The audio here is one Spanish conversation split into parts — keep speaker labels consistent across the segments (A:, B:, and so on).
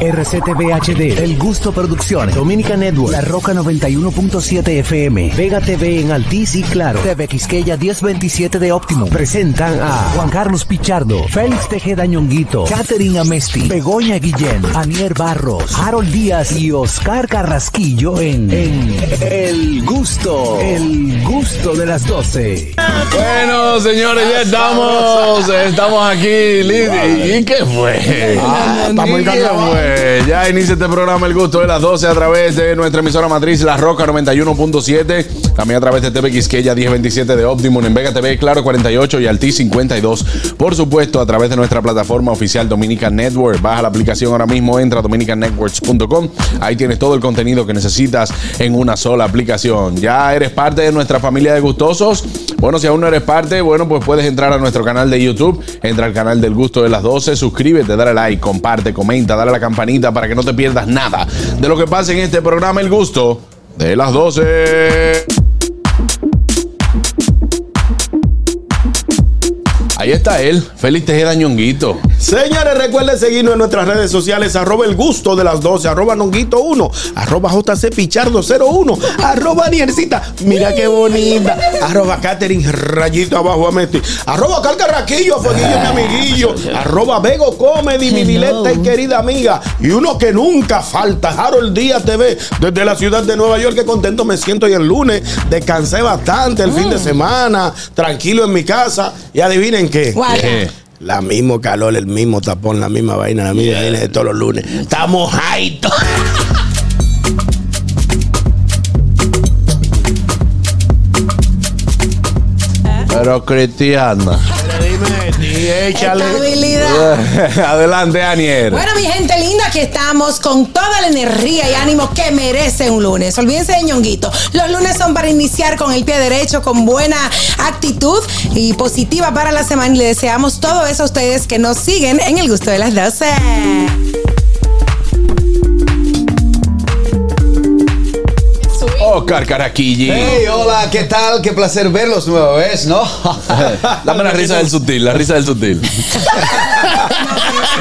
A: RCTV HD, El Gusto Producciones, Dominica Network, La Roca 91.7 FM, Vega TV en Altiz y Claro, TV Quisqueya 1027 de Optimum. Presentan a Juan Carlos Pichardo, Félix Tejeda Ñonguito, Katherine Amesti, Begoña Guillén, Anier Barros, Harold Díaz y Oscar Carrasquillo en, en El Gusto, El Gusto de las 12.
B: Bueno, señores, ya estamos, estamos aquí. Lid- ¿Y qué fue?
C: Ah, estamos
B: ¿Y
C: en
B: qué
C: carnaval.
B: fue? Ya inicia este programa El Gusto de las 12 a través de nuestra emisora matriz La Roca 91.7, también a través de TV Quisqueya 1027 de Optimum, en Vega TV Claro 48 y Alti 52. Por supuesto, a través de nuestra plataforma oficial Dominican Network. Baja la aplicación ahora mismo, entra a dominicannetworks.com. Ahí tienes todo el contenido que necesitas en una sola aplicación. Ya eres parte de nuestra familia de gustosos. Bueno, si aún no eres parte, bueno, pues puedes entrar a nuestro canal de YouTube, entra al canal del gusto de las 12, suscríbete, dale like, comparte, comenta, dale a la campanita para que no te pierdas nada de lo que pasa en este programa El Gusto de las 12. Ahí está él, Félix Tejeda Ñonguito.
C: Señores, recuerden seguirnos en nuestras redes sociales, arroba el gusto de las 12, arroba nonguito1, arroba jcpichardo01, arroba Niercita, mira qué bonita, arroba Catherine, rayito abajo a Meti, arroba Calcarraquillo, Fueguillo, mi amiguillo, arroba Vego Comedy, mi dileta y querida amiga, y uno que nunca falta, Harold Díaz TV, desde la ciudad de Nueva York, que contento me siento y el lunes, descansé bastante el fin de semana, tranquilo en mi casa, y adivinen qué.
B: ¿Qué?
D: Este,
C: La mismo calor, el mismo tapón, la misma vaina, la misma vaina de todos los lunes. Estamos jaitos.
B: Pero Cristiana.
E: Estabilidad.
B: Adelante, Anier.
E: Bueno, mi gente linda, aquí estamos con toda la energía y ánimo que merece un lunes. Olvídense de ñonguito. Los lunes son para iniciar con el pie derecho, con buena actitud y positiva para la semana. Y le deseamos todo eso a ustedes que nos siguen en el gusto de las 12.
B: Oscar Caraquilli.
D: Hey, hola, ¿qué tal? Qué placer verlos nueva vez, ¿no?
B: Dame la risa del sutil, la risa del sutil.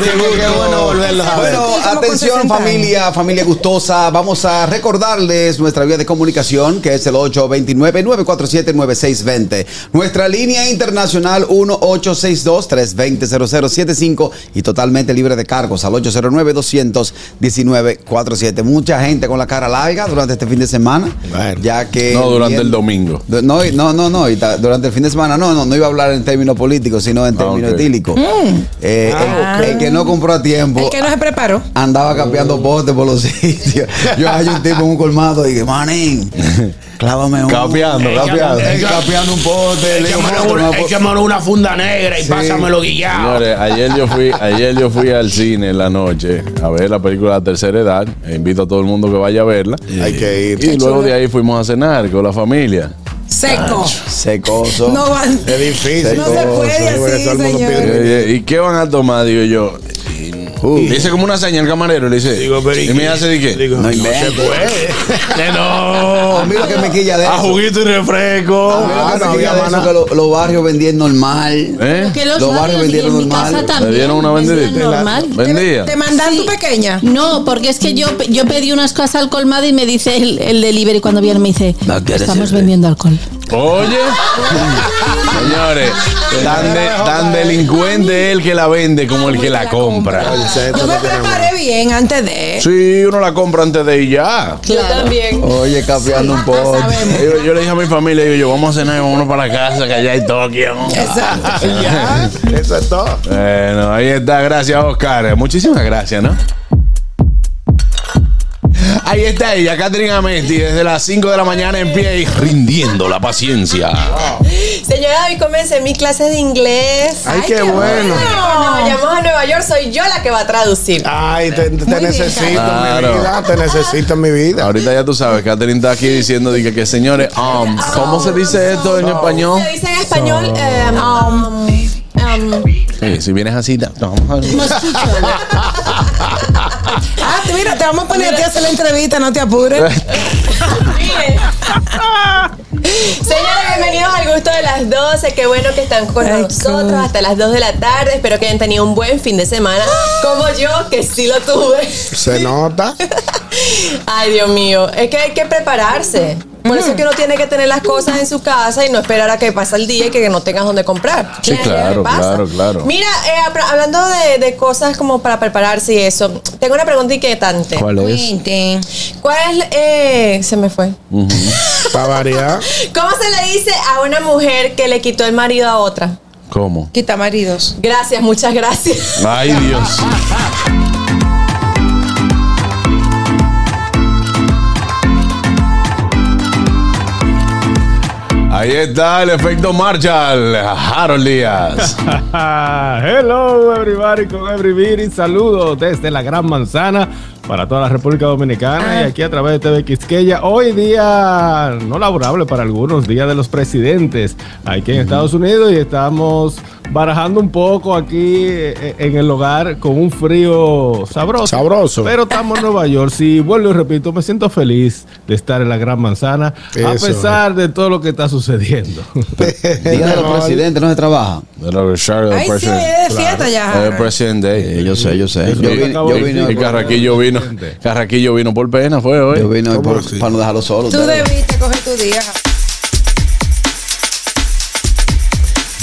D: Qué bueno
C: volverlos a
E: ver.
D: Bueno,
E: Sí, como con
D: atención
E: 60 años.
D: familia, familia gustosa. Vamos a recordarles nuestra vía de comunicación que es el 829-947-9620. Nuestra línea internacional 1-862-320-0075 y totalmente libre de cargos al 809-219-47. Mucha gente con la cara larga durante este fin de semana.
C: Bueno.
D: Ya que...
B: No, durante el domingo.
D: Du- No, y- no, no, no, y ta- durante el fin de semana, no, no, no iba a hablar en términos políticos, sino en términos
B: Ah, ok.
D: etílicos. Eh,
F: Ah.
D: el, el que no compró a tiempo
E: Mm. El que no se preparó.
D: andaba
B: Oh.
D: campeando postes por los sitios. Yo hay un tipo en un colmado y dije, manín, clávame un.
B: Capeando, capeando.
D: Eh, Capeando un poste. Le digo, "Manín, no,
C: Hay que
D: po-".
C: amar una funda negra y
D: Sí.
C: pásamelo guillado.
B: Señores, ayer yo fui, ayer yo fui al cine en la noche a ver la película La Tercera Edad. E invito a todo el mundo que vaya a verla.
D: Hay que ir.
B: Y luego de ahí fuimos a cenar con la familia.
E: Seco.
D: Secoso.
E: No van.
C: Es difícil.
E: No se puede
C: Sí, porque
E: así,
C: todo el mundo
B: Y,
E: señor.
C: pide-
B: y- ¿y qué van a tomar? Digo yo.
D: Uh.
B: Y- Le hice como una señal al camarero, le dice.
C: Digo, pero
B: y me hace de qué.
C: Digo,
D: No
C: no se
D: inventes.
C: puede. Que
D: A
C: no.
D: mí lo que me quilla de
B: A
D: eso.
B: juguito y refresco. Ah,
D: A mí lo Ah, que
C: no
D: me
C: había
D: quilla de eso es
C: nada.
D: que lo- los barrios vendían normal.
B: ¿Eh?
F: Que los,
D: Los barrios
F: barrios
D: vendieron
F: vendieron en mi
D: normal.
F: casa
B: Me
F: también.
B: dieron una
F: vendieron
B: bendita.
F: normal.
B: Buen día.
E: Te mandan
F: Sí.
E: tu pequeña.
F: No, porque es que yo, yo pedí unas cosas al colmado y me dice el, el delivery cuando viene me dice,
D: No quieres
F: estamos
D: el-
F: vendiendo alcohol.
B: Oye, señores, tan, de- tan delincuente el que la vende como el que la compra.
E: Yo me preparé bien antes de.
B: Sí, uno la compra antes de ir ya. Oh.
D: Oye, capeando un poste.
B: Yo, yo le dije a mi familia, digo yo, vamos a cenar y vámonos para la casa, que allá hay Tokio.
E: Exacto.
C: Ya, Eso es todo.
B: Bueno, ahí está, gracias Oscar. Muchísimas gracias, ¿no? Ahí está ella, Catherine Amesti, desde las 5 de la mañana en pie y rindiendo la paciencia.
G: Señora, hoy comencé mis clases de inglés.
C: Ay, qué bueno.
G: Cuando vayamos a Nueva York, soy yo la que va a traducir.
C: Ay, te, te
E: bien,
C: necesito, mi
B: Claro.
C: vida. Te necesito en mi vida.
B: Ahorita ya tú sabes, Catherine está aquí diciendo de que, que, señores, um, ¿cómo se dice esto en español?
G: Se dice en español. em, um, um,
B: Sí, si vienes así, da- no,
E: Ah, te- mira, te vamos a poner a ti a hacer la entrevista, no te apures.
G: mire. Señores, bienvenidos al gusto de las 12. Qué bueno que están con
E: Ay,
G: nosotros
E: God.
G: hasta las 2 de la tarde. Espero que hayan tenido un buen fin de semana, como yo, que sí lo tuve.
C: Se nota.
G: Ay, Dios mío, es que hay que prepararse. Por eso es que uno tiene que tener las cosas en su casa y no esperar a que pase el día y que no tengas donde comprar.
B: Sí,
G: Es lo que
B: claro,
G: pasa.
B: claro, claro.
G: Mira, eh, apro- hablando de, de cosas como para prepararse y eso, tengo una pregunta inquietante. ¿Cuál,
B: ¿Cuál es?
E: Cuenten.
G: es, eh, se me fue?
C: Para variar.
G: ¿Cómo se le dice a una mujer que le quitó el marido a otra?
B: ¿Cómo?
E: Quita maridos.
G: Gracias, muchas gracias.
B: Ay, Dios. Ahí está el efecto Marshall, Harold Díaz.
H: Hello everybody con everybody. Saludos desde la Gran Manzana para toda la República
C: Ah.
H: Dominicana y aquí a través de TV Quisqueya. Hoy día no laborable para algunos, día de los presidentes aquí en Estados Unidos y estamos barajando un poco aquí eh, en el hogar con un frío sabroso.
C: Sabroso.
H: Pero estamos en Nueva York. Si vuelvo y repito, me siento feliz de estar en la Gran Manzana a
C: Eso.
H: pesar de todo lo que está sucediendo.
D: Día de los presidentes no se trabaja.
B: Little Richard,
E: Ay, sí, hoy es de fiesta ya.
B: El presidente.
D: Eh, yo sé, yo sé. Yo
H: Yo
D: vine,
H: acabo
D: yo
H: de-
D: vine
B: Y
D: hoy por-
B: Carraquillo vino. Carraquillo vino por pena, fue hoy.
D: yo vine hoy
C: ¿Cómo
D: por-
C: así?
D: para no dejarlo solo.
E: Tú
D: ustedes.
E: debiste coger tu día.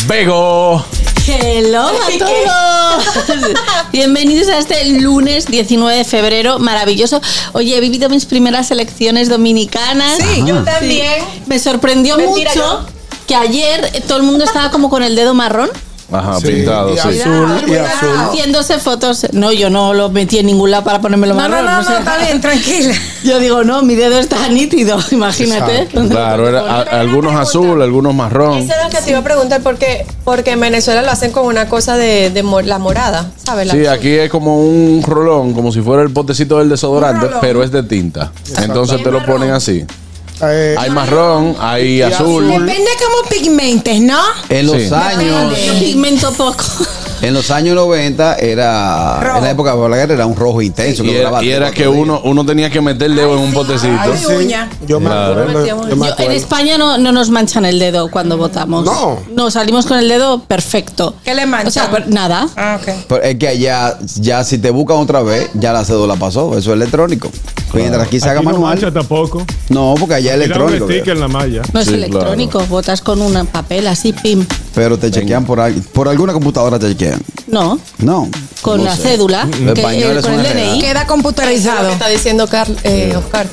B: Bego.
F: Hello a todos. Bienvenidos a este lunes 19 de febrero, maravilloso. Oye, he vivido mis primeras elecciones dominicanas.
E: Sí,
G: Yo también.
F: Me sorprendió
G: Mentira,
F: mucho que ayer eh, todo el mundo estaba como con el dedo marrón.
B: Ajá,
C: Sí,
B: pintado,
C: y
B: sí.
C: azul y azul.
F: Haciéndose fotos. No, yo no lo metí en ningún lado para ponérmelo
E: No, no,
F: marrón.
E: no,
F: o sea,
E: no, está bien, tranquila.
F: Yo digo, no, mi dedo está nítido, imagínate.
B: Claro, era, a- algunos azul, algunos marrón.
G: Eso es lo que te iba a preguntar porque, porque en Venezuela lo hacen con una cosa de, de mo- la morada, ¿sabes? La-
B: Sí, aquí es como un rolón, como si fuera el potecito del desodorante,
E: Un rolón.
B: pero es de tinta. Entonces te lo ponen así.
C: Eh,
B: Hay marrón, hay azul.
E: Depende cómo pigmentes, ¿no?
D: En los
B: Sí.
D: años,
F: Yo pigmento poco.
D: en los años 90 era, en la época de Balaguer era un rojo intenso.
B: Y
D: duraba
B: era, y era
D: cuatro
B: que
D: días.
B: uno, uno tenía que meter el dedo en un
E: Ay,
B: potecito.
E: de uña.
C: yo me
B: Claro.
C: acuerdo. Yo me
F: Yo- en
C: acuerdo.
F: España no, no nos manchan el dedo cuando votamos.
C: No.
F: salimos con el dedo perfecto.
E: ¿Qué le manchan?
F: O sea, pero nada.
E: Ah, ok.
D: Pero es que allá, ya si te buscan otra vez, ya la cédula pasó. Eso es electrónico. Mientras aquí se haga
H: Aquí no
D: manual.
H: mancha tampoco.
D: No, porque allá es
H: Tira un
D: electrónico.
H: sticker en la malla.
F: No es
B: Sí,
F: electrónico, votas con un papel así, pim.
D: Pero te chequean por al- por alguna computadora te chequean.
F: No,
D: No.
F: con
D: no
F: la
D: sé.
F: cédula,
D: Los
F: que, eh,
D: españoles
F: con
D: son
F: el
D: enredados.
F: DNI.
E: Queda
G: Eso es lo que
E: computarizado.
G: está diciendo Carl- eh, Oscar.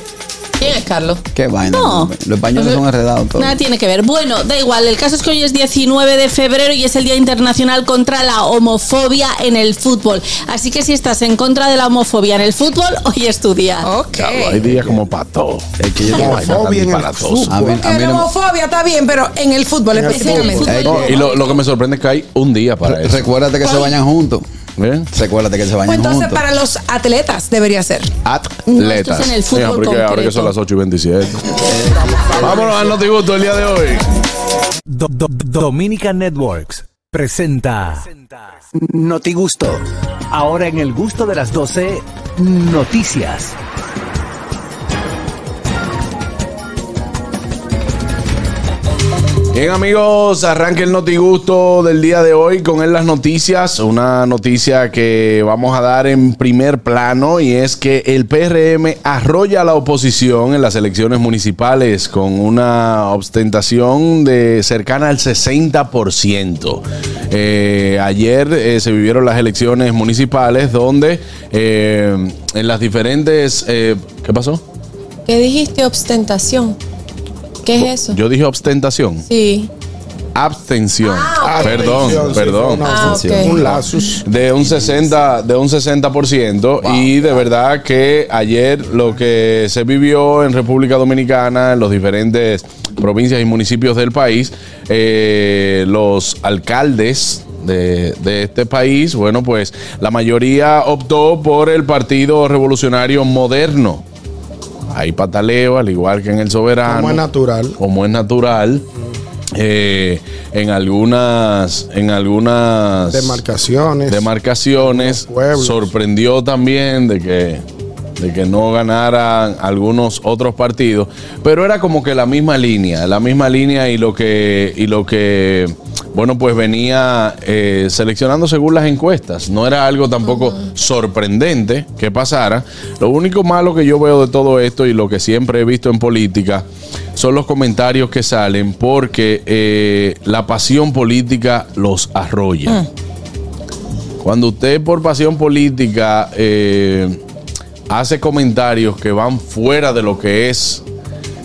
G: ¿Quién es Carlos?
D: Qué vaina.
F: No.
D: Los españoles son enredados todos.
F: Nada tiene que ver. Bueno, da igual. El caso es que hoy es 19 de febrero y es el Día Internacional contra la Homofobia en el Fútbol. Así que si estás en contra de la homofobia en el fútbol, hoy es tu día.
E: Ok.
B: Claro, hay días como para todo.
D: Es que yo
B: Qué
D: tengo-
B: vaina tan
C: Homofobia en el
B: disparatosa.
C: fútbol.
D: a mí, a
E: Que
D: mí
E: la
D: no,
E: homofobia está bien, pero en el fútbol
C: En el
E: específicamente.
D: fútbol.
B: No, y lo, lo que me sorprende es que hay un día para eso.
D: recuérdate que se bañan juntos.
B: ¿Bien?
D: Recuérdate que se
E: Pues
D: bañan
E: entonces,
D: juntos.
E: para los atletas debería ser.
F: No, esto
B: Atletas.
F: es en el fútbol
B: Mira, porque ahora que son
F: concreto.
B: las 8 y 27. Vámonos al Notigusto el día de hoy.
A: Do- do- Dominica Networks presenta Noti Gusto. Ahora en el gusto de las 12, noticias.
B: Bien amigos, arranca el notigusto del día de hoy con él las noticias, una noticia que vamos a dar en primer plano y es que el PRM arrolla a la oposición en las elecciones municipales con una ostentación de cercana al 60%. Eh, ayer eh, se vivieron las elecciones municipales donde eh, en las diferentes... eh, ¿Qué pasó?
G: ¿Qué dijiste? Ostentación. ¿Qué es eso?
B: Yo dije ostentación.
G: Sí.
B: Abstención. perdón,
C: Abstención, Ah, sí,
B: perdón.
C: fue una
G: Ah,
C: abstención.
G: ok.
C: Un lazos.
B: De un 60, de un 60% y de verdad que ayer lo que se vivió en República Dominicana, en las diferentes provincias y municipios del país, eh, los alcaldes de, de este país, bueno, pues la mayoría optó por el Partido Revolucionario Moderno. Hay pataleo, al igual que en el soberano.
C: Como es natural.
B: Como es natural. eh, en algunas, en algunas
C: Demarcaciones.
B: demarcaciones.
C: Pueblos.
B: Sorprendió también de que de que no ganaran algunos otros partidos, pero era como que la misma línea, la misma línea y lo que, y lo que bueno, pues venía eh, seleccionando según las encuestas. No era algo tampoco sorprendente que pasara. Lo único malo que yo veo de todo esto y lo que siempre he visto en política son los comentarios que salen porque eh, la pasión política los arrolla. Cuando usted por pasión política eh, hace comentarios que van fuera de lo que es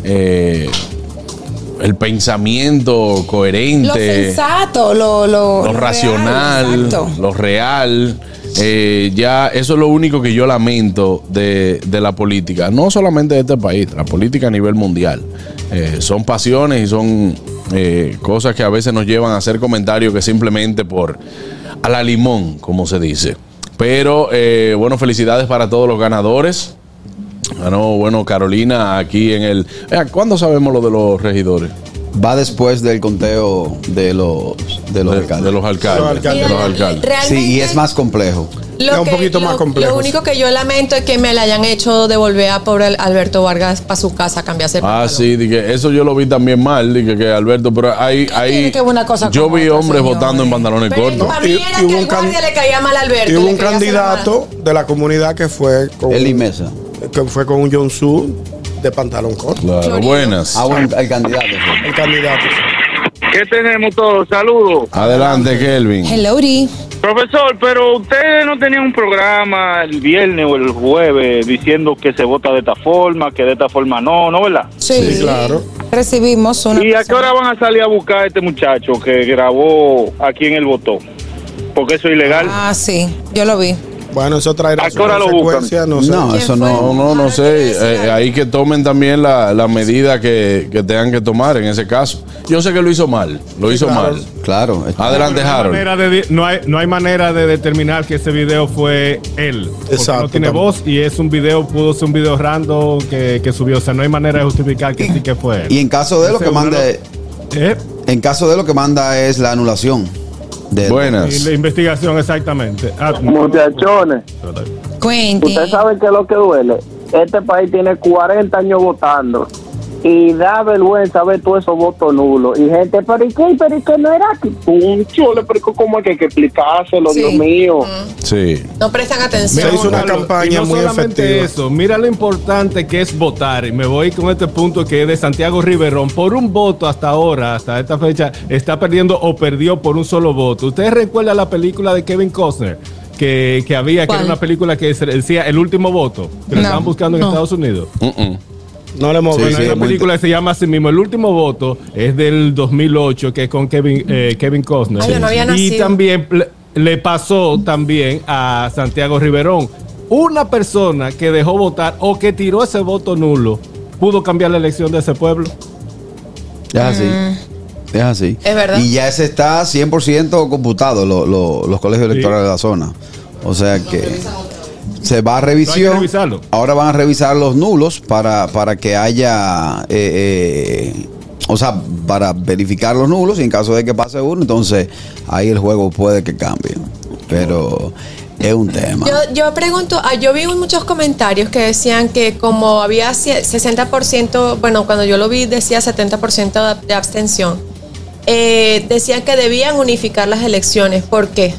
B: eh, el pensamiento
E: Lo
B: coherente,
E: sensato, lo, lo,
B: lo
E: lo real,
B: racional,
E: exacto.
B: lo real, eh, ya eso es lo único que yo lamento de, de la política, no solamente de este país, la política a nivel mundial. Eh, son pasiones y son eh, cosas que a veces nos llevan a hacer comentarios que simplemente por a la limón, como se dice. Pero eh, bueno, felicidades para todos los ganadores. Ganó, bueno, Carolina aquí en el... Vea, ¿Cuándo sabemos lo de los regidores?
D: Va después del conteo de los, de los
B: De-
D: alcaldes.
B: de los alcaldes.
C: Los alcaldes.
B: De los alcaldes.
G: Realmente,
D: sí, y es más complejo.
G: lo
C: Es un poquito más
G: lo-
C: complejo,
G: Lo único que yo lamento es que me la hayan hecho devolver a pobre Alberto Vargas para su casa a cambiarse el
B: Ah,
G: pantalón.
B: sí, di que eso yo lo vi también mal, di que- que Alberto, pero ahí, ahí
I: tiene que ver una cosa
B: yo
I: con
B: vi
I: otra,
B: hombres
I: señores?
B: votando en pantalones
G: Pero
B: cortos.
G: para mí
C: Y-
G: era
C: y hubo
G: que
C: un
G: el guardia
C: can-
G: le caía mal a Alberto.
C: Y hubo
G: le
C: un
G: quería hacer mal.
C: candidato de la comunidad que fue con,
D: Eli Mesa.
C: que fue con un John Su de pantalón corto.
B: Claro, buenas.
D: Ah, bueno, el candidato. fue.
C: El candidato.
J: ¿Qué tenemos todos? Saludos.
B: Adelante, Kelvin.
E: Hello, Uri.
J: Profesor, pero ustedes no tenían un programa el viernes o el jueves diciendo que se vota de esta forma, que de esta forma no, ¿no, verdad?
E: Sí,
C: claro.
E: Recibimos una.
J: ¿Y a qué hora van a salir a buscar a este muchacho que grabó a quien él votó? Porque eso es ilegal.
E: Ah, sí, yo lo vi.
C: Bueno, eso traerá
J: ¿A
C: su
J: qué hora lo
C: consecuencia, no sé.
D: No,
G: ¿Quién
D: eso
G: fue?
B: No,
D: no.
B: no, no
G: Ahora te voy a
B: sé.
G: decir
B: Eh,
G: algo.
B: ahí que tomen también la, la medida que, que tengan que tomar en ese caso. Yo sé que lo hizo mal, lo hizo
C: claro.
B: mal.
D: Claro. es-
B: Adelante,
H: No hay,
B: Harold.
H: manera de, di- no, hay, no hay manera de determinar que ese video fue él. Porque
C: Exacto,
H: No tiene
C: también.
H: voz y es un video, pudo ser un video random que, que subió. O sea, no hay manera de justificar que sí que fue él.
D: Y en caso de lo que
H: Ese uno
D: manda,
H: no- ¿Eh?
D: en caso de lo que manda es la anulación. De,
H: Y
B: Buenas.
H: la investigación, exactamente. Ah,
J: Muchachones,
E: Cuente.
J: saben que lo que duele. Este país tiene 40 años votando. Y da vergüenza ver todos esos votos nulos. Y gente, pero ¿y qué? ¿Pero que no era? Un chole, pero ¿cómo es que hay que explicárselo,
E: Sí. Dios
J: mío?
B: Sí.
G: No prestan atención.
C: Se hizo una
H: Gonzalo,
C: campaña
H: y no
C: muy
H: solamente
C: efectiva.
H: eso, mira lo importante que es votar. Y me voy con este punto que es de Santiago Riverón. Por un voto hasta ahora, hasta esta fecha, está perdiendo o perdió por un solo voto. ¿Ustedes recuerdan la película de Kevin Costner? Que, que había, que
F: ¿Cuál?
H: era una película que se decía El último voto, que lo
E: No,
H: estaban buscando en
F: no.
H: Estados Unidos.
B: Mm-mm.
C: No le hemos
D: Sí,
H: Bueno,
C: visto.
H: hay una
D: muy
H: película que se llama así mismo El último voto, es del 2008, que es con Kevin, eh, Kevin Costner.
G: Ay, yo no había
H: y
G: nacido.
H: también le- le pasó también a Santiago Riverón. Una persona que dejó votar o que tiró ese voto nulo pudo cambiar la elección de ese pueblo.
D: Es así. Es así.
G: Mm. Es verdad.
D: Y ya se está 100% computado lo- lo- los colegios
H: Sí.
D: electorales de la zona. O sea que se va a
H: No hay que
D: revisión.
H: revisarlo.
D: Ahora van a revisar los nulos para, para que haya. eh, eh, o sea, para verificar los nulos y en caso de que pase uno, entonces ahí el juego puede que cambie. Pero es un tema.
G: Yo, yo pregunto, ah, yo vi muchos comentarios que decían que como había cie- 60%, bueno, cuando yo lo vi decía 70% de- de abstención, eh, decían que debían unificar las elecciones. ¿Por qué?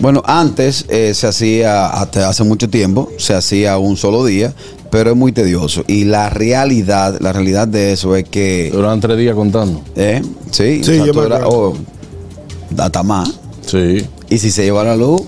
D: Bueno, antes eh, se hacía, hasta hace mucho tiempo, se hacía un solo día, pero es muy tedioso. Y la realidad, la realidad de eso es que...
B: Duraban tres días contando.
D: ¿eh? Sí,
C: Sí, yo
D: tú
C: me
D: eras-
C: acuerdo.
D: oh, data más.
B: Sí.
D: Y si se lleva la luz,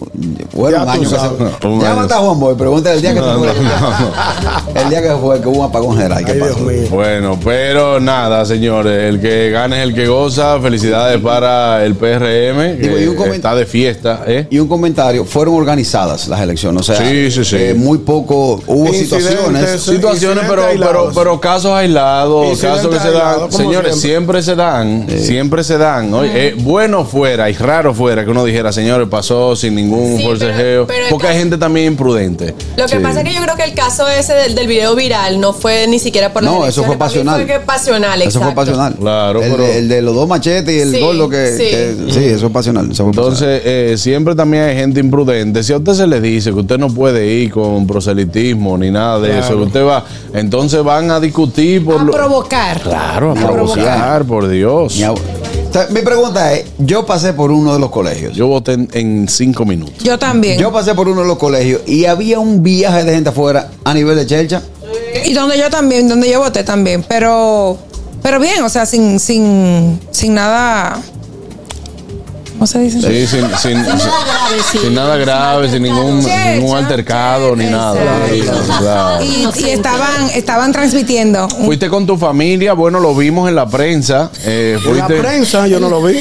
D: bueno,
C: Ya
D: un
C: tú
D: año que
C: sabes.
D: se-
B: Un
D: Ya
B: año.
D: mata a Juan Boy, pregúntale el día que se fue. El día que fue, que hubo un apagón general. ¿Qué
C: Ay, Dios
D: pasó?
C: mío.
B: Bueno, pero nada, señores. El que gana es el que goza. Felicidades para el PRM.
D: Digo,
B: que
D: y un coment-
B: está de fiesta, ¿eh?
D: Y un comentario, fueron organizadas las elecciones, o sea,
B: Sí, sí, sí.
D: eh, muy poco, hubo
C: Incidentes,
D: situaciones,
C: sí.
B: situaciones, pero,
C: Incidentes
B: pero,
C: aislados.
B: pero casos aislados,
C: Incidentes
B: casos que se
C: aislados,
B: dan.
C: como
B: Señores, siempre. se dan, siempre se dan. Oye, eh, bueno fuera y raro fuera que uno dijera, señores, pasó sin ningún
G: Sí,
B: forcejeo.
G: pero- pero el
B: porque hay
G: caso-
B: gente también imprudente.
G: Lo que
B: Sí.
G: pasa es que yo creo que el caso ese del, del video viral no fue ni siquiera por las
D: No, eso
G: elecciones,
D: fue
G: para mí
D: pasional.
G: Fue que pasional,
D: Eso fue
G: exacto.
D: pasional.
B: Claro,
D: el,
B: pero-
D: de- el de los dos machetes y el
G: Sí,
D: gordo que
G: sí.
D: que- sí, eso es pasional. eso fue pasional.
B: Entonces, eh, siempre también hay gente imprudente. Si a usted se le dice que usted no puede ir con proselitismo ni nada de eso, que usted va, entonces van a discutir por
E: A
B: lo.
E: provocar.
B: Claro, a
D: Ni a
B: provocar,
D: provocar.
B: por Dios.
D: Mi ab- Entonces, mi pregunta es, yo pasé por uno de los colegios.
B: Yo voté en, en cinco minutos.
E: Yo también.
D: Yo pasé por uno de los colegios y había un viaje de gente afuera a nivel de chelcha.
E: Y donde yo también, donde yo voté también, pero pero bien, o sea, sin sin sin nada ¿Cómo se dice?
B: Sí, sin, sin, sin-
F: nada grave, sí.
B: sin nada grave, sin ningún,
E: altercado.
B: sin ningún
E: Checha,
B: altercado ni
E: checha,
B: nada. Sí,
E: exacto.
B: claro.
E: Y, y estaban estaban transmitiendo. un-
B: Fuiste con tu familia, bueno, lo vimos en la prensa. eh,
C: En la
B: fuiste-
C: prensa Ah, yo no lo vi.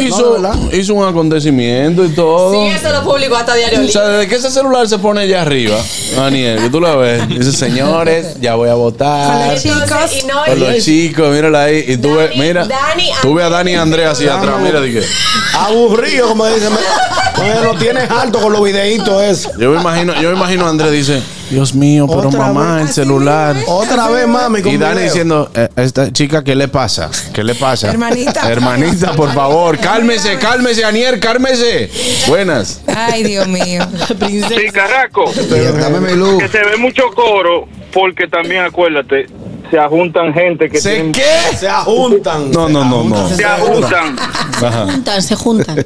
B: hizo,
C: No, ¿verdad?
B: hizo un acontecimiento y todo.
G: Sí, eso lo publicó hasta Diario
B: O
G: Libre.
B: sea, desde que ese celular se pone allá arriba, Daniel, que tú la ves, dice, señores, ya voy a votar.
E: Con
G: Entonces,
E: chicos.
G: y no,
B: Con
G: y-
B: los chicos, mírala ahí. Y tú ves,
G: Dani,
B: mira,
G: Dani,
B: tú ves a Dani y a Andrea así
C: Dani.
B: atrás, mira, dije.
C: Aburrido, como dicen. Oye, lo tienes alto con los videitos eso.
B: Yo me imagino, yo me imagino a Andrés dice, Dios mío, pero
C: Otra
B: mamá,
C: vez.
B: el celular.
C: Otra vez, mami, con
B: Y Dani
C: video.
B: diciendo, "Eh, a esta chica, ¿qué le pasa? ¿Qué le pasa?
E: Hermanita.
B: Hermanita, por favor, cálmese, cálmese, Daniel, cálmese. Buenas.
E: Ay, Dios mío.
I: Picarraco,
D: Y dame mi luz.
I: que se ve mucho coro, porque también acuérdate, se ajuntan gente que
B: ¿Se
I: tienen-
B: qué?
C: Se ajuntan.
B: No, no, no, no.
I: se ajuntan.
F: Se juntan, se juntan.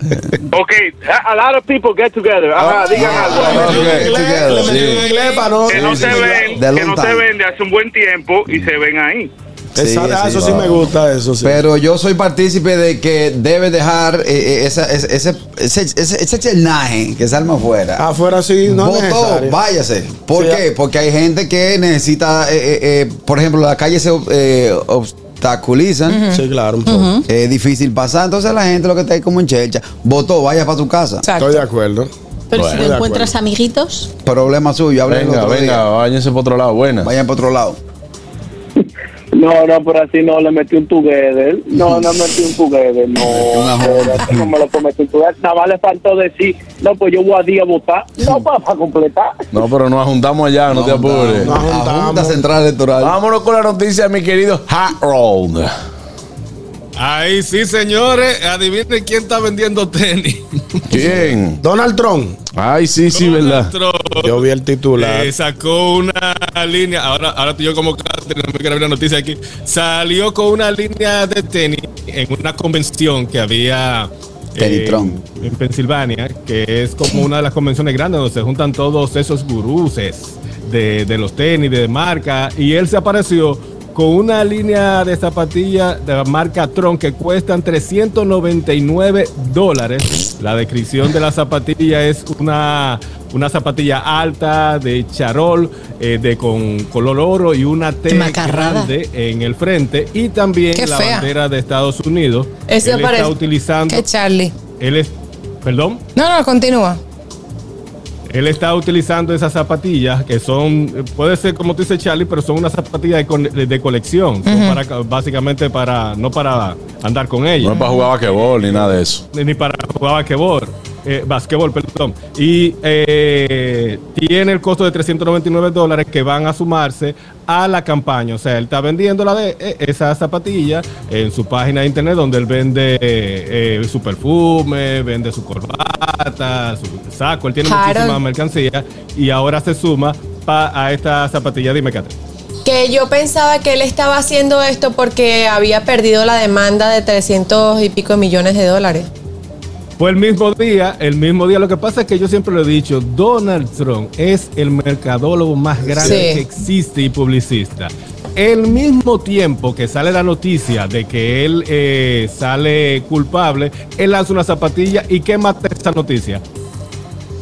I: ok, a, a lot of people get together. Ajá, digan algo.
B: ok, together,
C: Le metí
B: sí.
C: un inglés para no.
I: Que no se ven,
D: De
I: que no
D: long
I: se
D: time.
I: ven de hace un buen tiempo y se ven ahí.
C: Exacto,
D: Sí, sí,
C: ah, eso sí
D: va.
C: me gusta, eso sí.
D: Pero yo soy partícipe de que debe dejar eh, eh, esa- ese, ese, ese, ese- ese chelnaje que salma afuera.
C: Afuera sí, no es
D: Votó,
C: necesario.
D: váyase. ¿Por
C: Sí,
D: qué? Porque hay gente que necesita, eh, eh, eh, por ejemplo, la calle se eh, obstaculizan.
C: Sí, claro. un poco.
D: Es difícil pasar, entonces la gente lo que está ahí como en chelcha, votó, vaya para tu casa.
C: Estoy
E: Exacto.
C: de acuerdo.
F: Pero
B: Bueno,
F: si
C: de
F: no encuentras amiguitos,
D: Problema suyo, hablen el
B: Venga,
D: otro
B: venga,
D: día.
B: váyanse por otro lado. Buenas.
D: Vayan para otro lado.
J: No, no, pero así no, le metí un together. No, no metí un together, no.
D: Una
J: pero así no me lo cometí un together. Nada más le faltó decir, no, pues yo voy a día a votar. No, para, para completar.
B: No, pero nos juntamos allá, no, te apures.
D: Nos juntamos.
C: Nos
D: A Junta
C: juntamos.
D: Central Electoral.
B: Vámonos con la noticia, mi querido Harold.
H: Ahí sí, señores. Adivinen quién está vendiendo tenis.
B: ¿Quién?
C: Donald Trump.
B: Ay, sí, sí, verdad.
H: Trump,
C: Yo vi el titular.
H: eh, sacó una línea. Ahora, ahora tú y yo como Catherine, no me quiero abrir la noticia aquí. Salió con una línea de tenis en una convención que había. eh,
D: Tenis Trump.
H: en Pensilvania, que es como una de las convenciones grandes donde se juntan todos esos guruses de, de los tenis, de marca, y él se apareció con una línea de zapatillas de la marca Tron que cuestan 399 dólares. La descripción de la zapatilla es una, una zapatilla alta de charol, eh, de con color oro y una T
F: Macarrada.
H: grande en el frente y también
E: Qué
H: la
E: fea.
H: bandera de Estados Unidos.
G: Ese
H: él está
G: parece-
H: utilizando
E: Que Charlie.
H: él es, perdón,
E: No, no, continúa.
H: él está utilizando esas zapatillas que son, eh, puede ser como tú dices Charlie, pero son unas zapatillas de, con- de colección, son para ca- básicamente para, no para andar con
B: No
H: ellas,
B: es para jugar basquetbol ni nada de eso.
H: eh, ni para jugar basquetbol, eh, basquetbol, perdón. Y eh, tiene el costo de 399 dólares que van a sumarse a la campaña, o sea, él está vendiendo la de eh, esa zapatilla en su página de internet donde él vende eh, eh, su perfume, vende su corbata, su saco, él tiene
G: Harold.
H: muchísima mercancía y ahora se suma pa- a esta zapatilla de Mecate.
G: Que yo pensaba que él estaba haciendo esto porque había perdido la demanda de 300 y pico millones de dólares.
H: Fue el mismo día, el mismo día. Lo que pasa es que yo siempre lo he dicho, Donald Trump es el mercadólogo más grande
G: Sí.
H: que existe y publicista. El mismo tiempo que sale la noticia de que él eh, sale culpable, él lanza una zapatilla y ¿qué mata esa noticia?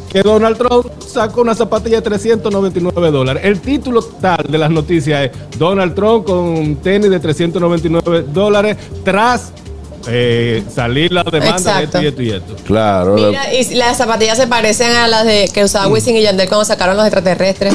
H: Que Donald Trump sacó una zapatilla de 399 dólares. El título tal de las noticias es Donald Trump con tenis de 399 dólares tras eh, salir la demanda de esto
G: Exacto.
H: y esto y esto.
B: Claro.
G: Mira, y las zapatillas se parecen a las de que usaba Wisin y Yandel cuando sacaron los extraterrestres.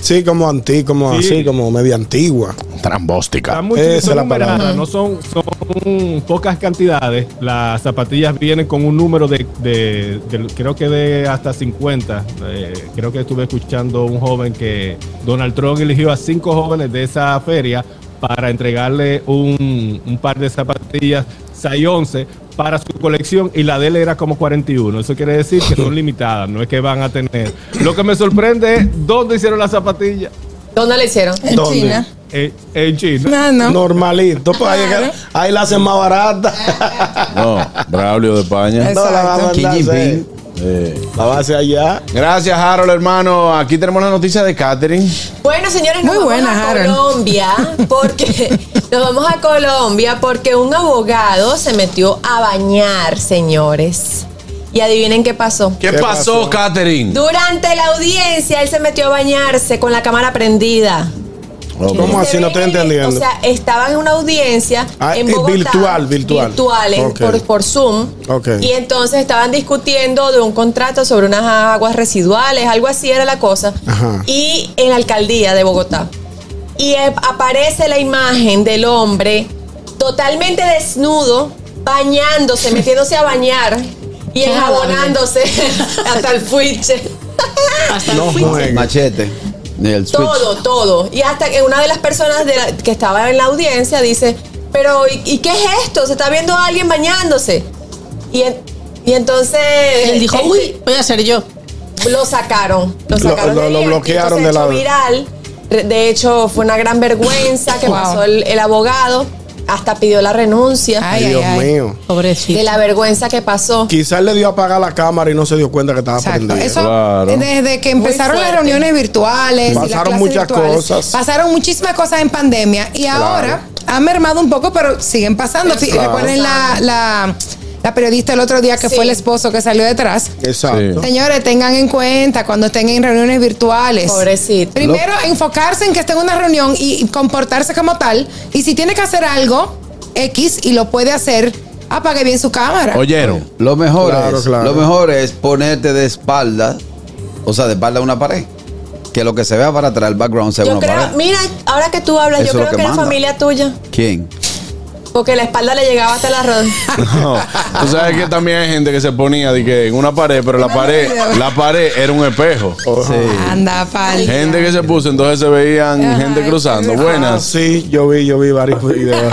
C: Sí, como anti, como
H: Sí.
C: así, como media antigua.
B: Trambóstica.
H: Están muy
C: Esa
H: son
C: es la
H: numeradas,
C: palabra.
H: no son, son pocas cantidades. Las zapatillas vienen con un número de, de- de- creo que de hasta 50. Eh, creo que estuve escuchando un joven que Donald Trump eligió a cinco jóvenes de esa feria para entregarle un, un par de zapatillas 611 para su colección y la de él era como 41. Eso quiere decir que son limitadas, no es que van a tener. Lo que me sorprende es dónde hicieron las zapatillas.
G: ¿Dónde la hicieron?
E: En
C: ¿Dónde?
E: China.
H: Eh, en China.
E: No, no.
C: Normalito, pues ahí,
E: Claro.
C: ahí la hacen más barata.
B: No, Braulio de España.
E: Es-
C: No, la va a
D: Exacto.
C: mandar a
D: Xi
C: hacer.
D: Jinping.
B: Eh,
C: La va a hacer allá.
B: Gracias, Harold, hermano. Aquí tenemos la noticia de Catherine.
G: Bueno, señores, nos
E: Muy
G: vamos
E: buena,
G: a
E: Harold.
G: Colombia porque nos vamos a Colombia porque un abogado se metió a bañar, señores. Y adivinen qué pasó.
B: ¿Qué, pasó, Catherine?
G: Durante la audiencia él se metió a bañarse con la cámara prendida.
B: Ok.
C: ¿Cómo
G: Se
C: así? No
G: ve-
C: estoy entendiendo.
G: O sea, estaba en una audiencia
C: Ah,
G: en
C: eh,
G: Bogotá,
C: virtual, virtual.
G: virtual, en-
C: Ok.
G: por, por Zoom.
C: Ok.
G: Y entonces estaban discutiendo de un contrato sobre unas aguas residuales, algo así era la cosa.
C: Ajá.
G: Y en la alcaldía de Bogotá. Y eh, aparece la imagen del hombre totalmente desnudo, bañándose, metiéndose a bañar y enjabonándose hasta el fuiche.
F: Hasta
C: No
F: el fin.
C: juegues.
D: Machete. El switch.
G: Todo, todo. Y hasta que una de las personas de la- que estaba en la audiencia dice, pero ¿y, y qué es esto? Se está viendo a alguien bañándose. Y, en- y entonces...
F: Él dijo,
G: este,
F: uy, voy a ser yo.
G: Lo sacaron. Lo
C: Lo-
G: sacaron.
C: lo-
G: del
C: lo
G: día,
C: bloquearon
G: entonces
C: de
G: se hizo viral. De hecho, fue una gran vergüenza que
E: Wow.
G: pasó el, el abogado. Hasta pidió la renuncia
E: Ay,
C: Dios
E: ay, ay.
C: mío.
F: Pobrecito.
G: de la vergüenza que pasó.
C: Quizás le dio a apagar la cámara y no se dio cuenta que estaba
E: Exacto.
C: prendida.
E: Eso,
B: Claro.
E: desde que empezaron las
G: fuerte.
E: reuniones virtuales, y las
C: Pasaron
E: clases
C: muchas
E: virtuales,
C: cosas.
E: Pasaron muchísimas cosas en pandemia y ahora han mermado un poco, pero siguen pasando. Fí-
C: Claro.
E: Recuerden la, la, la periodista el otro día que
G: Sí.
E: fue el esposo que salió detrás.
C: Exacto.
B: Sí.
E: Señores, tengan en cuenta cuando estén en reuniones virtuales.
G: Pobrecito.
E: Primero, enfocarse en que estén en una reunión y y comportarse como tal. Y si tiene que hacer algo X y lo puede hacer, apague bien su cámara.
B: ¿Oyeron?
D: Lo mejor,
C: Claro,
D: es,
C: claro.
D: lo mejor es ponerte de espalda, o sea, de espalda a una pared. Que lo que se vea para atrás, el background sea
G: Yo
D: una
G: creo,
D: pared.
G: mira, ahora que tú hablas,
D: Eso es lo
G: yo creo
D: que
G: que, era
D: manda.
G: familia tuya,
D: ¿Quién?
G: porque la espalda le llegaba hasta la rodilla.
B: No. Tú sabes que también hay gente que se ponía de que en una pared, pero la pared, la pared era un espejo.
C: Oh.
E: Anda, pal.
B: Gente que se puso, entonces se veían
E: Ajá.
B: gente cruzando.
C: Ah,
B: Buenas.
C: sí, yo vi, yo vi varios videos.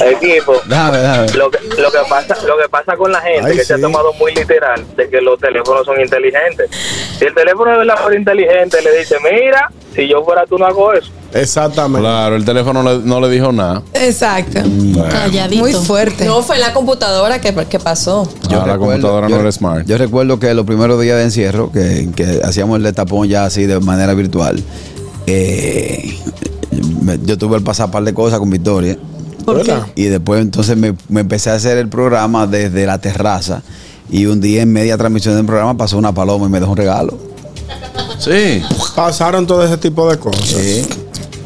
J: Equipo,
D: Déjame, déjame.
J: lo que, lo que pasa lo que pasa con la gente
C: Ay,
J: que se ha
C: sí.
J: tomado muy literal de que los teléfonos son inteligentes si el teléfono de verdad fuera inteligente le dice mira si yo fuera tú no hago eso
C: Exactamente.
B: Claro, el teléfono le- no le dijo nada.
E: Exacto.
F: Calladito.
E: Muy fuerte.
G: No, fue en la computadora que, que pasó.
B: Ah, la computadora no
D: yo-
B: era smart.
D: Yo recuerdo que los primeros días de encierro, que, que hacíamos el tapón ya así de manera virtual, eh, me- yo tuve el pasar par de cosas con Victoria.
C: ¿Verdad?
D: Y después entonces me, me empecé a hacer el programa desde la terraza. Y un día en media transmisión del programa pasó una paloma y me dejó un regalo.
B: Sí.
C: Pasaron todo ese tipo de cosas.
D: Sí.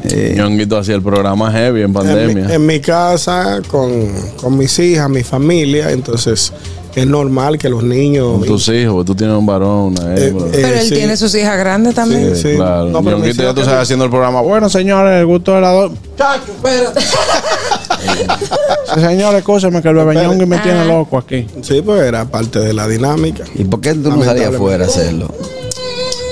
D: Eh,
B: Ñonguito hacía el programa heavy en
C: En mi,
B: pandemia.
C: en mi casa, con, con mis hijas, mi familia, entonces es normal que los niños...
B: Con tus hijos, tú tienes un varón, una
C: Eh,
B: hembra.
C: eh,
E: Pero él
C: sí. eh,
E: tiene sus hijas grandes también.
C: sí.
B: Claro.
C: No, pero
B: Ñonguito
C: me
B: ya tú
C: hicieron
B: sabes
C: que-
B: haciendo el programa. Bueno, señores, el gusto de la dos. Señores, escúcheme que el bebeñongue me
E: ah.
B: tiene loco aquí.
C: Sí, pues era parte de la dinámica.
D: ¿Y por qué tú no salías
C: Lamentablemente. Ah,
D: afuera a hacerlo?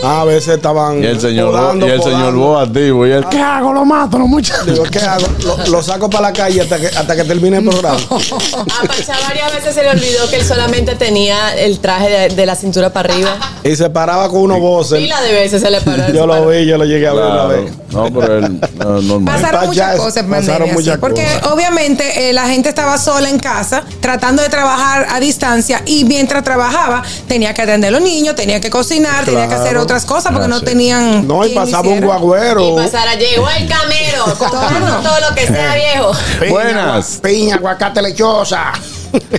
C: A veces estaban...
B: Y el señor,
C: podando,
B: y el
C: podando.
B: señor Bo activo. Y el, ¿Qué hago? Lo mato, los muchachos.
C: Digo, ¿qué hago? Lo, lo saco para la calle hasta que, hasta que termine el programa.
G: A Pachá varias veces se le olvidó que él solamente tenía el traje de, de la cintura para arriba.
C: Y se paraba con unos voces.
G: Pila de veces se le paró.
C: Yo lo vi, yo lo llegué a ver una
B: Claro.
C: vez.
B: No, pero él, no, normal.
E: Pasaron
C: Pasa
E: muchas
C: es-
E: cosas en
C: pasaron
E: pandemia, sí,
C: muchas
E: porque
C: cosas.
E: obviamente eh, la gente estaba sola en casa, tratando de trabajar a distancia y mientras trabajaba tenía que atender a los niños, tenía que cocinar, tenía que hacer
C: Claro.
E: otras cosas porque no
B: Ah, sí.
E: tenían.
C: No, y
E: quien lo
C: pasaba un
E: hiciera.
C: guagüero.
G: Y pasara, llegó el camero, comprando todo lo que sea viejo.
C: Piña,
B: Buenas.
C: agua- Piña, aguacate lechosa.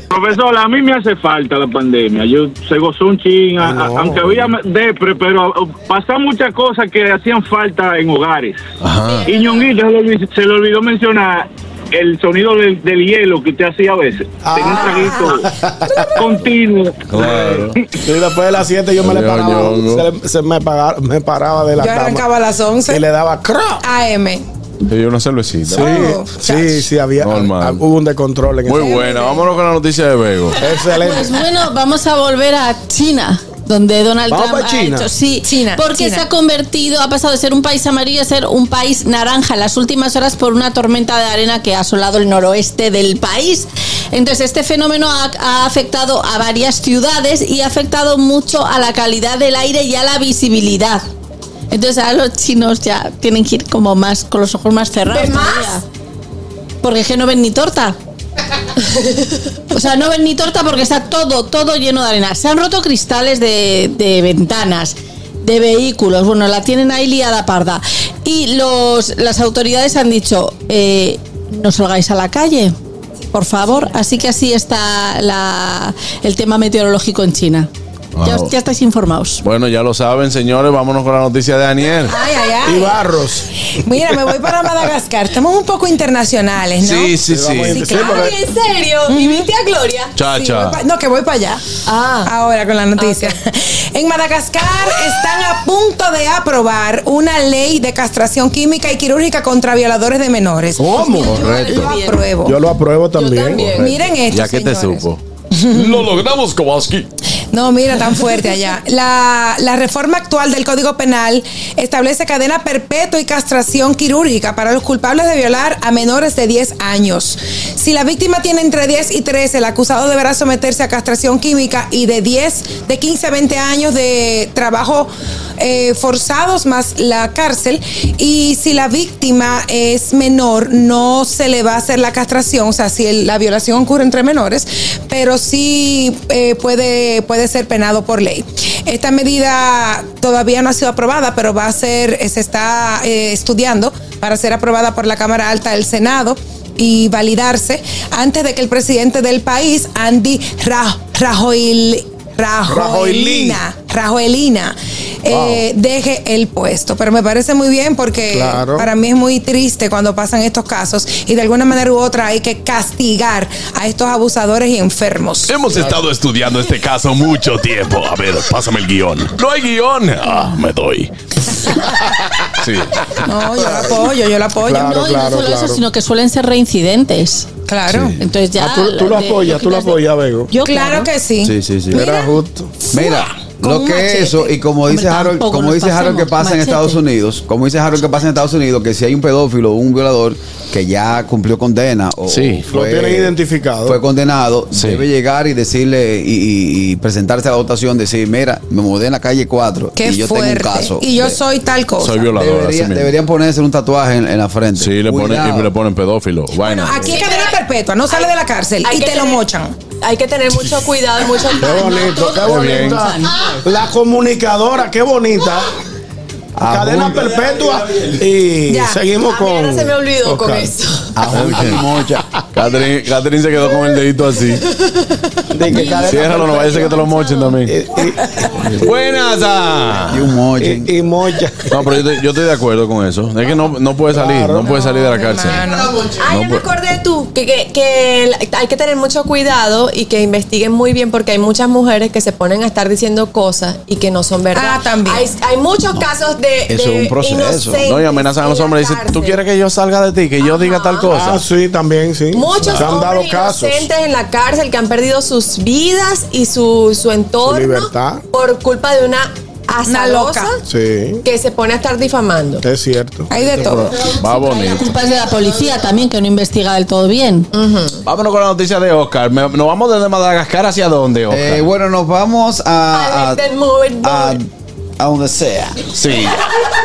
I: Profesor, a mí me hace falta la pandemia. Yo se gozó un chin, a- a-
C: No.
I: aunque había depre, pero uh, pasaron muchas cosas que hacían falta en hogares.
B: Ajá.
I: Y Ñonguito se le olvidó, se le olvidó mencionar el sonido del, del hielo que usted hacía a veces. Tenía un traguito continuo.
B: Claro.
C: Y después de las 7 yo me le
B: Coño,
C: paraba,
B: ñongo.
C: se, le- se me, pagaba- me paraba de la
E: Yo
C: cama
E: arrancaba a las 11
C: y le daba cra.
E: AM.
B: Y una cervecita.
C: Sí,
E: Oh,
C: sí, sí, había ah,
B: Normal.
C: hubo un descontrol en
B: Muy
C: eso.
B: buena. Vámonos con la noticia de Bego.
C: Excelente.
F: Pues bueno, vamos a volver a China. Donde Donald
C: Vamos
F: Trump
C: pa' China.
F: ha hecho, sí,
E: China,
F: porque
E: China.
F: se ha convertido, ha pasado de ser un país amarillo a ser un país naranja en las últimas horas por una tormenta de arena que ha asolado el noroeste del país. Entonces, este fenómeno ha, ha afectado a varias ciudades y ha afectado mucho a la calidad del aire y a la visibilidad. Entonces, ahora los chinos ya tienen que ir como más, con los ojos más cerrados.
G: ¿Ven más?
F: todavía. Porque es que no ven ni torta. O sea, no ven ni torta porque está todo, todo lleno de arena. Se han roto cristales de, de ventanas, de vehículos. Bueno, la tienen ahí liada parda. Y los, las autoridades han dicho, eh, no salgáis a la calle, por favor. Así que así está la- el tema meteorológico en China. Ya,
B: Wow.
F: os- ya estáis informados.
B: Bueno, ya lo saben, señores. Vámonos con la noticia de Daniel.
E: Ay, ay,
C: Y
E: ay.
C: barros.
E: Mira, me voy para Madagascar. Estamos un poco internacionales, ¿no?
B: Sí, sí, sí.
C: Sí,
E: claro.
C: porque-
G: Ay, ¿En serio? ¿Viviste a Gloria?
E: Sí, voy
B: Chacha.
E: pa- no, que voy para allá.
G: Ah.
E: Ahora con la noticia. En Madagascar están a punto de aprobar una ley de castración química y quirúrgica contra violadores de menores.
C: ¿Cómo?
E: Lo apruebo.
C: Yo lo apruebo también.
G: también.
E: Miren esto.
B: ya que te
E: señores.
B: supo. lo logramos, Kowalski.
E: No, mira, tan fuerte allá. La, la reforma actual del Código Penal establece cadena perpetua y castración quirúrgica para los culpables de violar a menores de 10 años. Si la víctima tiene entre 10 y 13, el acusado deberá someterse a castración química y de 10, de 15 a 20 años de trabajo eh, forzados más la cárcel. Y si la víctima es menor, no se le va a hacer la castración, o sea, si el- la violación ocurre entre menores, pero sí eh, puede, puede ser penado por ley. Esta medida todavía no ha sido aprobada, pero va a ser, eh, se está eh, estudiando para ser aprobada por la Cámara Alta del Senado y validarse antes de que el presidente del país, Andy Ra- Rajoy, Rajoelina, Rajoelina eh, deje el puesto. Pero me parece muy bien porque
C: Claro.
E: para mí es muy triste cuando pasan estos casos y de alguna manera u otra hay que castigar a estos abusadores y enfermos.
B: Hemos estado estudiando este caso mucho tiempo. A ver, pásame el guión. No hay guión. Ah, me doy. sí.
E: No, yo la apoyo, yo la apoyo.
C: Claro,
F: no, y
C: claro,
F: no solo
C: claro.
F: eso, sino que suelen ser reincidentes.
E: Claro.
F: Entonces ya.
C: Ah, tú, tú lo
F: la- de-
C: apoyas, tú lo
F: quitas de-
C: apoyas, Bego.
F: Yo,
E: Claro que sí.
D: Sí, sí, sí.
C: Era justo.
D: Mira,
F: Con
D: lo
F: un
D: que
F: machete.
D: es eso, y como
F: Hombre,
D: dice Harold,
F: tampoco
D: como
F: nos
D: dice Harold que
F: pasemos,
D: pasa en
F: machete.
D: Estados Unidos, como dice Harold que pasa en Estados Unidos, que si hay un pedófilo o un violador que ya cumplió condena o
B: Sí.
D: o
C: Lo tienen identificado.
D: fue condenado,
B: Sí.
D: debe llegar y decirle y, y- y presentarse a la votación, decir, mira, me mudé en la calle 4
E: Qué
D: y yo
E: fuerte.
D: tengo un caso.
E: y yo
D: de-
E: soy tal cosa.
B: Soy violador.
D: Debería-
B: así mismo.
D: deberían ponerse un tatuaje en, en la frente.
B: Sí, le ponen,
D: Cuidado.
B: y le ponen pedófilo. Vaina.
E: Aquí es
G: Sí,
E: cadena
G: pero hay-
E: perpetua, no sale de la cárcel
G: Hay
E: y
G: que
E: te lo
G: tener-
E: mochan.
G: Hay que tener mucho cuidado y mucho
C: Qué bonito, qué bonita. La comunicadora, qué bonita.
D: Ah,
C: Cadena
D: bueno.
C: perpetua. Y
E: Ya.
C: seguimos
G: A mí ahora
C: con.
G: se me olvidó con
C: Oscar.
G: eso.
C: Ah,
B: Ah, Catherine, Catherine se quedó con el dedito así.
C: De que cadena
B: Ciérralo, no vaya a ser que te lo mochen también. Buenas. ah.
D: Y un moche.
C: Y, y mocha.
B: No, pero yo, te- yo estoy de acuerdo con eso. Es que no, no puede salir,
C: Claro.
B: no puede salir de la
E: mi
B: cárcel.
E: hermano.
G: Ay, ya Ah, me acordé tú. Que, que- que el- hay que tener mucho cuidado y que investiguen muy bien porque hay muchas mujeres que se ponen a estar diciendo cosas y que no son verdad.
E: Ah, también.
G: Hay, hay muchos casos de.
D: Eso
G: de
D: es un proceso.
G: inocentes
B: No, y amenazan a los
G: en la
B: hombres y dicen, ¿tú
G: cárcel.
B: quieres que yo salga de ti, que yo diga tal cosa?
C: Ah, sí, también, sí.
G: Muchos
C: Se han dado
G: hombres
C: casos.
G: inocentes en la cárcel que han perdido sus vidas y su, su entorno
C: libertad.
G: por culpa de una azarosa
E: loca.
C: Sí,
G: que se pone a estar difamando.
C: es cierto.
E: Hay de todo.
B: Va
F: La
B: bonito.
F: culpa es de la policía también, que no investiga del todo bien.
B: Vámonos con la noticia de Oscar. Me- ¿Nos vamos desde Madagascar hacia dónde, Oscar?
D: Eh, bueno, nos vamos a-
G: Ay,
B: Este
D: a,
G: del mover-
D: a, a donde Ah, sea.
B: sí.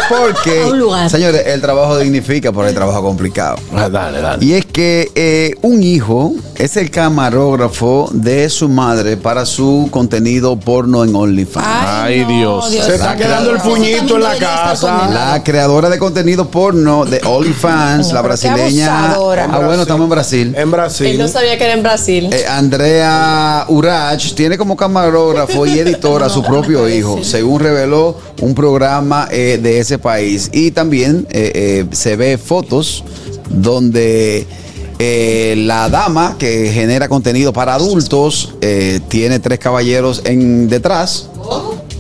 D: Porque,
F: A un lugar.
D: señores, el trabajo dignifica, pero el trabajo complicado.
B: Ah, Dale, dale.
D: Y es que eh, un hijo es el camarógrafo de su madre para su contenido porno en OnlyFans.
B: Ay,
E: Oh,
B: Dios.
C: Se está quedando el puñito en la casa.
D: La creadora de contenido porno de OnlyFans, la
E: Pero qué
D: brasileña.
E: abusadora.
D: Ah, bueno, estamos en Brasil.
C: En
G: Él
C: Brasil.
G: no sabía que era en Brasil.
D: Eh, Andrea Urach tiene como camarógrafo y editora a su propio hijo, según reveló un programa eh, de ese país. Y también eh, eh, se ve fotos donde Eh, la dama que genera contenido para adultos eh, tiene tres caballeros en detrás.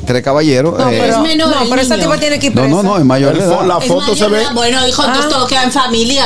D: Tres caballeros.
F: No,
D: eh,
F: pero- Es menor
E: no,
F: el
E: pero ese
F: niño.
E: tipo tiene que ir
D: no,
E: preso.
D: no, no, es mayor de
C: El fo-
D: edad.
C: la
F: Es
C: foto se
F: mayor
C: ve.
F: edad. Bueno, hijo,
E: Ah.
F: entonces todo queda en familia.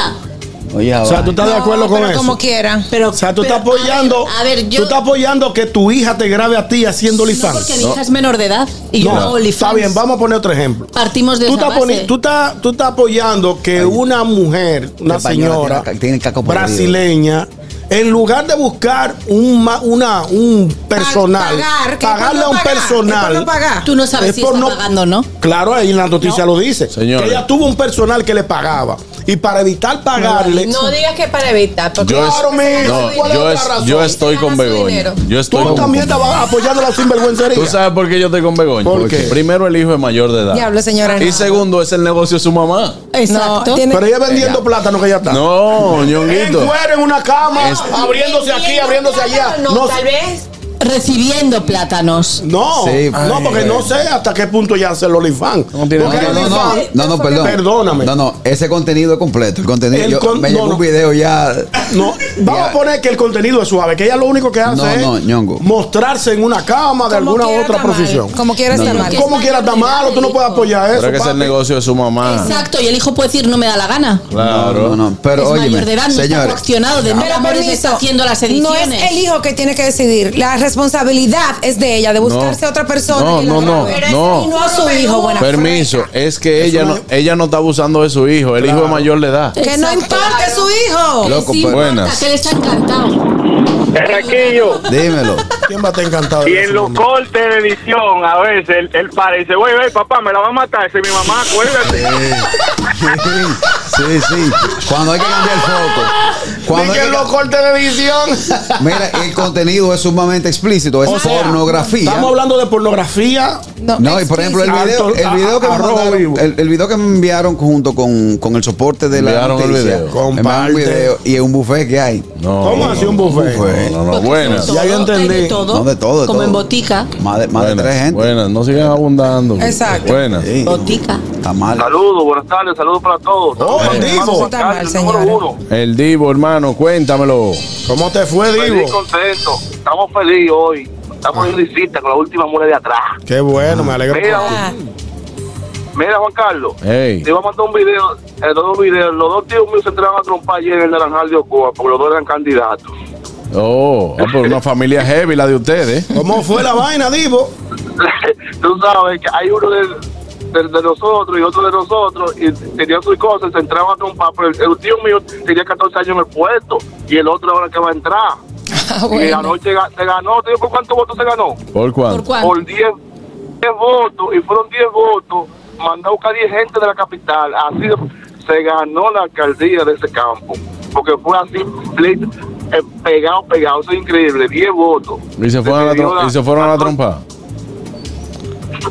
D: Oye,
C: O sea, tú estás de acuerdo
E: No,
C: con
E: pero
C: eso.
E: como quiera.
F: Pero,
C: O sea, tú
F: pero,
C: estás apoyando.
F: A ver, a ver, yo.
C: Tú estás apoyando que tu hija te grabe a ti haciendo
F: no,
C: OnlyFans.
F: porque mi hija es menor de edad y yo
C: No,
F: no hago OnlyFans.
C: está bien, vamos a poner otro ejemplo.
F: Partimos de
C: Tú
F: esa
C: estás, poni-
F: base.
C: tú, estás, tú estás apoyando que una mujer, una
D: española
C: señora
D: tiene ca- tiene el caco podrido.
C: brasileña, en lugar de buscar un, ma- una, un personal,
E: pagar, que
C: pagarle
E: por no
C: a un
E: pagar, que por
C: personal.
E: no pagar.
F: Tú no sabes
C: es
F: si
C: por no-
F: está pagando o no.
C: Claro, ahí en la noticia lo dice.
B: Señores.
C: Que ella tuvo un personal que le pagaba. Y para evitar pagarle,
G: No digas que para evitar. Porque
B: Yo, es-
C: Claro, mira,
B: no,
C: ¿cuál es
B: yo,
C: otra
B: es-
C: razón?
B: yo estoy
G: Gana
B: con
G: su
B: Begoña.
G: dinero.
B: Yo estoy
C: tú
B: con
C: también estabas apoyando la sinvergüencería.
B: ¿Tú sabes por qué yo estoy con Begoña?
C: ¿Por
B: Porque
C: qué?
B: primero el hijo es mayor de edad.
E: Diablo, señora,
B: Y
E: no.
B: segundo es el negocio de su mamá.
E: No,
F: Exacto.
E: tiene-
C: Pero ella vendiendo plátano que ya está.
B: No,
C: En
B: ñonguito.
C: cuero, en una cama,
B: Es-
C: abriéndose aquí, abriéndose allá.
G: No,
C: No,
G: tal vez.
F: Recibiendo plátanos.
C: No,
D: Sí, eh,
C: no,
D: ay,
C: porque
D: ay.
C: no sé hasta qué punto ya hace el OnlyFans.
B: No tiene
D: No,
C: Porque
D: no,
C: el
D: no, no,
C: OnlyFans-
D: no, no, perdón.
C: Perdóname.
D: No, no, ese contenido es completo. El contenido.
C: El
D: yo-
C: con-
D: me
C: no,
D: llegó
C: no.
D: un video ya.
C: No, vamos
D: Ya.
C: a poner que el contenido es suave, que ella lo único que hace
D: No,
C: es
D: no, ñongo.
C: mostrarse en una cama de
E: como
C: alguna
E: quiera
C: otra
E: está mal,
C: profesión.
E: Como quiera está mal.
C: Como quiera está malo, tú no puedes apoyar eso.
B: Pero que es el
C: papi.
B: negocio de su mamá.
F: Exacto, y el hijo puede decir no me da la gana.
B: Claro.
D: No, no, no, Pero
F: es
D: oye,
F: mayor de edad, no está
D: señores.
F: coaccionado de no
E: Pero
F: amores,
E: permiso,
F: está haciendo las ediciones.
E: no es el hijo que tiene que decidir. La responsabilidad es de ella, de buscarse a otra persona.
B: No,
E: que la
B: no, no,
E: grabe.
B: no.
E: Y no a su hijo, buena
B: Permiso, es que ella no, ella no está abusando de su hijo, el hijo es mayor de edad.
E: Que no
F: Exacto.
E: importe su hijo.
B: Loco,
F: sí,
B: pero-
F: Marta,
B: Buenas.
F: que él está encantado.
I: Carraquillo.
D: Dímelo.
C: ¿Quién va a estar encantado? de
I: Y
C: ver
I: en
C: su
I: los
C: mamá?
I: cortes de edición, a veces, él, él para y dice, güey, güey, papá, me la va a matar. Dice, mi mamá, acuérdate.
D: Sí, sí. Cuando hay que cambiar foto. Cuando
C: Ni
D: hay
C: que
D: que
C: en los cortes de edición.
D: ca- Mira, el contenido es sumamente explícito. Es
C: O sea,
D: pornografía.
C: Estamos hablando de pornografía.
D: No, y por ejemplo, el video,
C: Alto-
D: el video que
C: a-
D: me
C: arroba
D: mandaron,
C: vivo.
D: el, el video que me enviaron junto con, con el soporte de la
B: Enviaron el
D: noticia,
B: video.
D: me enviaron un
C: Comparte.
D: video y es un buffet que hay.
B: No.
C: ¿Cómo así un buffet?
D: Buffet.
B: No, no, no,
F: Porque
B: buenas.
F: son
C: Ya yo
F: todo, hay
C: entendí.
F: de todo,
D: No, de todo, de
F: como
D: todo.
F: en botica.
D: Más de, más de
B: Buenas,
D: tres gente.
B: Buenas, no sigan abundando.
E: Exacto.
B: Buenas.
D: Sí.
F: Botica.
D: Está mal.
I: saludos, buenas tardes, saludos para todos.
C: Oh,
I: Saludos,
C: Divo.
I: hermano Juan
E: Está
I: Carlos,
E: mal,
I: el número
E: señora.
I: uno.
B: El Divo, hermano, cuéntamelo.
C: ¿Cómo te fue, Ah.
I: Feliz,
C: Divo?
I: contento. Estamos felices hoy. Estamos en risita con la última mula de atrás.
C: Qué bueno, me alegro.
I: Mira,
C: por ti.
I: Mira, Juan Carlos.
B: Ey.
I: Te iba a mandar un video, eh, dos videos. Los dos tíos míos se entraron a trompar ayer en el Naranjal de Ocoa, porque los dos eran candidatos.
B: Oh, ah, por una familia heavy la de ustedes.
C: ¿Cómo fue la vaina, Divo?
I: Tú sabes que hay uno de, de- de nosotros y otro de nosotros, y tenían sus cosas, se entraban a trompar, pero el, el tío mío tenía 14 años en el puesto, y el otro ahora que va a entrar.
E: Ah,
I: Y
E: bueno.
I: anoche ga- se ganó, ¿te digo por cuántos votos se ganó?
B: ¿Por
F: ¿Por
B: cuánto?
F: cuánto?
I: Por 10 10 votos, y fueron 10 votos, mandó a buscar 10 gente de la capital. Así se ganó la alcaldía de ese campo, porque fue así, pleito, eh, pegado, pegado, eso es increíble, 10 votos.
B: Y se fueron a la,
I: dio
B: trom-
I: la-
B: y se fueron a la
I: la-
B: trompa.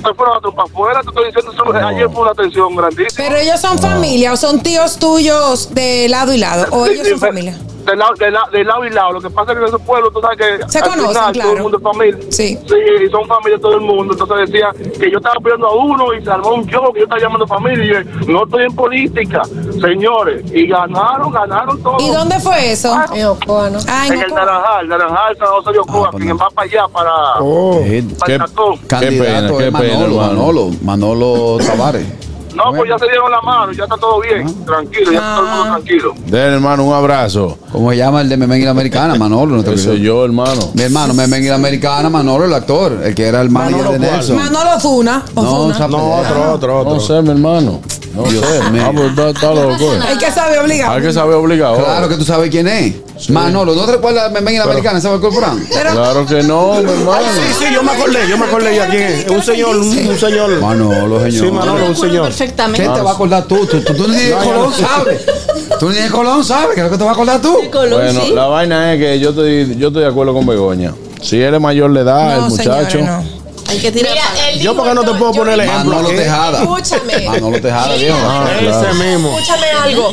I: te fueron a trompar afuera, te estoy diciendo, eso-
B: No.
I: ayer fue una tensión grandísima.
E: Pero ellos son familia o son tíos tuyos de lado y lado. O ellos son familia.
I: De lado, de, la- de lado y lado, lo que pasa es que en esos pueblos, tú sabes que
E: Se
I: al
E: conocen,
I: todo el
E: claro.
I: mundo es familia.
E: Sí.
I: Sí, y son familia todo el mundo. Entonces decía que yo estaba apoyando a uno y se armó un show que yo estaba llamando familia. Y yo, no estoy en política, señores. Y ganaron, ganaron todos.
E: ¿Y dónde fue eso?
G: En Ocoa, ¿no?
E: Ah,
I: En
E: en
I: el
E: Ocoa.
I: Naranjal, Naranjal, San José de Ocoa,
D: Ah, pues
I: quien
D: no.
I: va para allá, para,
C: Oh.
D: Eh,
I: para
B: Qué-
I: el Tacón.
B: pena,
D: Candidato
B: qué
D: es
B: pena,
D: Manolo,
B: hermano.
D: Manolo, Manolo Tavares.
I: No, pues ya se dieron la mano, ya está todo bien,
D: Ah.
I: tranquilo, ya está todo el mundo
E: Ah.
I: tranquilo.
B: Den, hermano, un abrazo.
D: ¿Cómo se llama el de Memen y la Americana? Manolo, nuestro
B: Ese
D: querido.
B: soy yo, hermano.
D: Mi hermano, Memen y la Americana, Manolo, el actor, el que era el manager
C: Manolo,
D: de
C: ¿cuál?
D: Nelson.
E: Manolo Zuna. o Zuna.
D: esa
C: No,
D: pelea.
C: otro, otro, otro.
B: No sé, mi hermano. No sé.
D: mío.
B: Ah, pues está, está loco. eh.
E: El que sabe obligado.
B: Hay que saber Ah, pues, obligado.
D: Claro que tú sabes quién es. Manolo, ¿no te recuerdas de Memen y la Americana? ¿Sabes cuál fue?
B: Claro que no, mi hermano.
C: Sí, sí, yo me acordé, yo me acordé ya quién es. Un señor, un, un señor.
D: Manolo, señor.
C: Sí, Manolo, un
F: Recuerdo
C: señor.
D: ¿Qué
F: perfectamente.
D: te va a acordar tú? Tú, tú, tú ni de Colón sabes. Tú ni de Colón sabes. ¿Qué es lo que te va a acordar tú?
F: De color,
B: Bueno,
F: sí.
B: la vaina es que yo estoy, yo estoy de acuerdo con Begoña. Si él es mayor de edad,
E: No,
B: el muchacho.
E: señores, no.
F: Hay que tirar. para-
G: él
C: Yo
G: dijo
C: porque no te
G: esto,
C: puedo
G: yo
C: poner el
G: digo-
C: ejemplo
D: Manolo
C: aquí.
D: Tejada.
G: Escúchame.
D: Manolo Tejada, viejo.
B: Ah,
C: Ese
B: claro.
C: mismo.
G: Escúchame algo.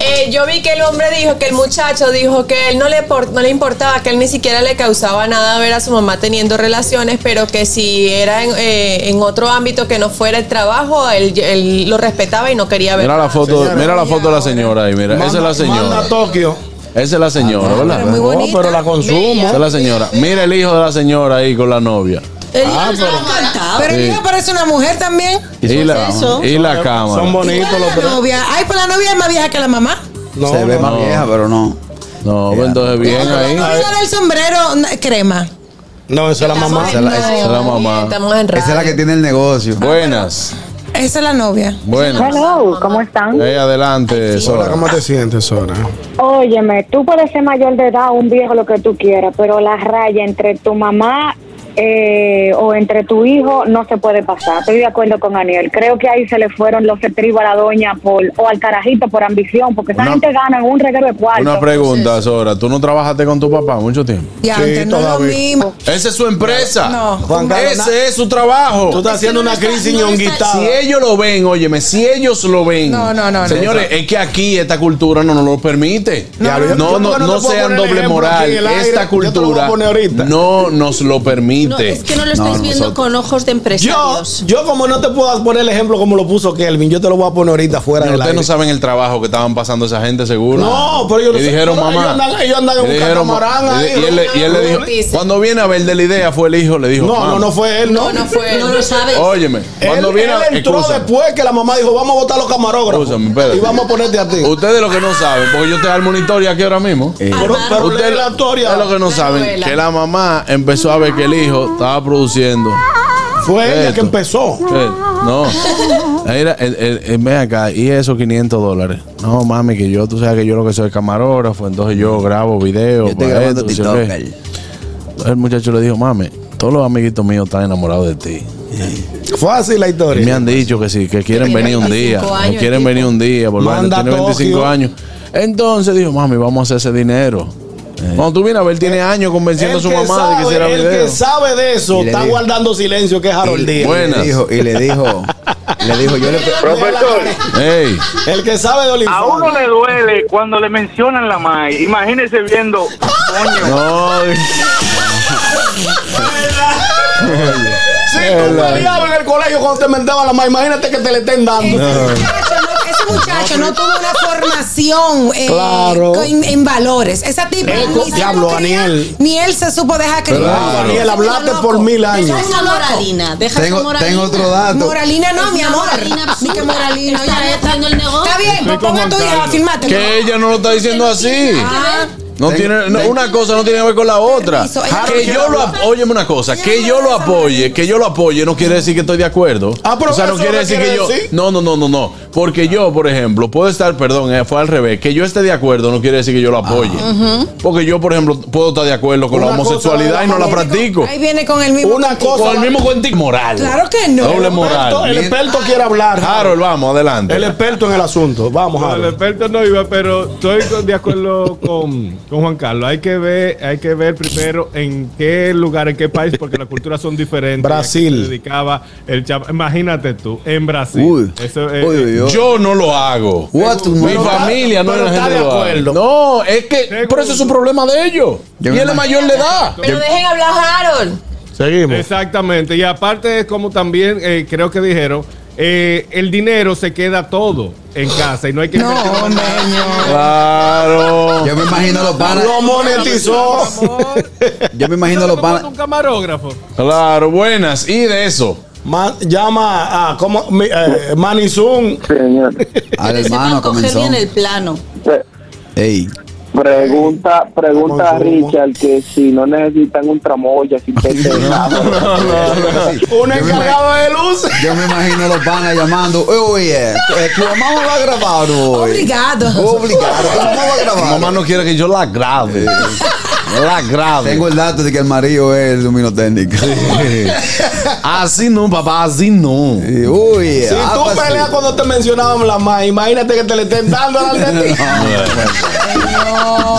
G: Eh, yo vi que el hombre dijo, que el muchacho dijo que él no le, por- no le importaba, que él ni siquiera le causaba nada ver a su mamá teniendo relaciones, pero que si era en, eh, en otro ámbito que no fuera el trabajo, él, él lo respetaba y no quería ver.
B: Mira la foto,
C: Señora.
B: mira la foto de la señora ahí, mira. Esa es la
C: Manda
B: señora.
C: a Tokio.
B: Esa es la señora, ¿verdad?
E: pero muy bonita.
C: pero la consumo.
B: Esa es la señora. Mira el hijo de la señora ahí con la novia.
F: El
C: Ah,
F: hijo
C: pero-
F: está encantado.
E: Pero
B: Sí.
E: el niño parece una mujer también.
B: Y la,
F: eso.
B: y la cámara.
C: Son
E: ¿Y
C: bonitos
E: cuál
C: los
E: es la
C: tres.
E: novia? Ay, pues la novia es más vieja que la mamá.
C: No,
D: se ve
C: no,
D: más
C: no.
D: vieja, pero no.
B: No, pues
D: Ya.
B: entonces bien
E: La
B: ahí.
E: novia del sombrero na- crema.
C: No, esa es la mamá.
D: Esa es la-
B: Esa es la mamá.
G: Estamos en
D: Esa es la que tiene el negocio.
B: Buenas,
E: Esa es la novia.
B: buenas.
K: Hello, ¿cómo están?
B: Ahí adelante,
C: Hola,
B: Sora.
C: ¿cómo te sientes, Sora?
K: Óyeme, tú puedes ser mayor de edad, un viejo, lo que tú quieras, pero la raya entre tu mamá eh, o entre tu hijo no se puede pasar. Estoy de acuerdo con Aniel. Creo que ahí se le fueron los estribos a la doña por, o al carajito por ambición, porque esa
B: Una-
K: gente gana en un reguero de
B: Una
K: cuarto.
B: pregunta, Sora. ¿Tú no trabajaste con tu papá mucho tiempo?
E: Y antes no es lo
C: todavía.
E: mismo.
B: Esa es su empresa.
E: No.
C: Juan Carlos, na-
B: Ese es su
C: Tú
B: trabajo.
C: estás haciendo una crisis ñonguitada.
B: Si ellos lo ven, óyeme, si ellos lo ven.
E: No, no, no, no.
B: Señores, es que aquí esta cultura no nos lo permite.
C: Ya, yo-
B: No, no,
C: yo no
B: no,
C: te puedo poner
B: sean
C: el
B: doble
C: ejemplo
B: moral.
C: aquí en el aire,
B: Esta
C: yo te lo voy a
B: cultura
C: poner ahorita.
B: no nos lo permite.
F: No, es que no lo estáis
D: no,
F: viendo
D: nosotros-
F: con ojos de
C: Yo,
F: empresarios.
C: yo como no te puedo poner el ejemplo como lo puso Kelvin, yo te lo voy a poner ahorita fuera
B: Pero
C: del
B: ustedes
C: aire.
B: no saben el trabajo que estaban pasando esa gente, seguro.
C: No, pero ellos
B: le
C: no saben.
B: dijeron,
C: Ellos
B: mamá.
C: andan- ellos andan en
B: le
C: un
B: dijeron, ma-
C: catamarán
B: le-
C: ahí,
B: y él le- y él le dijo,
G: Dice.
B: cuando viene a ver de la idea, fue el hijo, le dijo.
C: no, no,
B: "Mamá".
C: no fue él, no.
G: No, no fue.
F: No lo sabes.
B: Óyeme,
C: Él-
B: cuando
C: él,
B: viene a
C: entró
B: excusa.
C: después que la mamá dijo, vamos a botar los camarógrafos.
B: Escúchame, espérate.
C: y vamos a ponerte a ti.
B: Ustedes lo que no saben, porque yo te al monitor y aquí ahora mismo.
C: pero pero lee
B: Ustedes
C: la historia
B: ustedes lo que no saben,
G: novela.
B: que la mamá empezó a ver que el hijo estaba produciendo.
C: fue ella
B: Esto.
C: que empezó.
B: Eh, No. Mira, el, el- el- ven acá, y esos 500 dólares. No, mami, que yo, tú sabes que yo lo que soy es camarógrafo, entonces yo grabo videos.
D: Yo estoy
B: para
D: grabando
B: esto,
D: TikTok.
B: ¿sí qué? El muchacho le dijo, mami, todos los amiguitos míos están enamorados de ti.
C: Fue así la
B: Y
C: historia.
B: me han dicho que sí, que quieren
G: tiene
B: venir un día.
G: 25
B: que
G: años,
B: quieren
G: el
B: venir
G: tipo.
B: un día, por lo menos
C: Manda
B: tiene
C: a
B: 25
C: Tokio.
B: años. Entonces dijo, mami, vamos a hacer ese dinero.
G: Eh.
B: Cuando tú vienes a ver, tiene años convenciendo a
C: el
B: su
C: que
B: mamá de que
C: sabe,
B: hiciera
C: el
B: video.
C: que sabe de eso
D: Y le
C: está
D: digo.
C: guardando silencio, que es Harold Díaz.
B: Bueno.
D: Le
B: Buenas.
D: dijo, y le dijo, le dijo, yo le
I: Profesor,
B: Ey,
C: El que sabe de Olifán.
I: a uno le duele cuando le mencionan la MAI. Imagínese viendo, coño.
B: no,
C: Sí, tú peleabas en el colegio cuando te mentaban la mamá. Imagínate que te le estén dando.
E: Muchacho, no- Ese muchacho no tuvo una formación eh,
C: Claro.
E: con- en, valores. Esa tipa
C: Eh,
E: ni se
C: diablo,
E: lo cría,
C: Daniel.
E: Ni él se supo dejar criar.
B: Claro.
C: Daniel, hablaste por mil años.
F: Deja esa moralina. Deja esa
D: tengo,
F: moralina.
D: tengo otro dato.
E: Moralina no, mi amor. Ni que moralina.
F: Está
E: oye,
F: dejando el negocio.
E: Está bien, pues ponga a tu hija a filmarte.
B: que ella no lo está diciendo así. No
D: Tengo-
B: tiene, no,
D: tengo-
B: una cosa no tiene que ver con la otra.
E: Permiso, ella
B: Que
E: no-
B: yo lo, ap- óyeme una cosa, que yo lo apoye, que yo lo apoye no quiere decir que estoy de acuerdo.
C: Ah, pero
B: o sea, no
C: eso
B: quiere
C: no
B: decir
C: quiere
B: que yo,
C: decir.
B: no, no, no, no, no, porque yo, por ejemplo, puedo estar, perdón, eh, fue al revés, que yo esté de acuerdo no quiere decir que yo lo apoye,
E: Ah.
B: porque yo, por ejemplo, puedo estar de acuerdo con la
C: Una cosa
B: homosexualidad y no la
C: de la
B: practico.
E: Ahí viene con el mismo.
C: Una
E: cuentico.
C: cosa.
B: Con el mismo cuentico moral.
E: Claro que no.
B: Doble
E: El
C: Experto, el
B: moral.
C: experto quiere hablar.
B: Harold, vamos adelante.
C: El experto en el asunto. Vamos,
H: No, el
C: Harold.
H: experto no iba, pero estoy con- de acuerdo con, con Juan Carlos. Hay que ver, hay que ver primero en qué lugar, en qué país, porque las culturas son diferentes.
C: Brasil.
H: Aquí se dedicaba el chap- Imagínate tú, en Brasil.
D: Uy,
H: Eso
C: Eh,
D: uy,
H: es-
D: uy, uy.
B: Yo no lo hago.
D: What to-
B: Mi
D: no, no,
B: familia no
C: pero
B: es la
C: está
B: gente
C: de
B: lo haga.
C: acuerdo.
B: No, es que
H: Seguro.
B: por eso es un problema de ellos.
D: Yo
B: y
D: me
B: él es
D: imagino.
B: mayor de edad.
G: Pero dejen hablar a Harold.
C: Seguimos.
H: Exactamente. Y aparte, es como también eh, creo que dijeron, eh, el dinero se queda todo en casa y no hay que.
E: No,
H: invertirlo en
E: hombre,
H: nada.
D: Ah,
B: Claro.
D: Yo me imagino los panas.
C: Lo monetizó.
D: Yo me imagino
H: Yo
D: los
H: me
D: panas.
H: pongo un camarógrafo.
B: Claro, buenas. Y de eso.
C: Ma- llama a como mi- eh, Manny Zoom.
J: Señor,
D: Al
F: Que sepan
D: hermano
F: coger
D: comenzó.
F: bien el plano.
J: pre-
D: Ey,
J: pregunta, pregunta a
C: Vamos, vamos.
J: Richard que si no necesitan un tramoya, si te
C: Un
D: Yo me
C: encargado de luz.
D: yo me imagino los panas llamando. Oye, eh, tu mamá no va a grabar hoy.
E: Obrigado.
D: Obligado. Tu mamá va a
B: Mi
D: grabar.
B: mamá no quiere que yo la grabe. La grabe.
D: Tengo el dato de que el marido es el luminotécnico.
B: Así no, papá, así no.
D: Y, Uy,
C: Si
B: ah.
C: tú
D: apa, sí.
C: peleas cuando te mencionaban la más, imagínate que te le estén dando a la de ti.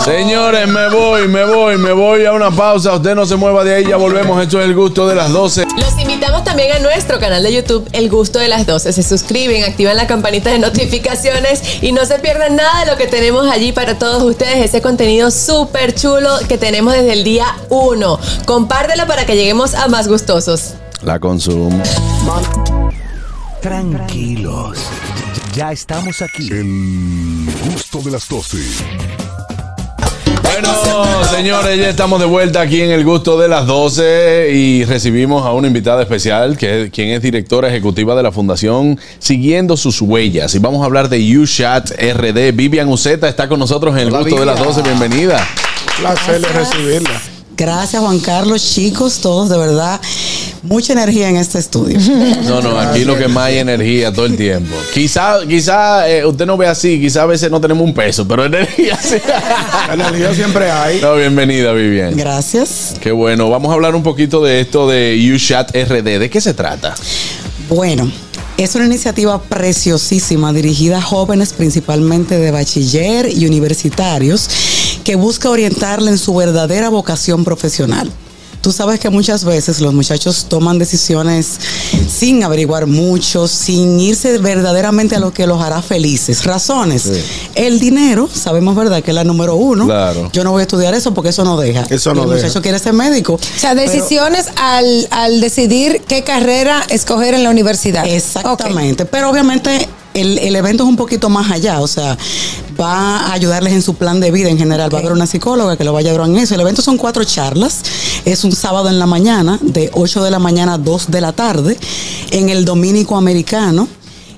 B: Señores, me voy, me voy, me voy a una pausa. Usted no se mueva de ahí, ya volvemos. Esto es el gusto de las 12.
G: Los invitamos también a nuestro canal de YouTube El Gusto de las 12. Se suscriben, activan la campanita de notificaciones y no se pierdan nada de lo que tenemos allí para todos ustedes. Ese contenido súper chulo que tenemos desde el día 1. Compártelo para que lleguemos a más gustosos.
B: La consumo.
A: Tranquilos. Ya estamos aquí.
L: El gusto de las 12.
B: Bueno, señores, ya estamos de vuelta aquí en el gusto de las 12 y recibimos a una invitada especial, que es- quien es directora ejecutiva de la Fundación Siguiendo sus Huellas. Y vamos a hablar de USHAT RD. Vivian Uceta está con nosotros en el
D: Hola,
B: gusto de las
D: Vivian.
B: 12. Bienvenida.
C: Placer de recibirla.
L: Gracias Juan Carlos, chicos, todos de verdad. Mucha energía en este estudio.
B: No, no, aquí lo que más hay energía todo el tiempo. Quizá, quizá eh, usted no ve así, quizá a veces no tenemos un peso, pero energía sí.
C: La energía siempre hay.
B: No, bienvenida, Vivian.
L: Gracias.
B: Qué bueno, vamos a hablar un poquito de esto de USHAT RD. ¿De qué se trata?
L: Bueno, es una iniciativa preciosísima dirigida a jóvenes principalmente de bachiller y universitarios que busca orientarle en su verdadera vocación profesional. Tú sabes que muchas veces los muchachos toman decisiones sin averiguar mucho, sin irse verdaderamente a lo que los hará felices. Razones. El dinero, sabemos verdad que es la número uno.
B: Claro.
L: Yo no voy a estudiar eso porque eso no deja.
C: Eso
L: Y
C: no
L: el
C: deja.
L: muchacho quiere ser médico.
E: O sea, decisiones al, al decidir qué carrera escoger en la universidad.
L: Exactamente, pero obviamente el, el evento es un poquito más allá, o sea, va a ayudarles en su plan de vida en general, va a haber una psicóloga que lo va a ayudar en eso. El evento son cuatro charlas, es un sábado en la mañana, de 8 de la mañana a 2 de la tarde, en el Dominico Americano.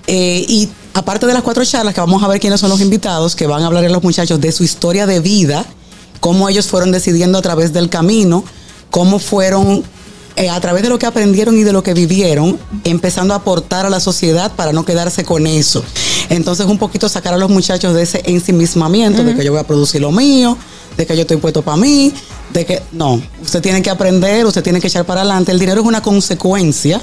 L: Eh, y aparte de las cuatro charlas, que vamos a ver quiénes son los invitados, que van a hablar a los muchachos de su historia de vida, cómo ellos fueron decidiendo a través del camino, cómo fueron eh, a través de lo que aprendieron y de lo que vivieron, empezando a aportar a la sociedad para no quedarse con eso. Entonces, un poquito sacar a los muchachos de ese ensimismamiento, de que yo voy a producir lo mío, de que yo estoy puesto para mí, de que no, usted tiene que aprender, usted tiene que echar para adelante. El dinero es una consecuencia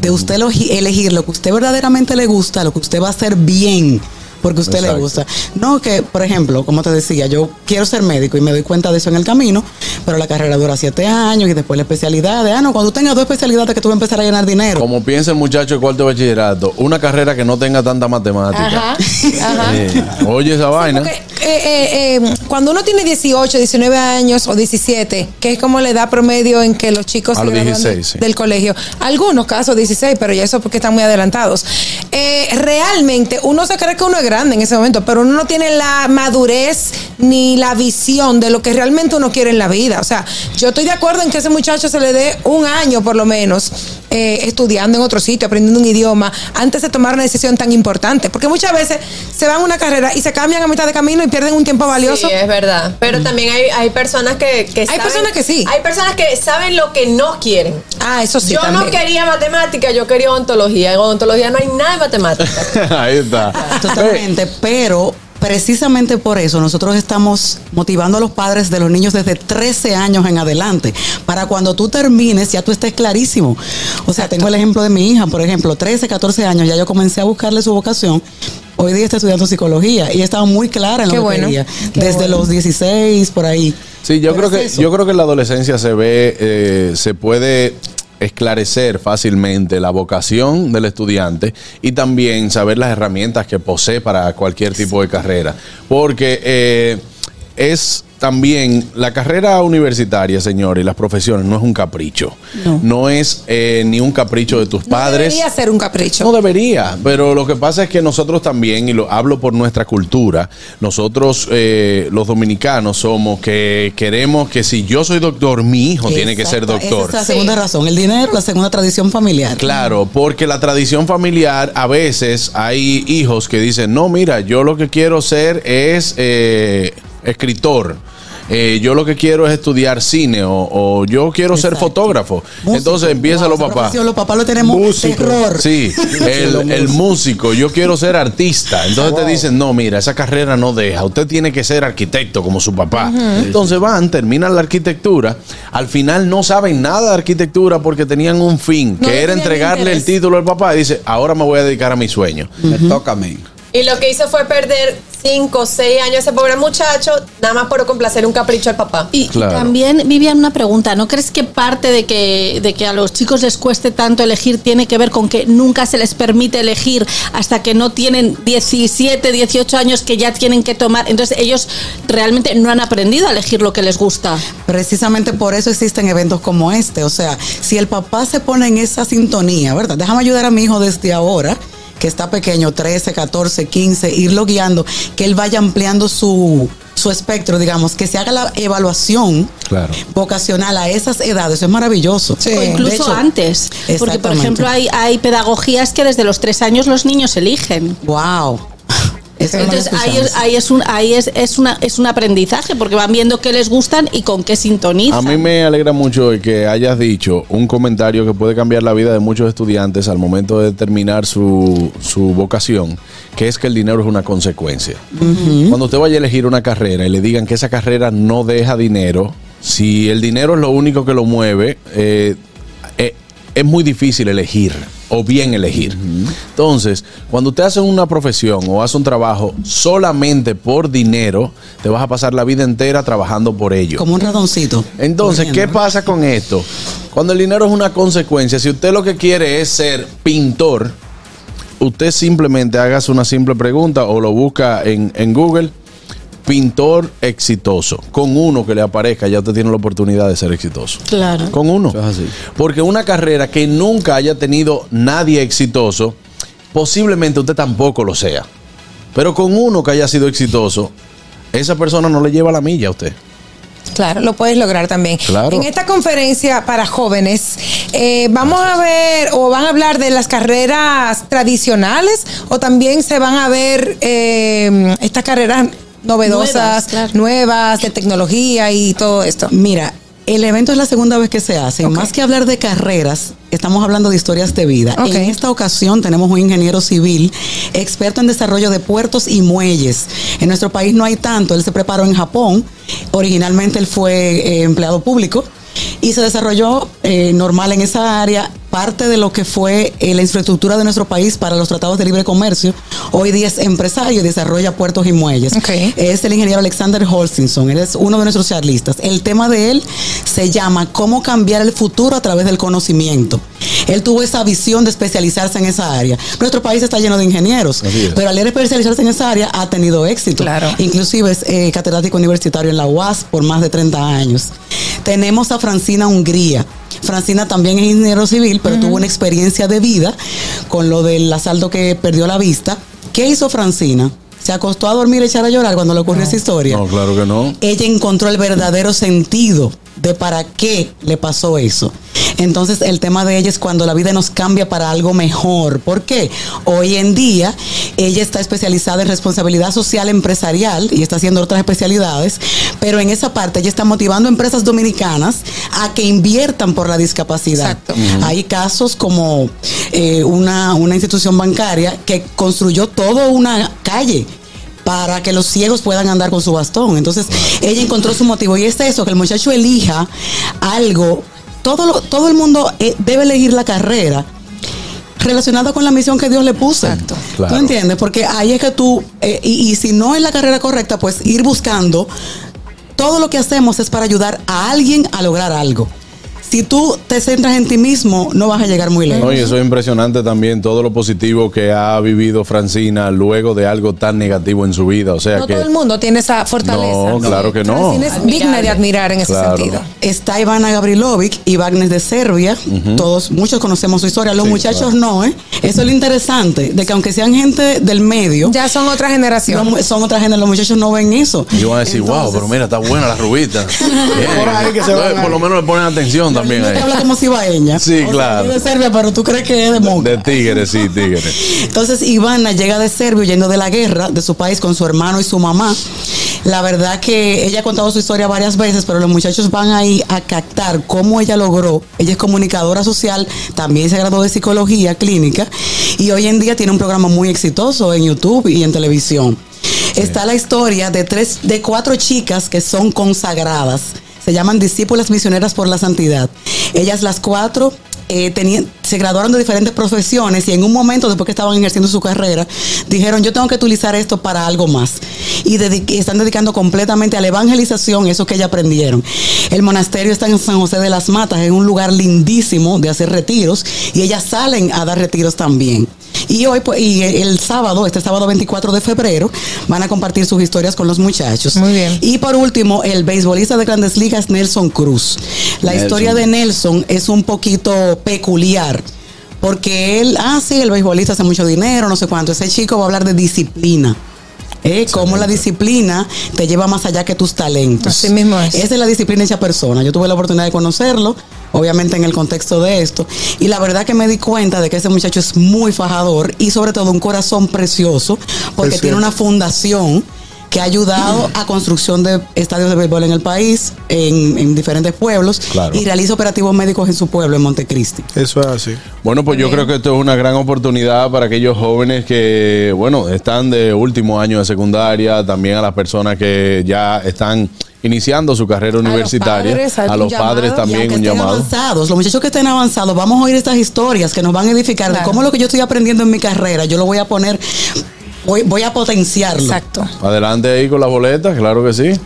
L: de usted elogi- elegir lo que usted verdaderamente le gusta, lo que usted va a hacer bien, porque a usted le
B: Exacto.
L: gusta. No, que, por ejemplo, como te decía, yo quiero ser médico y me doy cuenta de eso en el camino, pero la carrera dura siete años y después la especialidad. de, Ah, no, cuando tú tengas dos especialidades que tú vas a empezar a ganar dinero.
B: Como piensa el muchacho de cuarto de bachillerato, una carrera que no tenga tanta matemática.
G: Ajá, ajá.
B: Eh, oye esa vaina.
E: Ah. Porque, eh, eh, eh, cuando uno tiene 18, 19 años o 17, que es como la edad promedio en que los chicos
B: A
E: se
B: los
E: gradúan
B: 16, sí.
E: del colegio, algunos casos 16, pero ya eso porque están muy adelantados. Eh, realmente uno se cree que uno es grande en ese momento, pero uno no tiene la madurez ni la visión de lo que realmente uno quiere en la vida. O sea, yo estoy de acuerdo en que a ese muchacho se le dé un año por lo menos eh, estudiando en otro sitio, aprendiendo un idioma, antes de tomar una decisión tan importante. Porque muchas veces se van a una carrera y se cambian a mitad de camino y pierden un tiempo valioso.
G: Sí, es verdad. Pero también hay, hay personas que, que
E: Mm. Hay personas que sí.
G: Hay personas que saben lo que no quieren.
E: Ah, eso sí.
G: yo
E: también.
G: no quería matemática, yo quería ontología. En ontología no hay nada de matemática.
B: Ahí está.
L: Totalmente, pero precisamente por eso nosotros estamos motivando a los padres de los niños desde 13 años en adelante, para cuando tú termines ya tú estés clarísimo. O sea, tengo el ejemplo de mi hija, por ejemplo, 13, 14 años, ya yo comencé a buscarle su vocación. Hoy día está estudiando psicología y estaba muy clara en lo
E: Qué
L: que
E: bueno,
L: quería,
E: qué
L: desde
E: bueno.
L: los 16 por ahí.
B: Sí, yo
L: Pero
B: creo que
L: es eso.
B: yo creo que en la adolescencia se ve, eh, se puede esclarecer fácilmente la vocación del estudiante y también saber las herramientas que posee para cualquier tipo de carrera. Porque eh, es también la carrera universitaria, señor, y las profesiones no es un capricho. No, es eh, ni un capricho de tus
E: No
B: padres.
E: debería ser un capricho.
B: No debería, pero lo que pasa es que nosotros también, y lo hablo por nuestra cultura, nosotros eh, los dominicanos somos que queremos que si yo soy doctor, mi hijo Pues tiene que ser
L: Exacto, esa
B: doctor.
L: es la segunda razón, el dinero, la segunda tradición familiar.
B: Claro, porque la tradición familiar, a veces hay hijos que dicen, no, mira, yo lo que quiero ser es eh, escritor. Eh, yo lo que quiero es estudiar cine o, o yo quiero ser
L: Exacto.
B: fotógrafo.
L: Músico,
B: Entonces empieza
L: wow,
B: los
L: esa
B: papás.
L: profesión, Los papás lo tenemos
C: Músico.
L: terror.
B: Sí, el, el músico, yo quiero ser artista. Entonces te dicen, no, mira, esa carrera no deja, usted tiene que ser arquitecto como su papá. Entonces van, terminan la arquitectura, al final no saben nada de arquitectura porque tenían un fin,
E: No
B: que
E: le
B: era
E: tenían
B: entregarle el
E: interés.
B: título al papá y dice, ahora me voy a dedicar a mi sueño.
D: Me toca a mí.
G: y lo que hizo fue perder 5 o 6 años ese pobre muchacho, nada más por complacer un capricho al papá.
F: Y, y
B: Claro.
F: también, Vivian, una pregunta. ¿No crees que parte de que, de que a los chicos les cueste tanto elegir tiene que ver con que nunca se les permite elegir hasta que no tienen 17, 18 años que ya tienen que tomar? Entonces ellos realmente no han aprendido a elegir lo que les gusta.
L: Precisamente por eso existen eventos como este. O sea, si el papá se pone en esa sintonía, ¿verdad? Déjame ayudar a mi hijo desde ahora, que está pequeño, 13, 14, 15, irlo guiando, que él vaya ampliando su su espectro, digamos, que se haga la evaluación
B: Claro.
L: vocacional a esas edades, eso es maravilloso.
F: O incluso
L: Eh, De hecho,
F: antes. Porque, por
L: Exactamente.
F: ejemplo, hay, hay pedagogías que desde los tres años los niños eligen.
L: Wow. Eso no lo
F: Entonces ahí,
L: escuchamos.
F: es, ahí, es, un, ahí es, es, una, es un aprendizaje porque van viendo qué les gustan y con qué
B: A
F: sintonizan.
B: mí me alegra mucho el que hayas dicho un comentario que puede cambiar la vida de muchos estudiantes al momento de determinar su, su vocación, que es que el dinero es una consecuencia. Cuando usted vaya a elegir una carrera y le digan que esa carrera no deja dinero, si el dinero es lo único que lo mueve, eh, eh, es muy difícil elegir o bien elegir. Entonces, cuando usted hace una profesión o hace un trabajo solamente por dinero, te vas a pasar la vida entera trabajando por ello.
L: Como un radoncito.
B: Entonces, ¿qué pasa con esto? Cuando el dinero es una consecuencia, si usted lo que quiere es ser pintor, usted simplemente hágase una simple pregunta o lo busca en, en Google, pintor exitoso. Con uno que le aparezca, ya usted tiene la oportunidad de ser exitoso.
F: Claro.
B: Con uno. Porque una carrera que nunca haya tenido nadie exitoso, posiblemente usted tampoco lo sea. Pero con uno que haya sido exitoso, esa persona no le lleva la milla a usted.
E: Claro, lo puedes lograr también.
B: Claro.
E: En esta conferencia para jóvenes, eh, vamos a ver o van a hablar de las carreras tradicionales o también se van a ver eh, estas carreras novedosas, nuevas,
F: Nuevas, claro.
E: de tecnología y todo esto.
L: Mira, el evento es la segunda vez que se hace. Más que hablar de carreras, estamos hablando de historias de vida.
E: Ok.
L: En esta ocasión tenemos un ingeniero civil, experto en desarrollo de puertos y muelles. En nuestro país no hay tanto. Él se preparó en Japón. Originalmente él fue eh, empleado público. Y se desarrolló eh, normal en esa área parte de lo que fue eh, la infraestructura de nuestro país para los tratados de libre comercio. Hoy día es empresario y desarrolla puertos y muelles.
E: Ok.
L: Es el ingeniero Alexander Holstinson. Él es uno de nuestros charlistas. El tema de él se llama Cómo cambiar el futuro a través del conocimiento. Él tuvo esa visión de especializarse en esa área. Nuestro país está lleno de ingenieros,
B: Así es.
L: pero al él especializarse en esa área ha tenido éxito.
E: Claro.
L: Inclusive es eh, catedrático universitario en la UAS por más de 30 años. Tenemos a Francina Hungría. Francina también es ingeniero civil, pero tuvo una experiencia de vida con lo del asalto que perdió la vista. ¿Qué hizo Francina? Se acostó a dormir y echar a llorar cuando le ocurrió esa historia.
B: No, claro que no.
L: Ella encontró el verdadero sentido de para qué le pasó eso. Entonces el tema de ella es cuando la vida nos cambia para algo mejor. ¿Por qué? Hoy en día ella está especializada en responsabilidad social empresarial y está haciendo otras especialidades, pero en esa parte ella está motivando a empresas dominicanas a que inviertan por la discapacidad.
E: Exacto.
L: Hay casos como eh, una, una institución bancaria que construyó toda una calle para que los ciegos puedan andar con su bastón. Entonces, ella encontró su motivo. Y es eso, que el muchacho elija algo. Todo, lo- todo el mundo eh, debe elegir la carrera relacionada con la misión que Dios le puso. Exacto.
B: Claro.
L: ¿Tú entiendes? Porque ahí es que tú, eh, y, y si no es la carrera correcta, pues ir buscando. Todo lo que hacemos es para ayudar a alguien a lograr algo. Si tú te centras en ti mismo, no vas a llegar muy lejos.
B: No, y eso es impresionante también todo lo positivo que ha vivido Francina luego de algo tan negativo en su vida. O sea
E: No
B: que.
E: todo el mundo tiene esa fortaleza.
B: No, claro que no.
E: Es digna de admirar en ese
B: Claro.
E: sentido.
L: está Ivana Gavrilovic y Wagner de Serbia. Todos, muchos conocemos su historia. Los muchachos no, ¿eh? Eso es lo interesante, de que aunque sean gente del medio,
E: Ya son otra generación.
L: los mu- son otra gente, los muchachos no ven eso.
B: Y van a decir, wow,
L: Entonces,
B: pero mira, está buena la rubita. Bien.
C: Por ahí que se
B: No,
C: van
B: por
C: ahí.
B: lo menos le ponen atención también
L: no te
B: ahí.
L: habla como cibaeña.
B: Sí, claro.
L: es de Serbia, pero tú crees que es de Moca.
B: De tigres, sí, tigres.
L: Entonces Ivana llega de Serbia huyendo de la guerra de su país con su hermano y su mamá. La verdad que ella ha contado su historia varias veces, pero los muchachos van ahí a captar cómo ella logró. Ella es comunicadora social, también se graduó de psicología clínica y hoy en día tiene un programa muy exitoso en YouTube y en televisión. Está la historia de tres, de cuatro chicas que son consagradas. Se llaman discípulas misioneras por la santidad. Ellas las cuatro eh, tenían- se graduaron de diferentes profesiones y en un momento, después que estaban ejerciendo su carrera, dijeron, yo tengo que utilizar esto para algo más. Y dedi- y están dedicando completamente a la evangelización eso que ellas aprendieron. El monasterio está en San José de las Matas, es un lugar lindísimo de hacer retiros y ellas salen a dar retiros también. Y hoy, pues, y el, el sábado, este sábado 24 de febrero, van a compartir sus historias con los muchachos.
E: Muy bien.
L: Y por último, el beisbolista de grandes ligas, Nelson Cruz. La
D: Nelson.
L: historia de Nelson es un poquito peculiar. Porque él, ah, sí, el beisbolista hace mucho dinero, no sé cuánto. Ese chico va a hablar de disciplina. eh, cómo la disciplina te lleva más allá que tus talentos.
E: Así mismo es.
L: Esa es la disciplina de esa persona. Yo tuve la oportunidad de conocerlo, obviamente en el contexto de esto, y la verdad que me di cuenta de que ese muchacho es muy fajador y sobre todo un corazón precioso, porque
C: Precioso.
L: tiene una fundación que ha ayudado a construcción de estadios de béisbol en el país, en, en diferentes pueblos,
B: Claro.
L: y realiza operativos médicos en su pueblo, en Montecristi.
C: Eso es así.
B: Bueno, pues yo creo que esto es una gran oportunidad para aquellos jóvenes que, bueno, están de último año de secundaria, también a las personas que ya están iniciando su carrera universitaria,
E: padres,
B: a
E: algún
B: los padres
E: llamado, y
B: también
L: que
B: un
L: estén
B: llamado.
L: avanzados, los muchachos que estén avanzados, vamos a oír estas historias que nos van a edificar de
E: Claro.
L: cómo lo que yo estoy aprendiendo en mi carrera, yo lo voy a poner, voy, voy a potenciarlo.
E: Exacto.
B: Adelante ahí con las boletas, claro que sí.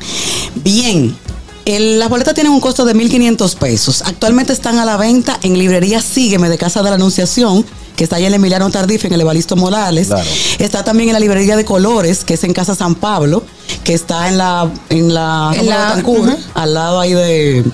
L: Bien. el- las boletas tienen un costo de 1.500 pesos. Actualmente están a la venta en librería Sígueme de Casa de la Anunciación, que está ahí en el Emiliano Tardif, en el Evalisto Morales.
B: Claro.
L: Está también en la librería de Colores, que es en Casa San Pablo, que está en la... En la...
E: En la-
L: Betancourt,
E: ujú.
L: al lado ahí de...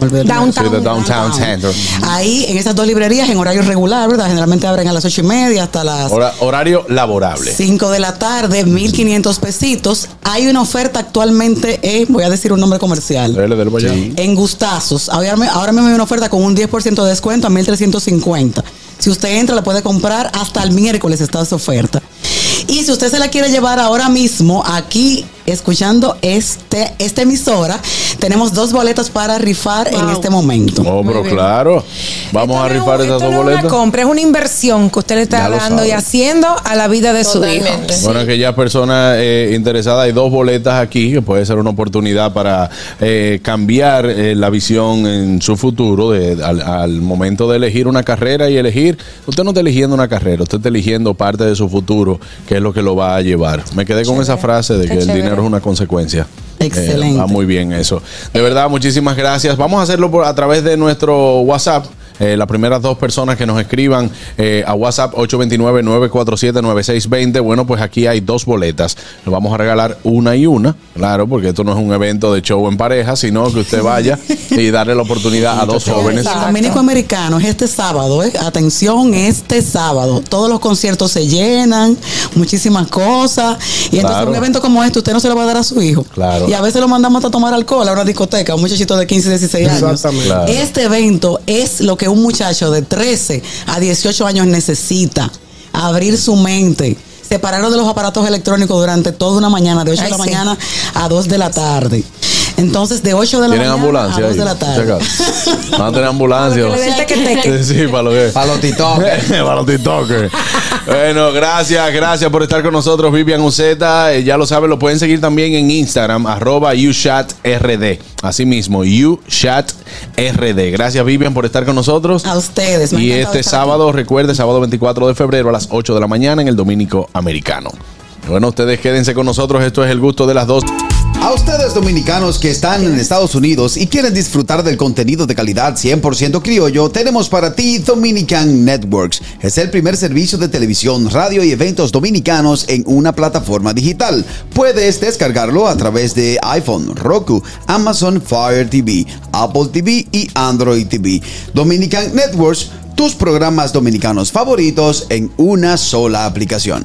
B: Sí, de Downtown Center.
L: Ahí, en esas dos librerías, en horario regular, ¿verdad? Generalmente abren a las ocho y media hasta las
B: Hora- horario laborable.
L: 5 de la tarde, 1.500 pesitos. Hay una oferta actualmente, en- voy a decir un nombre comercial.
B: Dele, dele para allá.
L: En gustazos. Ahora, me- ahora mismo hay una oferta con un 10% de descuento a 1.350. Si usted entra, la puede comprar hasta el miércoles está esa oferta. Y si usted se la quiere llevar ahora mismo, aquí escuchando este, esta emisora, tenemos dos boletas para rifar en
E: Wow.
L: este momento.
B: Oh, pero
E: bien.
B: claro. Vamos a
E: Esto no es
B: rifar
E: un-
B: esas
E: esto
B: dos
E: no es
B: boletas.
E: una compra, es una inversión que usted le
B: Ya
E: está
B: lo
E: dando
B: sabe.
E: y haciendo a la vida de su hijo.
G: Totalmente.
B: Bueno, aquellas personas eh, interesadas, hay dos boletas aquí que puede ser una oportunidad para eh, cambiar eh, la visión en su futuro de- al, al momento de elegir una carrera y elegir. Usted no está eligiendo una carrera, usted está eligiendo parte de su futuro, que es lo que lo va a llevar. Me quedé con esa frase de que
E: Qué
B: el
E: chévere.
B: dinero es una consecuencia.
L: Excelente.
B: Eh, va muy bien eso. De verdad, muchísimas gracias. Vamos a hacerlo por, a través de nuestro WhatsApp. Eh, las primeras dos personas que nos escriban eh, a WhatsApp 829-947-9620. Bueno, pues aquí hay dos boletas. Le vamos a regalar una y una. Claro, porque esto no es un evento de show en pareja, sino que usted vaya y darle la oportunidad a dos jóvenes.
L: El Dominico Americano es este sábado, ¿eh? atención, este sábado. Todos los conciertos se llenan, muchísimas cosas. Y entonces
B: Claro.
L: un evento como este usted no se lo va a dar a su hijo.
B: Claro.
L: Y a veces lo mandamos hasta a tomar alcohol a una discoteca, un muchachito de 15, 16 años.
C: Exactamente.
B: Claro.
L: Este evento es lo que un muchacho de 13 a 18 años necesita, abrir su mente. Separarlo de los aparatos electrónicos durante toda una mañana, de 8 de
E: Ay,
L: la
E: sí.
L: mañana a 2 de la tarde. Entonces, de 8 de la
B: ¿Tienen
L: mañana
B: ambulancia
L: a 2
B: ahí?
L: de la tarde.
B: Checa. Van a tener ambulancia.
E: Para que le dé el teque-teque.
B: Sí, sí, para lo que.
D: Para los titoques.
B: Para los tiktokers. Bueno, gracias, gracias por estar con nosotros, Vivian Uceta. Eh, ya lo saben, lo pueden seguir también en Instagram, arroba UShatRD. Así mismo, UShatRD. Gracias, Vivian, por estar con nosotros.
L: A ustedes. me ha
B: Y
L: encantado
B: este
L: estar aquí.
B: sábado, recuerde, sábado 24 de febrero a las 8 de la mañana en el Dominico Americano. Bueno, ustedes quédense con nosotros. Esto es el gusto de las dos.
D: A ustedes dominicanos que están en Estados Unidos y quieren disfrutar del contenido de calidad 100% criollo, tenemos para ti Dominican Networks. Es el primer servicio de televisión, radio y eventos dominicanos en una plataforma digital. Puedes descargarlo a través de iPhone, Roku, Amazon Fire TV, Apple TV y Android TV. Dominican Networks, tus programas dominicanos favoritos en una sola aplicación.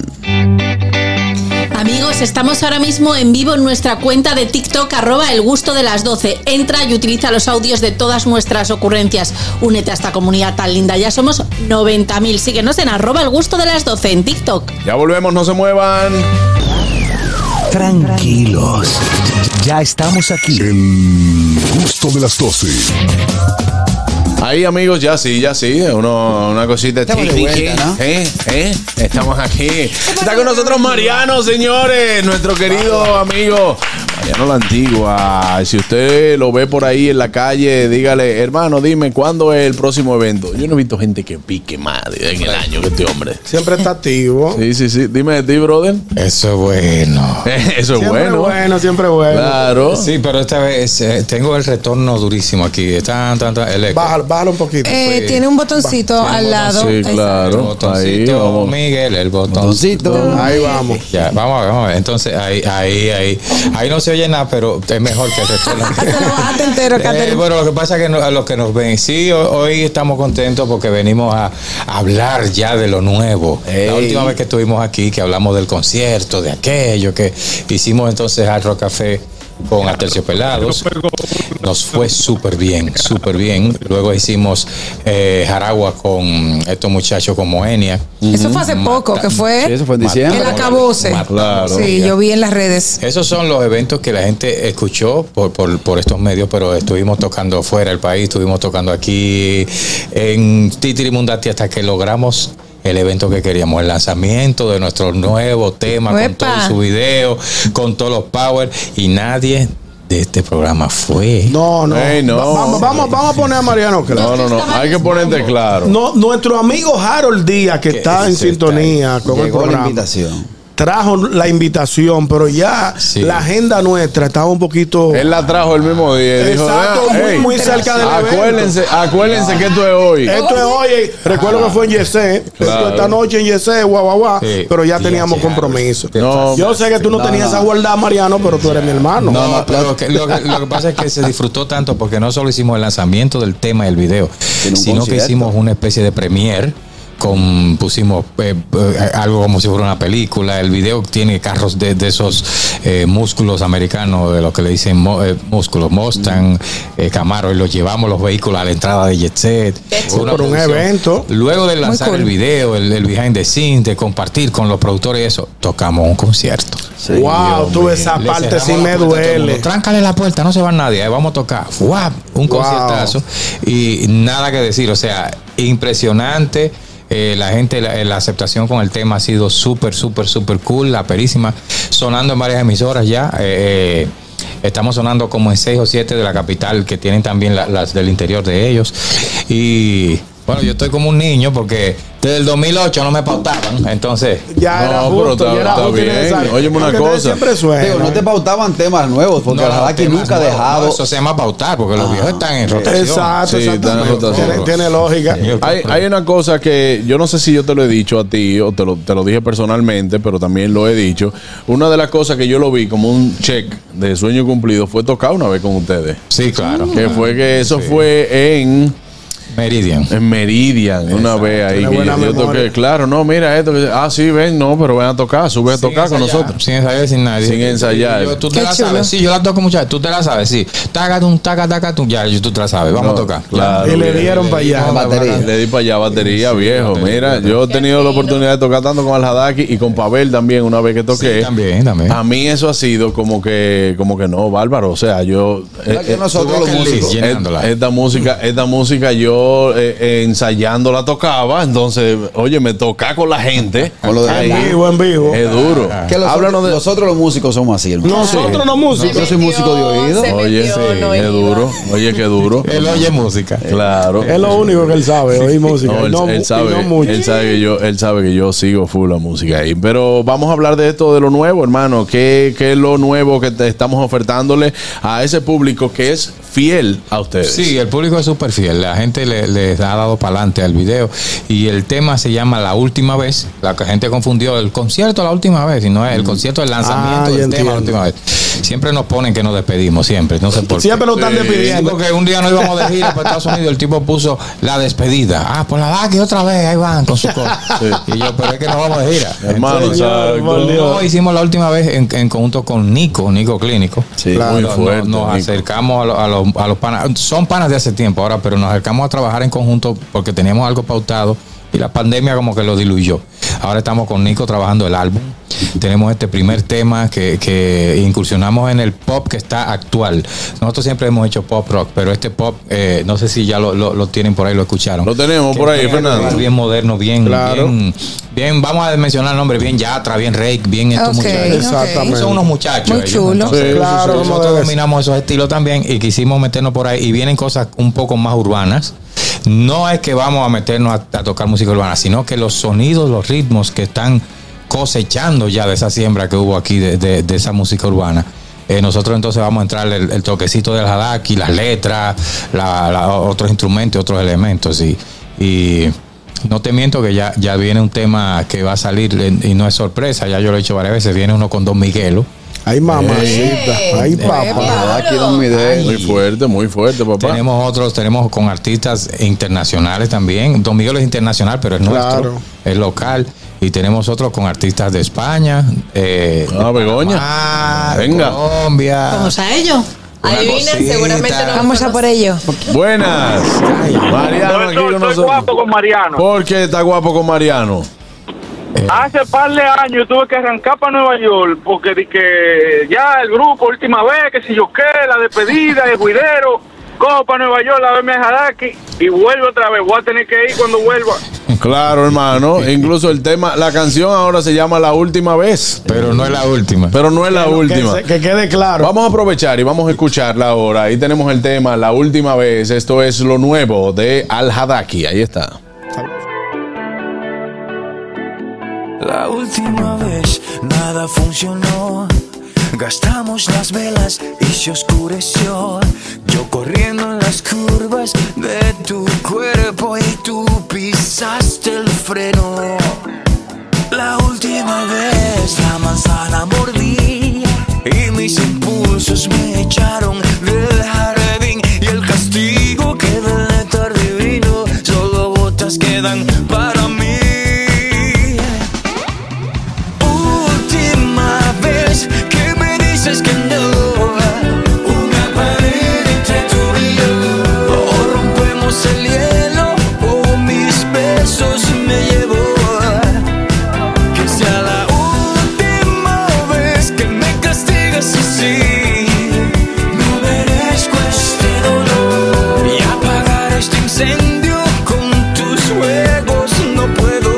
F: Amigos, estamos ahora mismo en vivo en nuestra cuenta de TikTok, arroba el gusto de las 12. Entra y utiliza los audios de todas nuestras ocurrencias. Únete a esta comunidad tan linda. Ya somos 90.000. Síguenos en arroba el gusto de las 12 en TikTok.
B: Ya volvemos, no se muevan.
A: Tranquilos. Ya estamos aquí.
M: El gusto de las 12.
B: Ahí amigos, ya sí, ya sí, uno, una cosita
D: Estamos de
B: chiqui.
D: vuelta, ¿no?
B: Eh, eh, estamos aquí. Está con nosotros Mariano, señores, nuestro querido amigo. Mariano la Antigua. Si usted lo ve por ahí en la calle, dígale, hermano, dime, ¿cuándo es el próximo evento? Yo no he visto gente que pique más en el año que este hombre.
C: Siempre está activo.
B: Sí, sí, sí. Dime de ti, brother.
N: Eso es bueno.
B: Eso es
C: Siempre
B: bueno.
C: bueno, siempre bueno.
B: Claro.
N: Sí, pero esta vez eh, tengo el retorno durísimo aquí. Tan, tan, tan, el eco.
C: Bájalo, bájalo un poquito.
E: Eh, tiene un botoncito
N: Tiene
E: al
N: un
E: lado.
B: pues, Sí,
E: Ahí
N: El
B: claro. Ahí
N: botoncito,
B: vamos.
N: Miguel, el botón.
D: Entonces,
C: Ahí vamos.
N: Ya, vamos a ver, vamos a ver. Entonces, ahí, ahí, ahí. Ahí nos se oye nada, pero es mejor que el retorno.
E: Ah,
L: Hazte entero,
N: Eh,
L: Catherine.
N: bueno, lo que pasa es que no- a los que nos ven, sí, ho- hoy estamos contentos porque venimos a, a hablar ya de lo nuevo. La última vez que estuvimos aquí, que hablamos del concierto, de aquello, que hicimos entonces Hard Rock Café con Aterciopelados. Nos fue súper bien, súper bien. Luego hicimos eh, Jaragua con estos muchachos Mm, como Enia.
E: Eso fue hace poco, que fue,
N: Sí, eso fue en diciembre.
E: el acabose.
N: Claro.
E: sí, yo vi en las redes.
N: Esos son los eventos que la gente escuchó por, por, por estos medios, pero estuvimos tocando fuera del país, estuvimos tocando aquí en Titirimundati hasta que logramos el evento que queríamos, el lanzamiento de nuestro nuevo tema con
E: ¡Uepa!
N: todo su video, con todos los power y nadie de este programa fue.
C: No, no.
B: Ey, no.
C: Va- Vamos, vamos, vamos a poner a Mariano claro.
B: No, no, no. Hay que ponerte claro.
C: No, nuestro amigo Harold Díaz, que está en sintonía con el
D: Llegó la
C: programa,
D: invitación.
C: trajo la invitación, pero ya la agenda nuestra estaba un poquito.
B: Él la trajo el mismo día. y dijo,
C: Exacto,
B: "Ah,
C: muy-
B: ey,
C: muy cerca del evento".
B: Acuérdense, acuérdense que esto es hoy.
C: Esto es hoy. eh. Recuerdo que fue en Yesé.
B: Claro.
C: Esto esta noche en Yesé, guau, guau, guau.
B: Sí.
C: Pero ya teníamos compromiso.
B: No,
C: Yo sé que tú no,
N: No,
C: tenías
N: no.
C: esa guardada, Mariano, pero tú eres mi hermano.
N: No, pero lo, que, lo que- lo que pasa es que se disfrutó tanto porque no solo hicimos el lanzamiento del tema y el video,
D: un
N: sino que
D: concierto.
N: hicimos una especie de premier. Con, pusimos eh, eh, algo como si fuera una película. El video tiene carros de, de esos eh, músculos americanos, de los que le dicen mo- eh, músculos, Mustang, eh, Camaro, y los llevamos los vehículos a la entrada de Jet Set. Fue una
C: Por un
N: producción.
C: evento.
N: Luego de
C: Muy
N: lanzar
C: cool.
N: el video, el, el behind the scenes, de compartir con los productores y eso, tocamos un concierto.
C: wow,
N: Dios
C: tú
N: mío.
C: esa
N: Le
C: parte sí
N: cerramos la
C: me
N: puerta a todo el
C: duele.
N: mundo. Tráncale la puerta, no se va nadie, eh, vamos a tocar. ¡Guau! Un
C: Wow.
N: conciertazo y nada que decir, o sea, impresionante. Eh, la gente, la, la aceptación con el tema ha sido súper, súper, súper cool, la perísima, sonando en varias emisoras ya. eh, eh, estamos sonando como en seis o siete de la capital, que tienen también la- las del interior de ellos. Y bueno, yo estoy como un niño porque desde el 2008 no me pautaban, entonces...
C: Ya
N: No,
C: era
N: pero
C: justo,
N: está-
C: ya era
N: está
C: justo y
N: bien.
C: necesario.
N: Óyeme una
C: Porque ustedes
N: cosa.
C: siempre suenan.
D: Digo, no te pautaban temas nuevos, porque
N: No,
D: la verdad que
N: temas
D: nunca ha
N: nuevos,
D: dejado.
N: no, eso se llama pautar, porque
B: Ah.
N: los viejos están en rotación.
C: Exacto,
B: Sí,
C: exacto.
B: está en rotación.
C: Tiene, tiene lógica.
B: Hay, hay una cosa que yo no sé si yo te lo he dicho a ti o te lo, te lo dije personalmente, pero también lo he dicho. Una de las cosas que yo lo vi como un check de sueño cumplido fue tocar una vez con ustedes.
N: Sí, claro.
B: Que fue que eso fue en
N: Meridian.
B: En Meridian, una vez ahí.
N: Tiene
B: que
N: buena
B: yo, yo toqué,
N: memoria.
B: claro, no, mira esto. que- Ah, sí, ven, no, pero ven a tocar, sube a tocar con
N: ensayar,
B: nosotros.
N: Sin ensayar, sin nadie.
B: Sin ensayar.
N: Yo- tú
B: Qué
N: te la
B: chulo.
N: sabes, sí, yo la toco muchas tú te la sabes, sí. Tacatum, taca, tacatum, ya, yo- tú te la sabes, vamos
B: No,
N: a tocar.
B: claro,
N: Ya.
B: bien.
N: dimos la
B: Le di para allá batería, viejo. mira, yo he tenido la oportunidad de tocar tanto con Aljadaki y con Pavel también una vez que toqué.
N: también, también.
B: A mí eso ha sido como que, como que no, bárbaro. O sea, yo. eh,
D: Igual que nosotros
B: tuvo
D: los
B: que el
D: músicos.
B: list, llenándola. Et- Esta música, esta música yo eh, eh, ensayando la tocaba. Entonces, oye, me toca con la gente.
D: Con lo de verdad.
B: Ahí, Es duro.
N: Ah.
D: Que los,
B: Háblanos de.
D: Nosotros los músicos somos así, hermano.
B: Nosotros
D: los músicos. Yo soy músico de oído.
B: Oye, sí, es duro. Oye, qué duro.
N: Él oye música.
B: Claro.
C: Es lo único que él sabe, oír música.
B: No, él,
C: No,
B: él
C: y
B: sabe,
C: no mucho.
B: él sabe que yo, él sabe que yo sigo full la música ahí. Pero vamos a hablar de esto de lo nuevo, hermano. ¿Qué, qué es lo nuevo que te estamos ofertándole a ese público que es fiel a ustedes?
N: Sí, el público es súper fiel. La gente le, les ha dado para adelante al video. Y el tema se llama La última vez. La que- gente confundió el concierto la última vez, y no es el concierto, el lanzamiento
C: Mm. Ah, ya
N: del tema la
C: entiendo.
N: última vez. Siempre nos ponen que nos despedimos, siempre. No sé por
C: Siempre lo
N: qué.
C: están despidiendo.
N: Porque un día no íbamos de gira para Estados Unidos, el tipo puso la despedida. Ah, pues la da que otra vez, ahí van con su cosa. Y yo, pero es que no vamos de gira.
B: Hermano,
N: Entonces,
B: exacto.
N: no, hicimos la última vez en, en conjunto con Nico, Nico Clínico.
B: Claro. muy
N: Nos-
B: fuerte,
N: Nos, nos
B: Nico.
N: acercamos a, lo- a lo- a los panas. Son panas de hace tiempo ahora, pero nos acercamos a trabajar en conjunto porque teníamos algo pautado y la pandemia como que lo diluyó. Ahora estamos con Nico trabajando el álbum. Tenemos este primer tema que, que incursionamos en el pop que está actual. Nosotros siempre hemos hecho pop rock, pero este pop, eh, no sé si ya lo, lo- lo tienen por ahí, lo escucharon.
B: Lo tenemos por ahí,
N: Que es
B: Fernando.
N: Bien moderno, bien, bien, bien, vamos a mencionar nombres, bien Yatra, bien Rake, bien
E: Ok,
N: estos muchachos.
E: ok. Exactamente.
N: Son unos muchachos.
E: Muy
N: ellos,
E: chulo.
N: entonces,
E: Sí,
C: claro,
N: nosotros
C: como debe ser.
N: dominamos esos estilos también y quisimos meternos por ahí y vienen cosas un poco más urbanas. No es que vamos a meternos a, a tocar música urbana, sino que los sonidos, los ritmos que están cosechando ya de esa siembra que hubo aquí de, de- de esa música urbana. eh, nosotros entonces vamos a entrar el, el toquecito del hadaki, las letras, la- la- otros instrumentos, otros elementos. Y, y no te miento que ya, eh, ya viene un tema que va a salir en- y no es sorpresa, ya yo lo he hecho varias veces, viene uno con Don Miguelo.
C: Ay, mamacita. Ay,
N: Claro.
C: papá.
B: Muy fuerte, muy fuerte, papá.
N: Tenemos otros, tenemos con artistas internacionales también. Don Miguel es internacional, pero es
B: Claro.
N: nuestro, es local. Y tenemos otros con artistas de España, eh,
B: Ah, Begoña. Venga.
N: Colombia.
F: Vamos a ello.
G: Adivinen, seguramente no.
E: Vamos a por ello.
B: Buenas. Mariano, aquí con nosotros.
I: guapo con Mariano.
B: ¿Por qué está guapo con Mariano?
I: Hace par de años tuve que arrancar para Nueva York porque di que ya el grupo, última vez, que si yo qué, la despedida, el juidero, cojo para Nueva York, la verme a Jadaki y vuelvo otra vez. Voy a tener que ir cuando vuelva.
B: Claro, hermano. Incluso el tema, la canción ahora se llama La Última Vez.
N: Pero no es la última.
B: Pero no es la última.
C: Que, se- que quede claro.
B: Vamos a aprovechar y vamos a escucharla ahora. Ahí tenemos el tema, la última vez. Esto es lo nuevo de Al Hadaki. Ahí está.
O: La última vez nada funcionó. Gastamos las velas y se oscureció. Yo corriendo en las curvas de tu cuerpo y tú pisaste el freno. La última vez la manzana mordí y mis impulsos me echaron del jardín y el castigo que del néctar divino solo botas quedan para mí. Última vez que me dices que no, una pared entre tú y yo, o rompemos el hielo o mis besos me llevo. Que sea la última vez que me castigas así No merezco este dolor Y apagar este incendio con tus juegos no puedo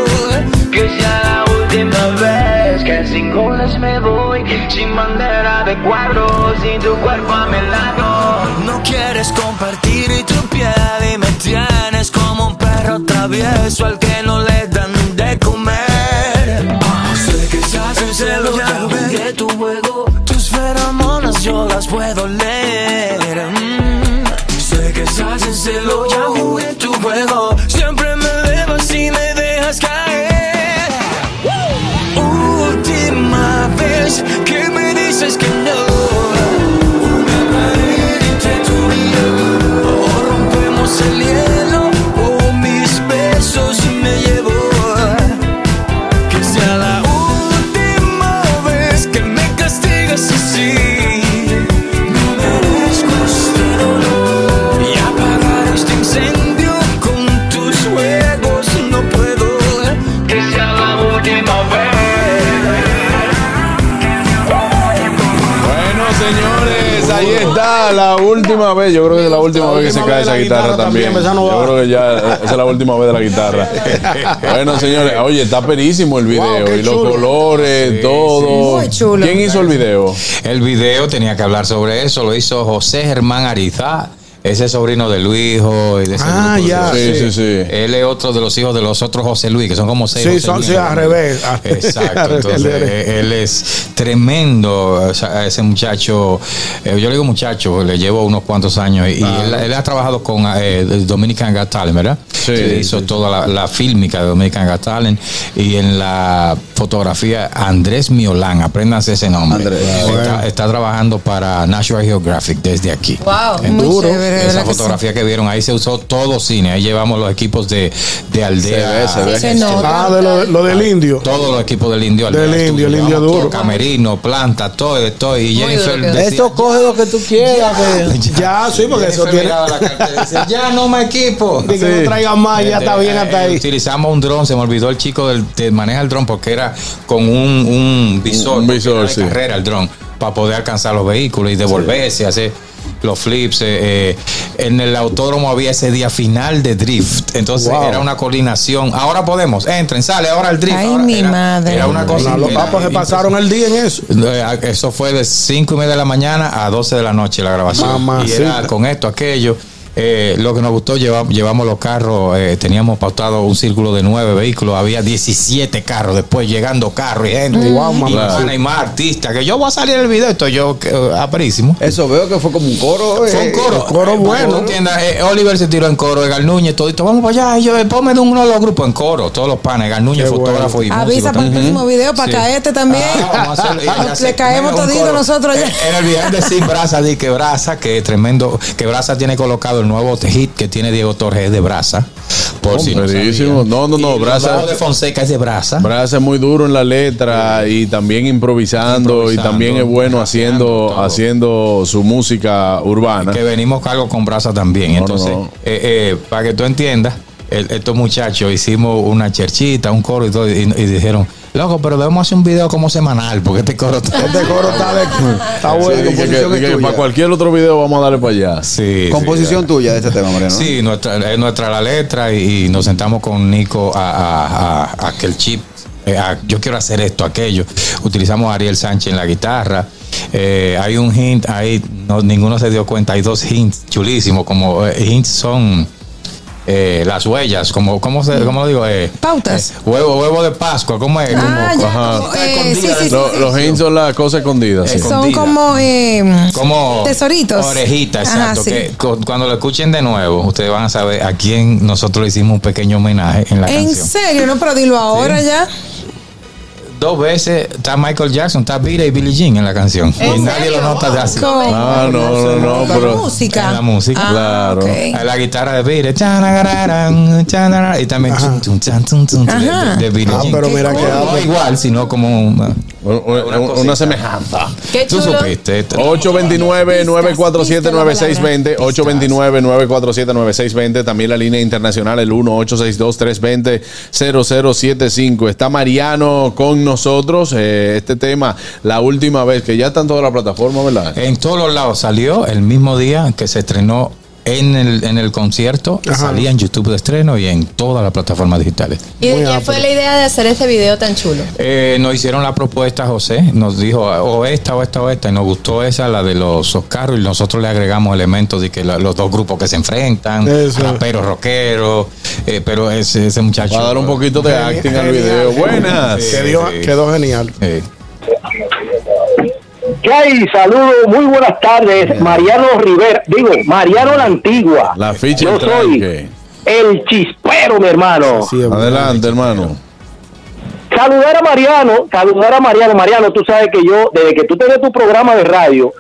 O: Que sea la última vez que sin goles me voy Sin bandera de cuadros, sin tu cuerpo a mi lado No quieres compartir tu piel y me tienes como un perro travieso Al que no le dan de comer Ah, Sé que se hace celo ya de tu juego Tus feromonas yo las puedo leer Mm. Sé que se hace celo ya jugué tu juego Siempre me elevas y me dejas caer Última vez que me dices que no Una pared entre tú y yo O rompemos el hielo O mis besos me llevo que sea la última vez que me castigas así. No merezco este dolor y apagar este incendio con tus juegos. No puedo que sea la última
B: Bueno, señores, ahí está la última vez. Yo creo que es la última vez que se cae esa guitarra también. Yo creo que ya eh, esa es la última vez de la guitarra. Bueno, señores, oye, está perísimo el video. y los colores, todo. ¿Quién hizo el video?
N: El video tenía que hablar sobre eso, lo hizo José Germán Arizá, ese sobrino de Luisjo y de ese
C: Ah,
N: grupo.
C: ya.
B: Sí, sí, sí.
N: Él es otro de los hijos de los otros José Luis, que son como seis.
C: Sí,
N: José
C: son-
N: Luis.
C: sí, al revés. Al revés, al
N: Exacto.
C: revés.
N: Entonces, eh, él es tremendo, o sea, ese muchacho. eh, yo le digo muchacho, le llevo unos cuantos años y él, él ha trabajado con eh, Dominican Got Talent, ¿verdad? Sí. hizo toda la, la fílmica de Dominican Got Talent y en la fotografía Andrés Miolán, apréndanse ese nombre. está, está trabajando para National Geographic desde aquí.
G: Wow.
N: En
G: Muy
N: duro.
G: chévere, de
N: Esa
G: verdad que
N: fotografía que vieron ahí se usó todo cine. Ahí llevamos los equipos de, de aldea.
B: Se ve, se ve. Sí, se
C: Ah, de lo, lo del indio.
N: Todos los equipos del indio.
C: Del
N: Aldea
C: indio, el
N: Studio,
C: indio
N: llevamos
C: duro.
N: todo, Camerino, planta, todo, de todo. Y Jennifer decía,
D: coge lo que tú quieras. pues.
C: Ya, sí, porque eso
N: Jennifer
C: tiene.
N: miraba la cartera y decía, ya no me equipo.
C: De que no traigan más, ya está bien hasta ahí.
N: Eh, Utilizamos un dron, se me olvidó el chico del, de maneja el dron porque era con un, un visor,
B: Un visor,
N: porque era de
B: sí.
N: carrera el dron, para poder alcanzar los vehículos y devolverse, hacer los flips. eh, eh. En el autódromo había ese día final de drift, entonces
C: Wow.
N: era una coordinación. Ahora podemos, entren, sale, ahora el drift.
E: Ay,
N: ahora
E: mi
N: era,
E: madre.
N: Era una cosa.
C: Bueno,
D: pues,
C: los
N: era
C: papos se pasaron el día en eso.
N: eh, Eso fue de 5 y media de la mañana a 12 de la noche la grabación.
C: Mamacita.
N: Y era con esto, aquello. eh, lo que nos gustó, lleva- llevamos los carros, eh, teníamos pautado un círculo de nueve vehículos, había 17 carros, después llegando carros y gente,
D: Mm. Wow,
N: y,
D: mamá.
N: pana, y más artistas, que yo voy a salir en el video, esto yo que, eh, aperísimo.
D: Eso veo que fue como un coro.
N: Fue un
D: eh,
N: coro.
D: coro
N: Eh, para
D: bueno.
N: que tú entiendas, eh, Oliver se tiró en coro, Edgar Núñez, todo esto, vamos para allá, y yo, eh, ponme de uno de los grupos en coro, todos los panes, Edgar Núñez, fotógrafo y
E: Avisa
N: músico
E: para el
N: también.
E: próximo video para
N: Sí. Ah,
E: caerte también. Le caemos
N: Mira, un
E: todito
N: coro.
E: nosotros ya.
N: Eh, Era el video de Sin Brasa, di que Brasa, que es tremendo, que Brasa tiene colocado el nuevo hit que tiene Diego Torres es de Brasa. Por si no
B: Buenísimo. No, no, no.
N: Y
B: Brasa.
N: Rodolfo de Fonseca es de Brasa.
B: Brasa es muy duro en la letra y también improvisando, y también es bueno haciendo, haciendo su música urbana.
N: que venimos cargo con brasa también.
B: No,
N: Entonces,
B: no, no.
N: eh, eh, para que tú entiendas, el- estos muchachos hicimos una cherchita, un coro y todo, y, y dijeron, loco, pero debemos hacer un video como semanal, porque este coro está.
D: Este coro está de. Está
B: Sí,
D: bueno.
B: que-
D: composición
B: que-
D: es
B: que
D: tuya.
B: para cualquier otro video vamos a darle para allá.
N: Sí,
D: Composición tuya de este tema, Mariano.
N: Sí, nuestra, es nuestra la letra y, y nos sentamos con Nico a, a- a- a que el chip, eh, a- yo quiero hacer esto, aquello. Utilizamos a Ariel Sánchez en la guitarra. Eh, hay un hint ahí, no, ninguno se dio cuenta, hay dos hints chulísimos, como eh, hints son eh, las huellas, como ¿cómo se, cómo lo digo, Eh,
E: Pautas.
N: huevo, huevo de Pascua, ¿cómo es?
E: Ah,
N: Como-
E: ya,
N: ajá.
E: como, eh, sí, sí, sí,
B: Lo-
E: sí.
B: Los hints son las cosas escondidas. sí.
E: Son como, eh,
N: como
E: tesoritos.
N: Orejitas,
E: Ajá,
N: exacto.
E: sí.
N: que cu- cuando lo escuchen de nuevo, ustedes van a saber a quién nosotros le hicimos un pequeño homenaje en la
E: En
N: canción.
E: serio, no, pero dilo ahora
N: Sí.
E: ya.
N: Dos veces está Michael Jackson, está Vita y Billie Jean en la canción.
E: ¿En
N: y nadie
E: serio?
N: lo nota de así.
E: ¿Cómo?
B: Ah, no, no, no, pero-
E: música.
N: En la música,
E: Ah,
N: claro.
E: ok.
N: En La guitarra de Billie. chanararán, chanararán, Y también chun, chun, chan, chun, chun, de,
E: Ajá.
N: de- de Billie
C: Ah,
N: Jean.
C: pero mira que-
N: no igual, sino como una, una,
B: una semejanza.
G: Qué
N: Tú
G: chulo.
N: supiste.
B: 829-947-9620. 829-947-9620. También la línea internacional, el 1-862-320-0075. Está Mariano con nosotros. eh, este tema, la última vez, que ya está en toda la plataforma, ¿verdad?
N: En todos los lados salió el mismo día que se estrenó en el, en el concierto, salía en YouTube de estreno y en todas las plataformas digitales.
G: ¿Y de quién fue la idea de hacer este video tan chulo?
N: Eh, nos hicieron la propuesta, José, nos dijo o esta, o esta, o esta, y nos gustó esa, la de los carros, y nosotros le agregamos elementos de que la- los dos grupos que se enfrentan,
C: Eso.
N: raperos, rockeros, eh, pero ese, ese muchacho...
B: Va a dar un poquito de acting al video. Buenas.
N: Sí,
C: Que dio-
N: sí.
C: ah, quedó genial.
N: eh,
J: ¿Qué hay? Saludos, muy buenas tardes. Mariano Rivera, digo, Mariano la Antigua.
B: La ficha
J: Yo
B: en
J: soy
B: tranque.
J: el chispero, mi hermano.
C: Sí, es bueno.
B: Adelante, hermano.
J: Saludar a Mariano, saludar a Mariano. Mariano, tú sabes que yo, desde que tú tenés tu programa de radio,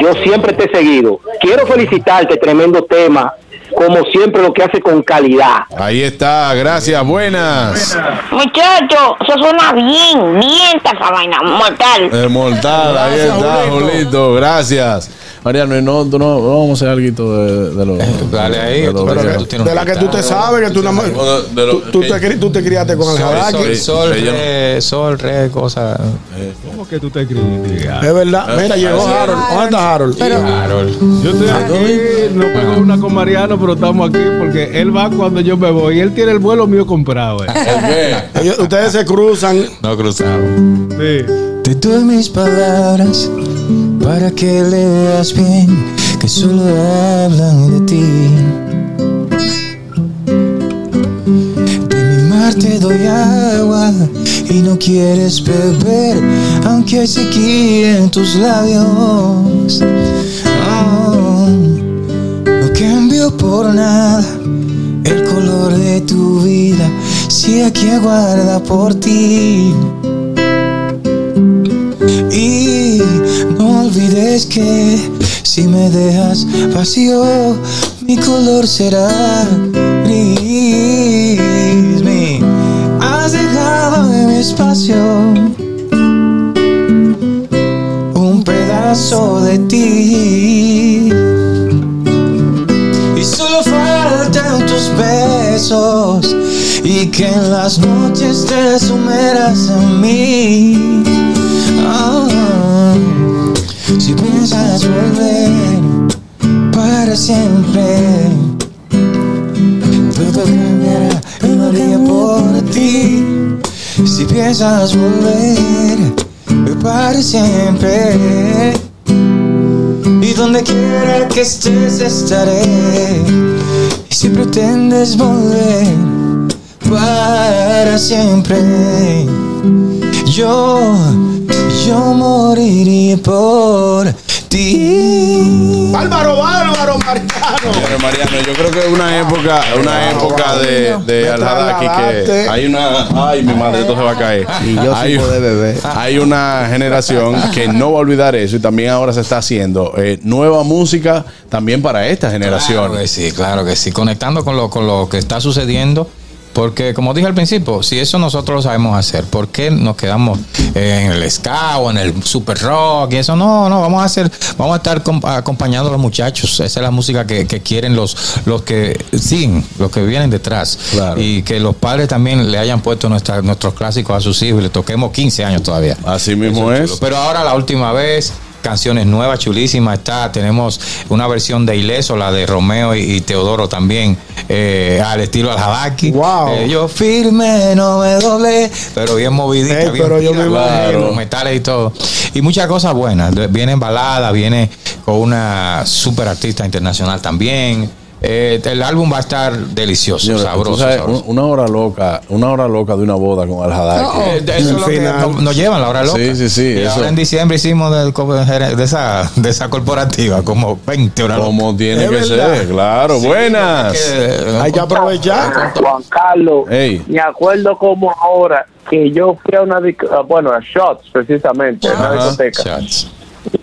J: yo siempre te he seguido. Quiero felicitarte, tremendo tema. Como siempre, lo que hace con calidad.
B: Ahí está. Gracias. Buenas.
K: Muchacho, eso suena bien. Mienta esa vaina, mortal.
B: Eh, mortal. Ahí
C: Gracias,
B: está,
C: Julito.
B: Julito. Gracias. Mariano, y no, tú no, no vamos a hacer algo de, de los.
N: Eh, dale ahí,
B: de los-
N: pero
B: de los-
N: tú tienes
C: De la que tú te sabes, que tú, nada más-
B: Bueno, de lo-
C: tú, tú te,
B: eh,
C: cri- tú te criaste con el
N: sol,
C: jaraque.
N: sol,
B: Sí,
N: sol,
B: ella no- Eh,
N: re, sol, re, cosa...
H: ¿Cómo que tú te escribiste?
C: Es verdad. Mira, llegó Harold. ¿Dónde está Harold?
N: Harold.
H: Yo estoy aquí, no pego una con Mariano, pero estamos aquí porque él va cuando yo me voy. Él tiene el vuelo mío comprado. eh.
B: ¿El qué?
C: Ellos- Ustedes se cruzan.
N: No cruzamos.
H: Sí.
N: Te doy mis palabras para que leas bien que solo hablan de ti. De mi mar te doy agua y no quieres beber, aunque hay sequía en tus labios. Oh, no cambio por nada el color de tu vida, si aquí aguarda por ti. Y no olvides que si me dejas vacío, mi color será gris. Me has dejado en mi espacio un pedazo de ti. Y solo faltan tus besos y que en las noches te sumeras a mí. Ah, si piensas volver para siempre, todo cambiará y no haría por ti. Si piensas volver para siempre. Y
O: donde quiera que estés estaré. Y si pretendes volver para siempre, yo, yo moriré por ti.
C: Bárbaro, bárbaro, Marcano.
B: Señores, Mariano, yo creo que es
C: Ah,
B: una época, una época de, de Al-Hadaki que hay una. Ay, mi madre, esto se va a caer.
D: Y yo sin
B: hay,
D: poder beber.
B: Hay una generación que no va a olvidar eso y también ahora se está haciendo eh, nueva música también para esta generación.
N: Claro que sí, claro que sí. Conectando con lo, con lo que está sucediendo. Porque, como dije al principio, si eso nosotros lo sabemos hacer, ¿por qué nos quedamos eh, en el ska o en el super rock y eso? No, no, vamos a hacer, vamos a estar com- acompañando a los muchachos. Esa es la música que, que quieren los, los que siguen, los que vienen detrás. Y que los padres también le hayan puesto nuestra- nuestros clásicos a sus hijos y le toquemos 15 años todavía.
B: Así mismo es.
N: Eso chulo. Pero ahora la última vez, canciones nuevas, chulísimas, está. Tenemos una versión de Ileso, la de Romeo y, y Teodoro también, eh, al estilo al Jabaki. Eh, yo firme, no me doble, pero bien movidita, bien
C: pero yo
N: pila,
C: me imagino.
N: los metales y todo. Y muchas cosas buenas. De- Viene balada, viene con una super artista internacional también. Eh, el álbum va a estar delicioso,
B: Señores, tú
N: sabroso,
B: sabes,
N: sabroso.
B: un- Una hora loca, una hora loca de una boda con Al-Hadaki.
N: Eh, de- eso es lo que nos, nos llevan la hora loca.
B: Sí, sí, sí.
N: Y
B: eso.
N: ahora en diciembre hicimos del co- de, esa, de esa corporativa como 20 horas
B: Como tiene
N: Es
B: que
N: verdad.
B: ser, claro.
N: Sí,
B: Buenas.
N: porque-
C: Hay que aprovechar.
J: Juan Carlos,
B: Ey.
J: me acuerdo como ahora que yo fui a una disc- ah, bueno, a Shots precisamente, en una
N: Ajá.
J: discoteca.
N: Shots.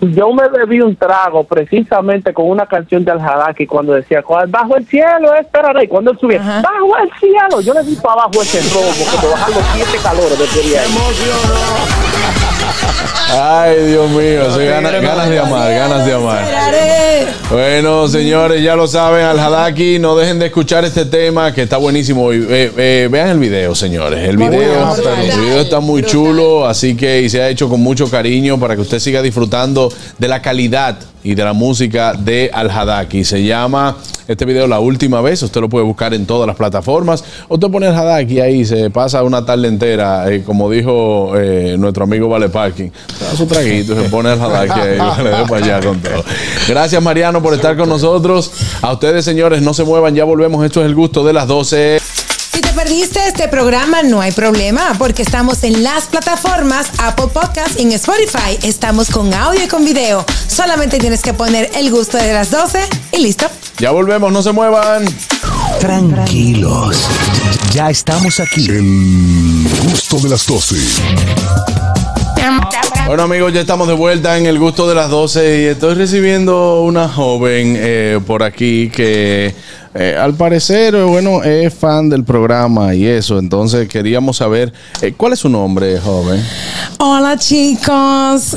J: Y Yo me bebí un trago precisamente con una canción de Al-Hadaki cuando decía, "Cuál- bajo el cielo, esperaré. Y cuando él subía, bajo el cielo, yo le di para abajo ese robo, como bajar los siete calores de quería ir.
B: Ay, Dios mío. sí, gana-
N: tigres,
B: ganas de amar, ganas de amar.
E: Esperaré.
B: Bueno, señores, ya lo saben, al Hadaki, no dejen de escuchar este tema que está buenísimo. Y, eh, eh, vean el video, señores. El video, el video está muy chulo, así que y se ha hecho con mucho cariño para que usted siga disfrutando de la calidad y de la música de Al Hadaki. Se llama este video La Última Vez, usted lo puede buscar en todas las plataformas. Usted pone Al Hadaki ahí, se pasa una tarde entera, eh, como dijo eh, nuestro amigo Vale Parking. Se da su traguito, se pone Al Hadaki ahí, le da para allá con todo. Gracias Mariano por estar con nosotros. A ustedes señores, no se muevan, ya volvemos. Esto es el gusto de las 12.
E: Si te perdiste este programa, no hay problema, porque estamos en las plataformas Apple Podcast y en Spotify. Estamos con audio y con video. Solamente tienes que poner el gusto de las 12 y listo.
B: Ya volvemos, no se muevan.
A: Tranquilos, ya estamos aquí. El gusto de las 12.
B: Bueno amigos, ya estamos de vuelta en el gusto de las 12 y estoy recibiendo una joven eh, por aquí que eh, al parecer, eh, bueno, es fan del programa y eso. Entonces queríamos saber, eh, ¿cuál es su nombre, joven?
E: Hola chicos,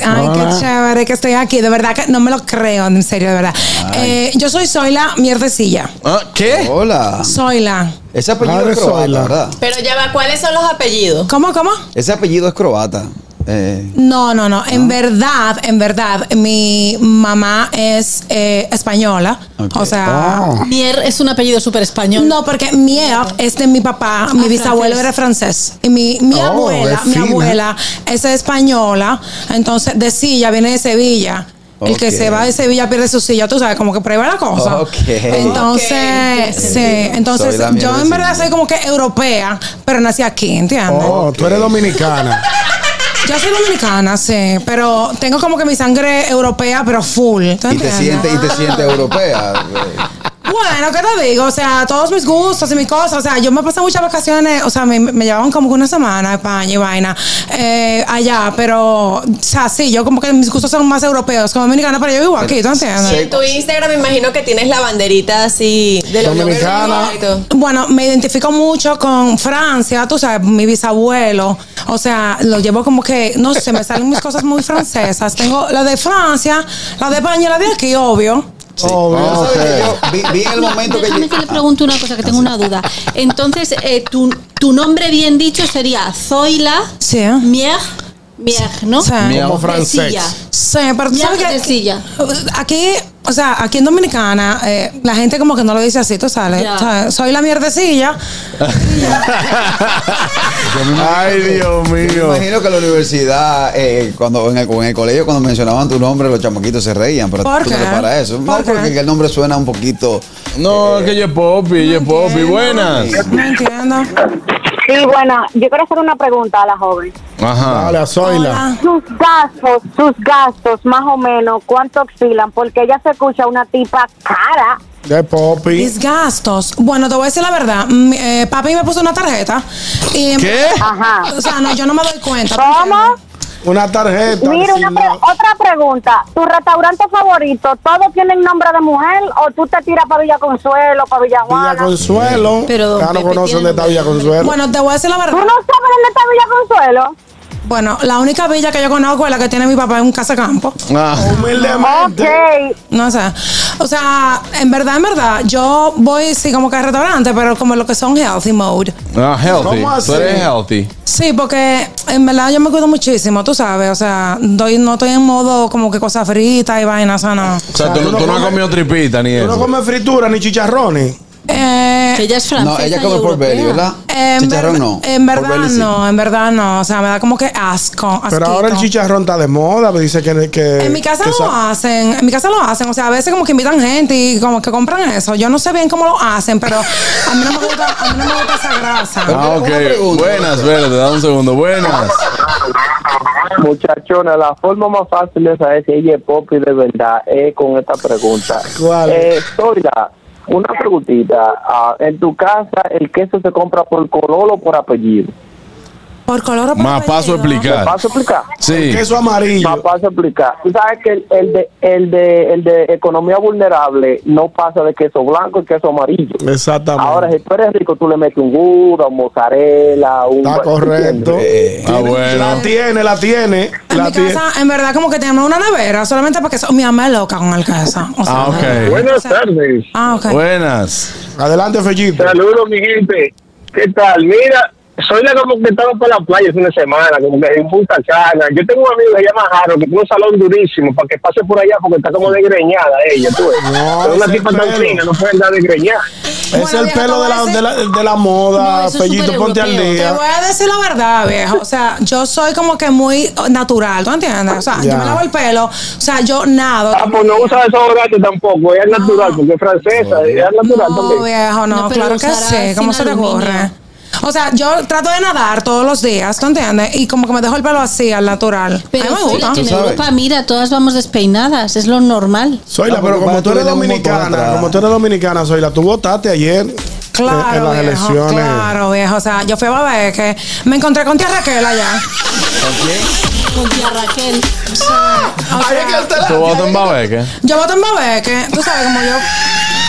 E: ay
B: Hola.
E: qué chévere que estoy aquí, de verdad que no me lo creo, en serio, de verdad. Eh, yo soy Zoila Mierdecilla.
B: Ah, ¿Qué?
D: Hola.
E: Zoila.
D: Ese apellido
C: Madre
D: es croata,
C: Zoila.
D: ¿verdad?
G: Pero ya va, ¿cuáles son los apellidos?
E: ¿Cómo, cómo?
D: Ese apellido es croata. Eh,
E: No, no, no. En verdad, en verdad, mi mamá es eh, española. O sea,
F: Mier es un apellido súper español.
E: no, porque Mier es de mi papá, mi
F: Ah,
E: bisabuelo
F: francés.
E: era francés. Y mi, mi
C: Oh,
E: abuela,
C: es
E: mi
C: fina.
E: abuela es española. Entonces, de Silla, viene de Sevilla. El que
D: Ok.
E: se va de Sevilla pierde su silla, tú sabes, como que prueba la cosa.
D: Ok.
E: Entonces,
G: Ok.
E: sí, entonces
D: Soy la
E: yo
D: mierda
E: en verdad
D: Silla.
E: soy como que europea, pero nací aquí, ¿entiendes?
C: Oh, tú eres dominicana.
E: Yo soy dominicana, sí, pero tengo como que mi sangre europea, pero full. ¿Tú
D: y te
E: entiendes?
D: sientes y te sientes europea. eh.
E: Bueno, ¿qué te digo? O sea, todos mis gustos y mis cosas. O sea, yo me pasé muchas vacaciones. O sea, me, me llevaban como que una semana a España y vaina eh, allá. Pero, o sea, sí, yo como que mis gustos son más europeos como dominicana, pero yo vivo aquí, ¿tú entiendes?
G: En tu Instagram me imagino que tienes la banderita así de la Unión
C: Dominicana.
G: Europea.
E: Bueno, me identifico mucho con Francia, tú sabes, mi bisabuelo. O sea, lo llevo como que, no sé, me salen mis cosas muy francesas. Tengo la de Francia, la de España y la de aquí, obvio.
B: Ah,
C: Obvio.
D: No, ¿sabes qué? Yo vi, vi en el
F: No,
D: momento que
F: déjame
D: yo-
F: que le pregunte una cosa, que tengo una duda. Entonces, eh, tu, tu nombre bien dicho sería Zoila
E: Sí.
F: Mier Miaj, ¿no?
E: O sea,
F: Miaj o francés.
E: de silla. Sí, pero tú
F: Miaj
E: sabes que
F: de silla.
E: aquí, o sea, aquí en Dominicana, eh, la gente como que no lo dice así, tú sabes.
F: Ya.
E: O sea, soy la mierdecilla.
D: Ay, Dios mío. me imagino que en la universidad, eh, cuando en el, en el colegio, cuando mencionaban tu nombre, los chamaquitos se reían. Pero
B: ¿Por
D: tú
B: qué?
D: no para eso.
B: ¿Por
D: no,
B: qué?
D: porque el nombre suena un poquito.
B: No, que ye Poppy, ye Poppy. Buenas.
E: No entiendo.
K: Sí, bueno, yo quiero hacer una pregunta a la joven.
B: Ajá.
C: Hola, Zoila.
K: Sus gastos, sus gastos, más o menos, ¿cuánto oscilan? Porque ella se escucha una tipa cara.
C: De Poppy.
E: Mis gastos. Bueno, te voy a decir la verdad. Mm, eh, papi me puso una tarjeta. Y
C: ¿Qué?
K: Ajá.
E: O sea, no, yo no me doy cuenta.
K: ¿Cómo?
C: Una
B: Eh,
C: tarjeta.
K: Mira,
C: sin
K: una pre-
C: nada.
K: otra pregunta. ¿Tu restaurante favorito, todos tienen nombre de mujer o tú te tiras para Villa Consuelo, para Villa Juana?
C: Villa Consuelo.
K: Pero
C: ya no
K: Pepe
C: conocen dónde está Villa Consuelo.
E: Bueno, te voy a decir la verdad. ¿Tú no
K: sabes dónde está Villa Consuelo?
E: Bueno, la única villa que yo conozco es la que tiene mi papá en un casacampo.
D: Ah.
C: Humildemente.
E: No sé. O sea, en verdad, en verdad, yo voy sí como que a restaurante, pero como lo que son healthy mode.
B: Ah, healthy.
E: ¿Cómo así?
B: Tú eres healthy.
E: Sí, porque en verdad yo me cuido muchísimo, tú sabes. O sea, doy- no estoy en modo como que cosas fritas y vainas, o sea, no.
B: O sea, tú, no- tú no has comido tripita ni
C: No
B: eso.
C: come fritura ni chicharrones.
E: Eh,
F: ella es
D: No, ella come por belly, ¿verdad?
E: En
D: Chicharrón
E: ver-
D: no.
E: En verdad
C: Portobello sí.
E: no, en verdad no. O sea, me da como que asco.
C: Pero ahora el
E: asquito.
C: chicharrón está de moda. pero Dice que. que
E: En mi casa
C: Eh, que
E: lo
C: sa-
E: hacen, en mi casa lo hacen, o sea, a veces como que invitan gente y como que compran eso. Yo no sé bien cómo lo hacen, pero a mí no me gusta, a mí no me gusta esa grasa.
B: Ah, ok. Buenas, verde, da un segundo. Buenas.
J: Muchachona, la forma más fácil de saber si ella es popi de verdad es con esta pregunta.
C: ¿Cuál?
J: Eh, Zoila, una preguntita. Ah, en tu casa, ¿el queso se compra por color o por apellido?
E: Por color o por
B: Más paso a
J: ¿Me
B: explicar.
J: paso a explicar?
B: Sí.
C: Queso amarillo.
J: Me paso a explicar. Tú sabes que el, el de, el, de, el de economía vulnerable no pasa de queso blanco y queso amarillo.
C: Exactamente.
J: Ahora, si tú eres rico, tú le metes un gouda, un mozzarella, un...
C: Está correcto.
B: Ah, bueno.
C: La tiene, la tiene.
E: En
C: La
E: mi
C: tiene.
E: casa, en verdad, como que tenemos una nevera solamente para que eso. Mi mamá es loca con el queso. O sea,
B: Ah, ok.
I: Buenas tardes.
E: Ah, ok.
B: Buenas.
C: Adelante, Fellito.
I: Saludos, mi gente. ¿Qué tal? Mira, soy la como que estaba para la playa hace una semana, como que en Punta Cana. Yo tengo un amigo que se llama Jaro, que tiene un salón durísimo, para que pase por allá porque está como desgreñada ella, tú ves.
C: No,
I: Pero una
C: ese
I: tipa tan
C: pelo.
I: fina, no puede andar desgreñada.
C: Es el pelo de la, de la, de la moda.
E: eso es
C: Fellito,
E: súper
C: ponte al
E: Te
C: día.
E: voy a decir la verdad, viejo. O sea, yo soy como que muy natural, ¿tú entiendes? O sea,
C: Ya.
E: yo me lavo el pelo, o sea, yo nado.
I: Ah, pues no usa desodorante tampoco, ella es natural, porque es francesa, ella es natural
E: No,
I: también.
E: viejo, no,
F: No, pero
E: claro que
F: usará
E: sí. ¿Cómo
F: sin
E: se te
F: aluminio.
E: ocurre? O sea, yo trato de nadar todos los días, ¿tú entiendes? Y como que me dejo el pelo así, al natural. A
F: Pero
E: mí me gusta.
F: Zoila, que en
D: Tú sabes.
F: Europa, mira, todas vamos despeinadas, es lo normal.
C: Soyla,
D: No,
C: pero
D: porque
C: como
D: para
C: tú eres
D: tú vienes un montón
C: dominicana,
D: atrás.
C: como tú eres dominicana, Soyla, tú votaste ayer eh, en
E: Claro,
C: las
E: viejo,
C: elecciones.
E: claro, viejo. O sea, yo fui a ver que me encontré con tía Raquel allá.
F: Con tía Raquel.
E: O sea,
B: ¿Tú votas en Babeque?
E: yo voto en Babeque, tú sabes, como yo...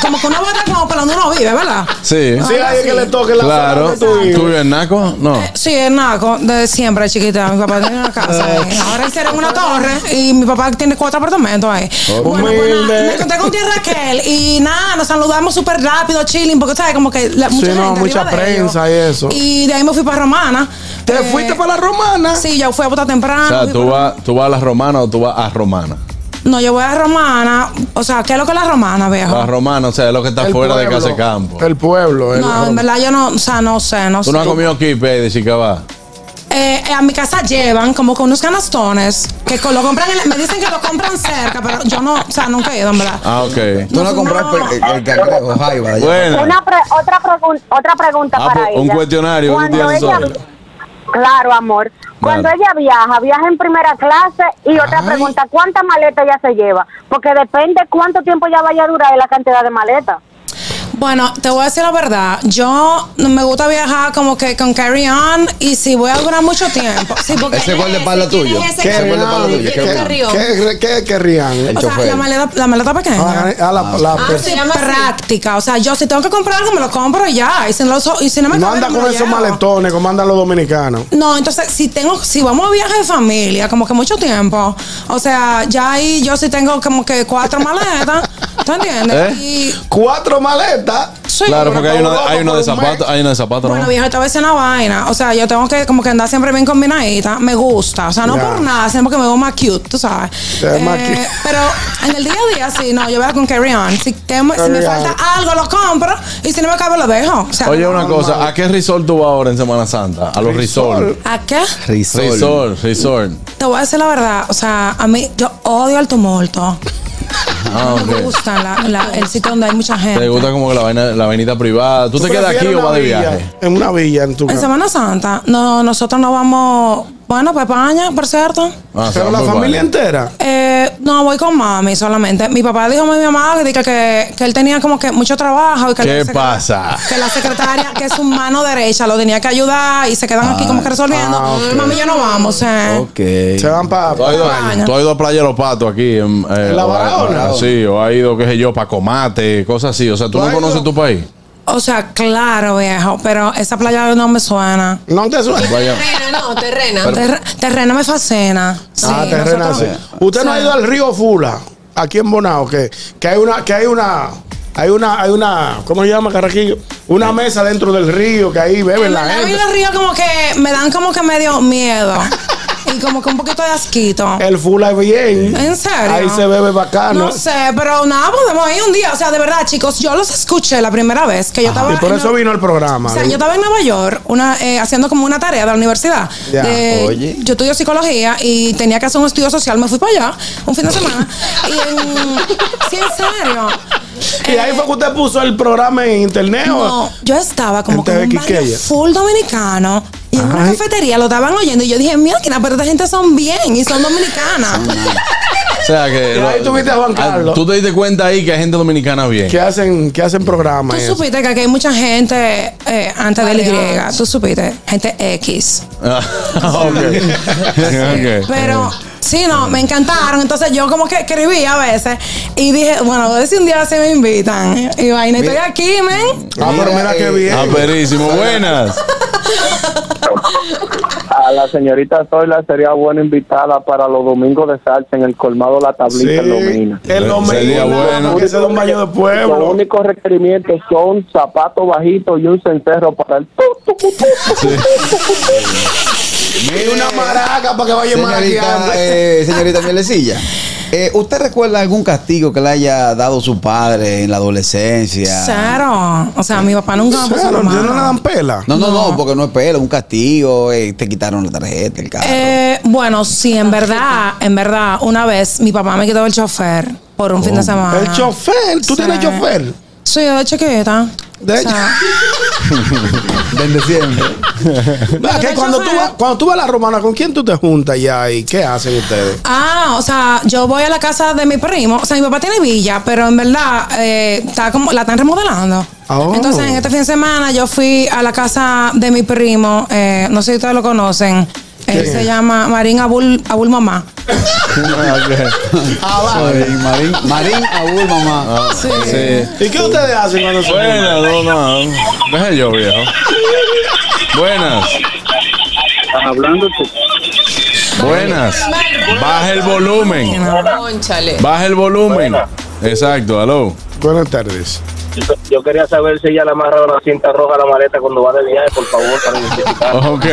E: Como que uno vota como para donde uno vive, ¿verdad?
B: Sí.
C: Sí, ahí es que le toque la
B: Claro.
C: zona donde tú
B: ¿Tú
C: vives.
B: vives en Naco? No.
E: Sí, es naco, de siempre, chiquita. Mi papá tiene una casa ahí. Ahora hicieron una torre y mi papá tiene cuatro apartamentos ahí. Bueno, pues nada,
C: Oh, Humilde.
E: me encontré con tía Raquel y nada, nos saludamos súper rápido, chilling, porque sabes, como que la- mucha
C: Sí, no,
E: gente
C: mucha
E: arriba de
C: prensa
E: ellos.
C: y eso.
E: Y de ahí me fui para Romana.
C: ¿Te
E: Eh,
C: fuiste para la romana?
E: Sí, yo fui a votar
B: O
E: temprano.
B: sea,
E: fui
B: ¿tú vas, ¿tú vas a la romana o tú vas a romana?
E: No, yo voy a Romana. O sea, ¿qué es lo que es la Romana, viejo?
B: La romana, o sea, es lo que está
C: El
B: fuera de
C: pueblo.
B: Casa Campo.
C: El pueblo. el-
E: No, en verdad yo no, o sea, no sé, no
B: ¿Tú
E: sé.
B: no has comido kipe de Chicabá?
E: Eh, eh, a mi casa llevan como que unos canastones que co- lo compran, en la- me dicen que lo compran cerca, pero yo no, o sea, nunca he ido, en verdad.
B: Ah, ok.
D: Tú no compras per- el, el cangrejo, jaiba. allá.
B: Bueno.
K: Una pre- otra, pregun- otra pregunta
B: Ah,
K: para
B: pues, un
K: ella.
B: cuestionario, un
K: Cuando
B: día de
K: ella-
B: sol.
K: Claro, amor. Cuando ella viaja, viaja en primera clase y otra
C: Ay.
K: pregunta, ¿cuántas maletas ella se lleva? Porque depende cuánto tiempo ya vaya a durar la cantidad de maletas.
E: Bueno, te voy a decir la verdad. Yo no me gusta viajar como que con carry on y si voy a durar mucho tiempo. Sí, porque
D: ¿Ese cuál de
E: si
D: palo
E: tienes
D: tuyo?
E: ese
D: ¿Qué
E: carry
D: cuál de palo
E: on,
D: tuyo?
E: tienes
D: ¿Qué
E: carry on.
C: ¿Qué, qué querrían?
D: El
E: O sea,
D: chofer.
E: la maleta, la maleta pequeña.
C: Ah, A la, la-
E: Ah, sí, práctica. O sea, yo si tengo que comprar algo, me lo compro y ya. Y si no, lo so- y si no me
C: no
E: cabe,
C: anda
E: me lo
C: con esos
E: llevo.
C: maletones como andan los dominicanos.
E: No, entonces si tengo, si vamos a viaje de familia, como que mucho tiempo. O sea, ya ahí yo sí tengo como que cuatro maletas. ¿Tú entiendes?
B: ¿Eh?
E: Y
C: Cuatro maletas.
E: Sí.
B: Claro, porque hay una, hay una de zapatos, hay una de zapatos.
E: Bueno, viejo, te voy a decir una vaina. O sea, yo tengo que como que andar siempre bien combinadita. Me gusta. O sea, no
B: Ya.
E: por nada, sino porque me veo más cute, tú sabes. Eh,
B: Te ves más cute.
E: Pero en el día a día, sí, no, yo voy con carry on. Si, te- si me
B: Carry on.
E: falta algo, lo compro. Y si no me cabe, lo dejo. O sea,
B: Oye, una cosa, ¿a qué resort tú vas ahora en Semana Santa? A los resort.
E: ¿A qué?
B: Resort. Resort, resort.
E: Te voy a decir la verdad. O sea, a mí, yo odio el tumulto.
B: Ah,
E: No me
B: ok.
E: gusta la- la- el sitio donde hay mucha gente.
B: ¿Te gusta como que la, vaina, la vainita privada? ¿Tú te quedas aquí o vas de viaje?
C: En una villa, en tu
E: En
C: casa.
E: Semana Santa, no, nosotros no vamos, bueno, para España, por cierto.
B: Ah, se
C: Pero
B: van
C: la
B: por
C: familia
B: España.
C: entera.
E: Eh, no, voy con mami solamente. Mi papá dijo a mi mamá que, dije que, que él tenía como que mucho trabajo y que, la,
B: ¿Qué
E: secre-
B: pasa?
E: que la secretaria, que es su mano derecha, lo tenía que ayudar y se quedan aquí como que resolviendo.
B: ah, ok.
E: Mami, yo no vamos, eh.
B: Se
C: van para
B: ¿Tú has ido,
E: España.
B: tú has ido a Playa Los Patos aquí? En, eh,
E: La
B: o-
E: Barahona.
B: Sí, o has ido, qué sé yo, para Comate, cosas así. O sea, ¿tú, no conoces tu país?
E: O sea, claro, viejo, pero esa playa no me suena.
C: No te
B: suena. Vaya.
G: Terrena, no, terrena.
E: terrena me fascina.
C: ah,
E: Sí,
C: terrena,
E: nosotros-
C: sí. Usted no ha ido al río Fula, aquí en Bonao, que, que hay una, que hay una, hay una, hay una, ¿cómo se llama, Carraquillo? Una mesa dentro del río que ahí beben la
E: A mí
C: gente.
E: los ríos como que me dan como que medio miedo. y como que un poquito de asquito.
C: El Fula es bien.
E: ¿En serio?
C: Ahí se bebe bacano.
E: No sé, pero nada, podemos ir un día. O sea, de verdad, chicos, yo los escuché la primera vez que yo estaba.
C: y por
E: en-
C: eso vino el programa.
E: o sea, yo estaba en Nueva York una, eh, haciendo como una tarea de la universidad.
C: Ya,
E: De-
C: oye.
E: Yo estudio psicología y tenía que hacer un estudio social. Me fui para allá un fin de semana. y en, sí, en serio.
C: y ahí fue que usted puso el programa en internet.
E: No, yo estaba como que en un barrio full dominicano y en una cafetería lo estaban oyendo y yo dije, mira, pero esta gente son bien y son dominicanas.
B: O sea, que.
C: Y ahí
B: lo-
C: tuviste a Juan
B: ah,
C: Carlos.
B: Tú te diste cuenta ahí que hay gente dominicana bien.
C: Que hacen, que hacen
E: Tú
C: programas. y eso.
E: supiste que aquí hay mucha gente eh, antes del Y, tú supiste, gente X.
B: Ah, ok. Ok.
E: Pero sí, no, me encantaron. Entonces yo como que escribí a veces y dije, bueno, a ver si un día se me invitan. Y vaina, estoy
B: Mira.
E: aquí, men.
C: Ah, pero mira qué bien.
B: Ah, perísimo. Buenas.
J: A la señorita Zoila sería buena invitada para los domingos de salsa en el colmado La Tablita en Lomina.
C: El hombre
B: Sería bueno.
C: que se da un baño de
J: Los
C: pueblo.
J: únicos requerimientos son zapatos bajitos y un cencerro para el...
C: Y una maraca para que vaya
D: Señorita,
C: maraqueando.
D: eh, señorita Mielecilla, eh, ¿usted recuerda algún castigo que le haya dado su padre en la adolescencia?
E: Cero. O sea, mi papá nunca me puso la mano.
C: pela?
D: No, no, no, porque no es pela, un castigo, eh, te quitaron la tarjeta, el carro.
E: Eh, bueno, sí, en verdad, en verdad, una vez mi papá me quitó el chofer por un fin de semana.
C: Oh. El chofer, ¿tú tienes chofer?
E: Sí, yo de chiquita.
C: De
E: O sea,
D: Desde siempre.
C: Vea que cuando tú, vas, cuando tú vas a la romana, ¿con quién tú te juntas ya y qué hacen ustedes?
E: Ah, o sea, yo voy a la casa de mi primo. O sea, mi papá tiene villa, pero en verdad eh, está como, la están remodelando.
C: Oh.
E: Entonces, en este fin de semana yo fui a la casa de mi primo. eh, no sé si ustedes lo conocen. Él
D: ¿Quién
E: se
D: es?
E: llama Marín Abul, Abul Mamá.
D: Soy Marín, Marín Abul, mamá.
E: Sí.
C: ¿Y qué ustedes hacen cuando se
B: Ah, Buenas, no, no. Deja yo, viejo. Buenas.
J: Hablando
B: Buenas. Baja el volumen.
G: Cónchale.
B: Baja el volumen. Exacto, aló.
C: Buenas tardes.
J: Yo quería saber si ella le amarra una cinta roja a la maleta cuando va de viaje, por favor, para identificar.
B: Ok,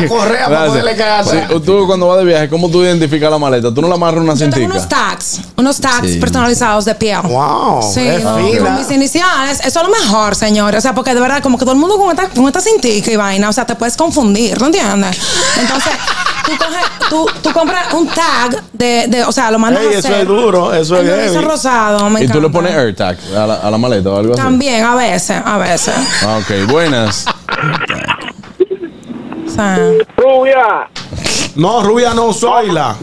B: ok.
J: correa para poderle cagar.
B: Sí, tú cuando vas de viaje, ¿cómo tú identificas la maleta? ¿Tú no la amarras una
E: Unos
B: cintica?
E: tags, unos tags
B: Sí.
E: personalizados de piel.
C: Wow,
E: Sí,
B: qué
E: con
B: fina.
E: mis iniciales. Eso es lo mejor, señores. O sea, porque de verdad, como que todo el mundo con esta, con esta cintica y vaina, o sea, te puedes confundir, ¿no entiendes? Entonces, tú, coges- tú, tú compras un tag de, de- o sea, lo mandas
B: Ey,
E: a
B: eso
E: hacer.
B: es duro, eso es
E: Entonces,
B: heavy.
E: rosado, me
B: Y tú le
E: encanta.
B: pones AirTag a la, a la maleta o algo así.
E: También, a veces, a veces.
B: Ah, ok, buenas.
E: O sea,
I: Rubia.
C: No, Rubia no, Zoila.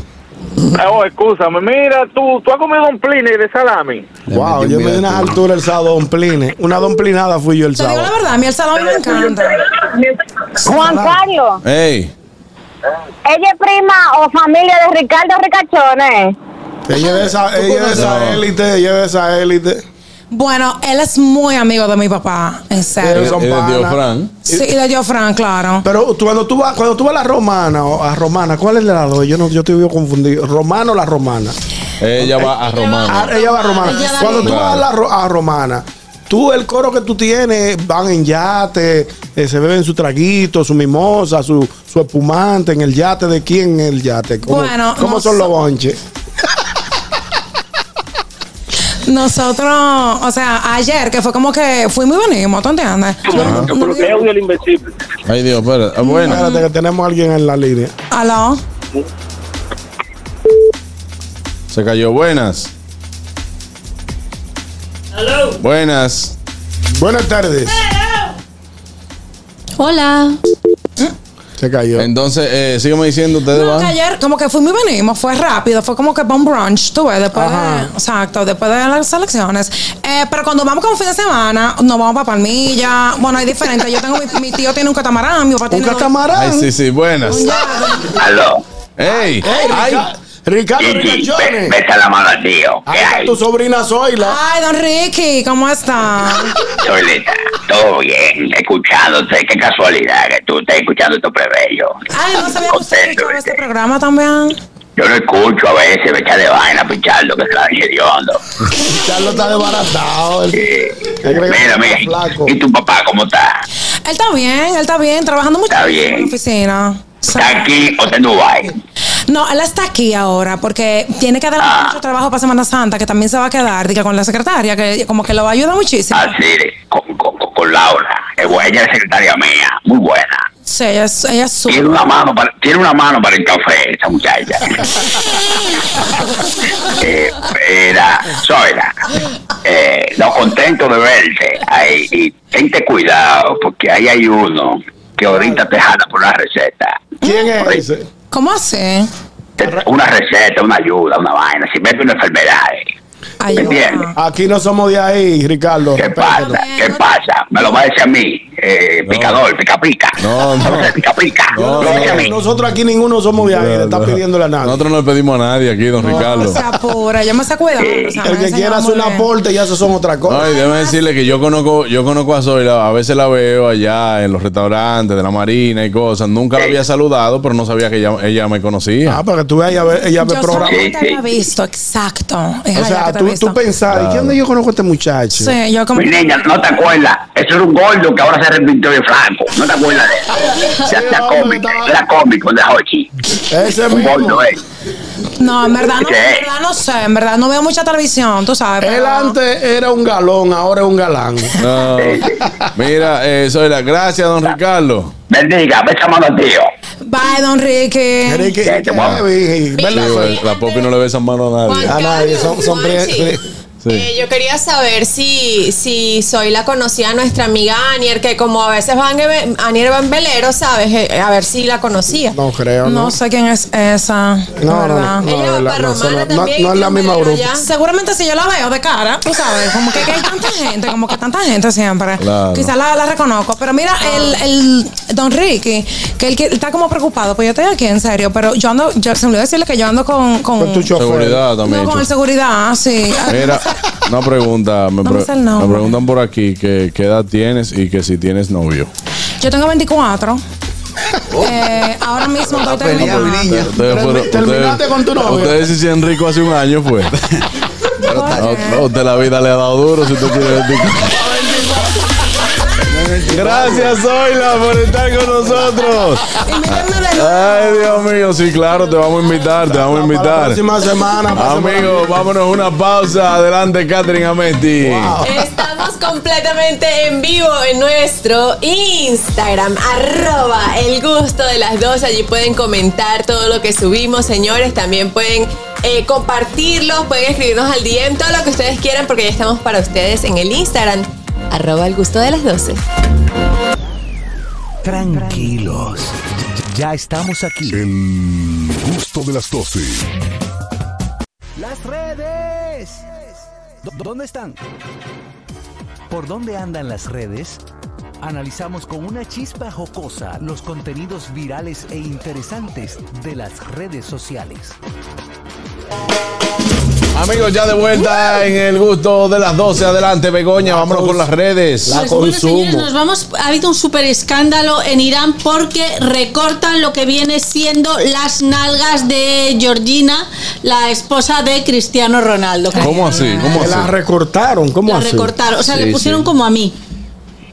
I: Oh, escúchame. Mira, tú, tú has comido un pline de salami.
C: Wow, yo me di unas alturas el sábado, dompline. Una domplinada fui yo el
E: te digo la
C: sábado.
E: verdad, a mí el salón me encanta.
K: Juan Carlos,
B: Ey.
K: ella es prima o familia de Ricardo Ricachones.
C: Ella es de esa,
K: ¿Tú
C: ella es de esa
B: conoces?
C: élite, ella es de esa élite.
E: Bueno, él es muy amigo de mi papá, en serio.
C: Ellos son
B: Y de
C: panas.
B: Tío Fran.
E: Sí, y de Jofran, claro.
C: Pero tú, cuando tú vas, cuando tú vas a la romana o a romana, ¿cuál es la dos? Yo no, yo te veo confundido. Romana o la romana.
B: Ella va a Romano.
C: Ah, ella va a romana.
E: Ella va a
C: cuando tú
B: Romana.
C: vas a la ro- a romana, Tú, el coro que tú tienes, van en yate, eh, se beben su traguito, su mimosa, su, su espumante en el yate. ¿De quién es el yate? ¿Cómo,
E: Bueno,
C: ¿cómo
E: no
C: son
E: sé.
C: los bonches?
E: Nosotros, o sea, ayer que fue como que fuimos y venimos, ¿tú entiendes?
I: Pero que audio el invencible.
B: Ay, Dios, espera. Ah, Bueno.
C: Espérate, que tenemos a alguien en la línea.
E: Aló.
B: Se cayó. Buenas. Buenas.
C: Buenas tardes.
F: Hola.
C: Se cayó.
B: Entonces, eh, sígueme diciendo, ustedes
E: Como que
B: van.
E: ayer como que fuimos y venimos, fue rápido, fue como que para un brunch, tú ves, después de, exacto, después de las elecciones. Eh, pero cuando vamos con fin de semana, nos vamos para Palmilla, bueno, hay diferentes, yo tengo, mi, mi tío tiene un catamarán, mi papá tiene
B: Ay, sí, sí, buenas.
P: Aló.
B: ¡Ey! ¡Ay!
C: Ricardo
P: Ricky, ve- vete a la mano, tío. ¿Qué hay?
C: Ah, Tu sobrina Zoila.
E: Ay, don Ricky, ¿cómo está?
P: Solita, todo bien, escuchándote. Qué casualidad que tú estés escuchando tu prebello.
E: Ay, no sabía que usted escuchaba este programa también.
P: Yo lo escucho a veces, me echa de vaina, picharlo, que está hediondo.
C: Charlo está desbaratado.
P: Mira, mira, ¿y tu papá cómo está?
E: Él está bien, él está bien, trabajando mucho
P: Está bien.
E: en la oficina.
P: ¿Está aquí o está en Dubái?
E: No, él está aquí ahora porque tiene que dar mucho trabajo para Semana Santa, que también se va a quedar diga, con la secretaria, que como que lo ayuda muchísimo.
P: Así, con, con, con, con Laura. Es buena, Ella es secretaria mía, muy buena.
E: Sí, ella es, ella es su-
P: Tiene una mano para, tiene una mano para el café, esa muchacha. eh, era, Zoila, eh, no contento de verte. Ay, y tente cuidado, porque ahí hay uno que ahorita te jala por una receta.
C: ¿Quién es ese?
E: ¿Mm? ¿Cómo hace?
P: Te- Una receta, una ayuda, una vaina. Si ves una enfermedad, eh,
E: Ay,
P: ¿me entiendes?
C: Aquí no somos de ahí, Ricardo.
P: ¿Qué pasa? ¿Qué pasa? Me lo va a decir a mí, eh, picador, pica pica.
B: No, no.
P: Pica pica.
B: No,
P: Lo dice a
B: no.
P: mí.
C: Eh, Nosotros aquí ninguno somos de ahí, le está pidiéndole a nadie.
B: Nosotros no le pedimos a nadie aquí, don Ricardo.
E: Está pura, yo me sacudo.
C: El que quiera hacer un aporte, ya eso son otra cosa.
B: Ay, déjame decirle que yo conozco, yo conozco a Zoila, a veces la veo allá en los restaurantes de la marina y cosas. Nunca la había saludado, pero no sabía que ella, ella me conocía.
C: Ah, para que tú veas, ella ve, ella ve
E: Yo
C: programa.
E: solamente había visto, exacto. Es
C: O
E: allá
C: sea,
E: que te he
C: tú,
E: visto.
C: tú pensabas, ¿y
B: Claro.
C: qué onda yo conozco a este muchacho?
E: Sí, yo como...
P: Mi niña, no te acuerdas. Eso era un gordo que ahora se arrepintió de flaco. No te acuerdas de eso. Ya está cómico. Era cómico de Hochi.
C: Ese
P: Un gordo, eh.
E: No, en verdad no,
P: Sí.
E: en verdad no sé, en verdad no veo mucha televisión, tú sabes.
C: Él
E: pero-
C: antes era un galón, ahora es un galán.
B: No. Mira, eh, Zoila, gracias, don Ricardo.
P: Bendiga, besa mano al tío.
E: Bye, don Ricky.
C: que-
P: Ya, te voy a-
C: Sí, ¿verdad?
B: Sí, la Popi no le besa mano a nadie.
C: A nadie, son, son
G: Juanchi.
C: pri-
B: Sí.
G: Eh, yo quería saber si, si soy la conocida nuestra amiga Anier, que como a veces van en- Anier va en velero, ¿sabes? Eh, a ver si la conocía.
C: No creo, ¿no?
E: No sé quién es esa,
C: No, no,
E: la
C: no,
E: verdad.
C: no,
G: Ella va
C: ¿verdad?
G: para
C: No,
G: Romana
C: son la- no-
G: también,
C: no es la
G: que
C: misma
G: velero
C: grupo.
G: ya.
E: Seguramente si yo la veo de cara, tú sabes, como que, que hay tanta gente, como que tanta gente siempre.
B: Claro.
E: Quizás la, la reconozco. Pero mira, el, el Don Ricky, que él que- está como preocupado, pues yo estoy aquí en serio, pero yo ando, yo, se me olvidó decirle que yo ando con. con,
C: Con tu chofer.
B: Seguridad también.
E: no, con el
B: chico.
E: seguridad, sí. Ah,
B: Mira, una pregunta. Me,
E: No
B: pre-
E: me sé el nombre.
B: me preguntan por aquí que qué edad tienes y que si tienes novio.
E: Yo tengo 24. Eh, ahora mismo estoy terminando.
B: Ustedes fueron-
C: terminaste
B: ustedes-
C: con tu novio.
B: Ustedes se hicieron ricos hace un año, fue. A- a usted la vida le ha dado duro si usted tiene 24. Gracias, Zoila, por estar con nosotros.
E: Invítenme de nuevo.
B: Ay, Dios mío, sí, claro, te vamos a invitar, te vamos a
C: La
B: invitar.
C: próxima semana. próxima-
B: Amigos, vámonos una pausa. Adelante, Catherine Amesti.
G: Estamos completamente en vivo en nuestro Instagram, arroba el gusto de las dos. Allí pueden comentar todo lo que subimos, señores. También pueden eh, compartirlo, pueden escribirnos al DM, todo lo que ustedes quieran, porque ya estamos para ustedes en el Instagram, arroba el gusto de las 12.
A: Tranquilos, ya estamos aquí.
M: El gusto de las 12.
A: Las redes. ¿Dó- ¿Dónde están? ¿Por dónde andan las redes? Analizamos con una chispa jocosa los contenidos virales e interesantes de las redes sociales.
B: Amigos, ya de vuelta en el gusto de las 12. Adelante, Begoña, vámonos con las redes.
F: Pues bueno, señores, nos vamos. Ha habido un súper escándalo en Irán porque recortan lo que viene siendo las nalgas de Georgina, la esposa de Cristiano Ronaldo.
B: ¿Cómo así? ¿Cómo
C: Que
B: así?
C: la recortaron, ¿cómo
F: La
C: así?
F: recortaron, o sea, le
C: Sí,
F: pusieron
C: sí.
F: como a mí.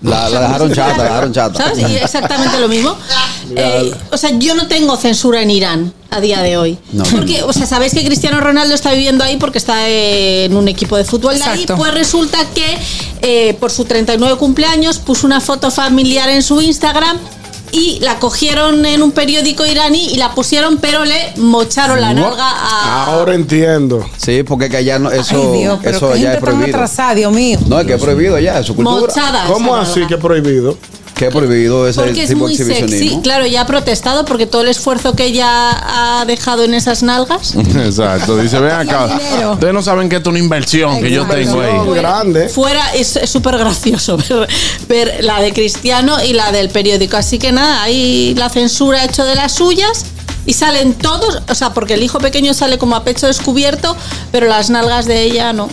D: La, la dejaron chata, la dejaron chata.
F: ¿Sabes? Y exactamente lo mismo. Eh, o sea, yo no tengo censura en Irán a día de hoy.
D: No.
F: Porque, o sea, sabéis que Cristiano Ronaldo está viviendo ahí porque está eh, en un equipo de fútbol de ahí.
Q: Exacto.
F: Pues resulta que eh, por su 39 cumpleaños puso una foto familiar en su Instagram. Y la cogieron en un periódico iraní y la pusieron, pero le mocharon la nalga a.
C: Ahora entiendo.
D: Sí, porque que allá no, eso,
E: Ay, Dios, pero
D: eso
E: qué
D: allá
E: gente
D: es
E: tan
D: prohibido.
E: atrasada, Dios mío.
D: No, es que es prohibido allá, es su cultura.
F: Mochada esa ¿Cómo así
D: que es prohibido? Que es prohibido ese
F: Porque es
D: Ah, tipo
F: muy
D: de
F: sexy.
D: exhibicionismo.
F: Claro, ya ha protestado porque todo el esfuerzo que ella ha dejado en esas nalgas.
B: Exacto, dice, ven acá.
F: dinero.
B: Ustedes no saben que esto es una inversión que yo tengo ahí. Eh,
F: Fuera es es súper gracioso ver, ver la de Cristiano y la del periódico. Así que nada, ahí la censura ha hecho de las suyas y salen todos, o sea, porque el hijo pequeño sale como a pecho descubierto, pero las nalgas de ella no.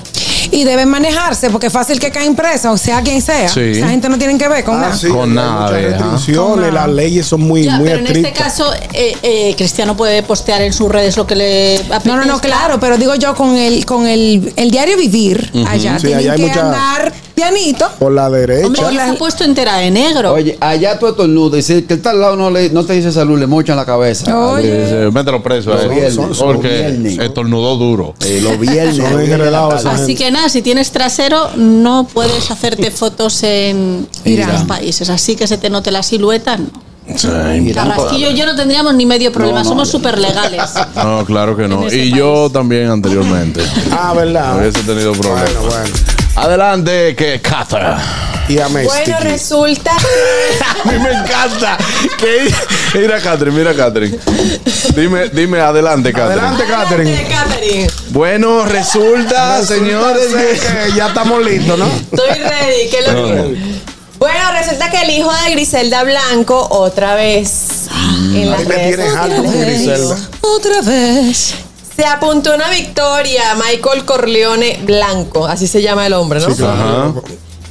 E: Y deben manejarse porque es fácil que caen presos, sea quien sea.
C: Sí.
E: Esa gente no tiene que ver con
C: Ah,
E: nada.
B: Con
C: nada,
B: vieja.
C: restricciones, las leyes son muy,
F: Ya,
C: muy
F: pero en este
C: estrictas.
F: caso, eh, eh, Cristiano puede postear en sus redes lo que le apetezca.
E: No, no, no, claro, pero digo yo con el con el, el diario vivir
D: Ujú.
E: allá
D: Sí,
E: tienen
D: allá hay
E: que
D: mucha-
E: andar pianito.
C: Por la derecha.
F: Hombre, ella se ha puesto entera de negro.
D: Oye, allá tú estornudas y si el que está al lado no, le, no te dice salud, le mochan la cabeza.
B: Dice, Mételo preso
D: Los
B: eh,
D: viernes, los
B: porque
D: viernes.
B: estornudó duro.
D: los viernes, Son los viernes de la enredados tarde. esa
F: Así que nada, si tienes trasero, no puedes hacerte fotos en
D: Irán.
F: los países. Así que se te note la silueta, no. Carrasquillo
B: Carrasquillo
F: y yo no tendríamos ni medio problema,
B: No, no,
F: somos súper legales.
B: No, claro que no.
F: este
B: Y yo también anteriormente.
C: Ah, verdad.
B: Hubiese tenido problemas. Adelante, que Cata.
C: Y a
G: Bueno, resulta
B: A mí me encanta. Que mira, Catherine, mira, Catherine. Dime, dime, adelante, Catherine.
C: Adelante, Catherine.
B: Bueno, resulta, señores,
C: que ya estamos listos, ¿no?
G: Estoy ready, que lo Bueno, resulta que el hijo de Griselda Blanco otra vez en las
C: Ahí me
G: redes
C: tienes harto con
G: sociales.
C: Griselda.
G: Otra vez. Se apuntó una victoria a Michael Corleone Blanco, así se llama el hombre, ¿no?
B: Ajá.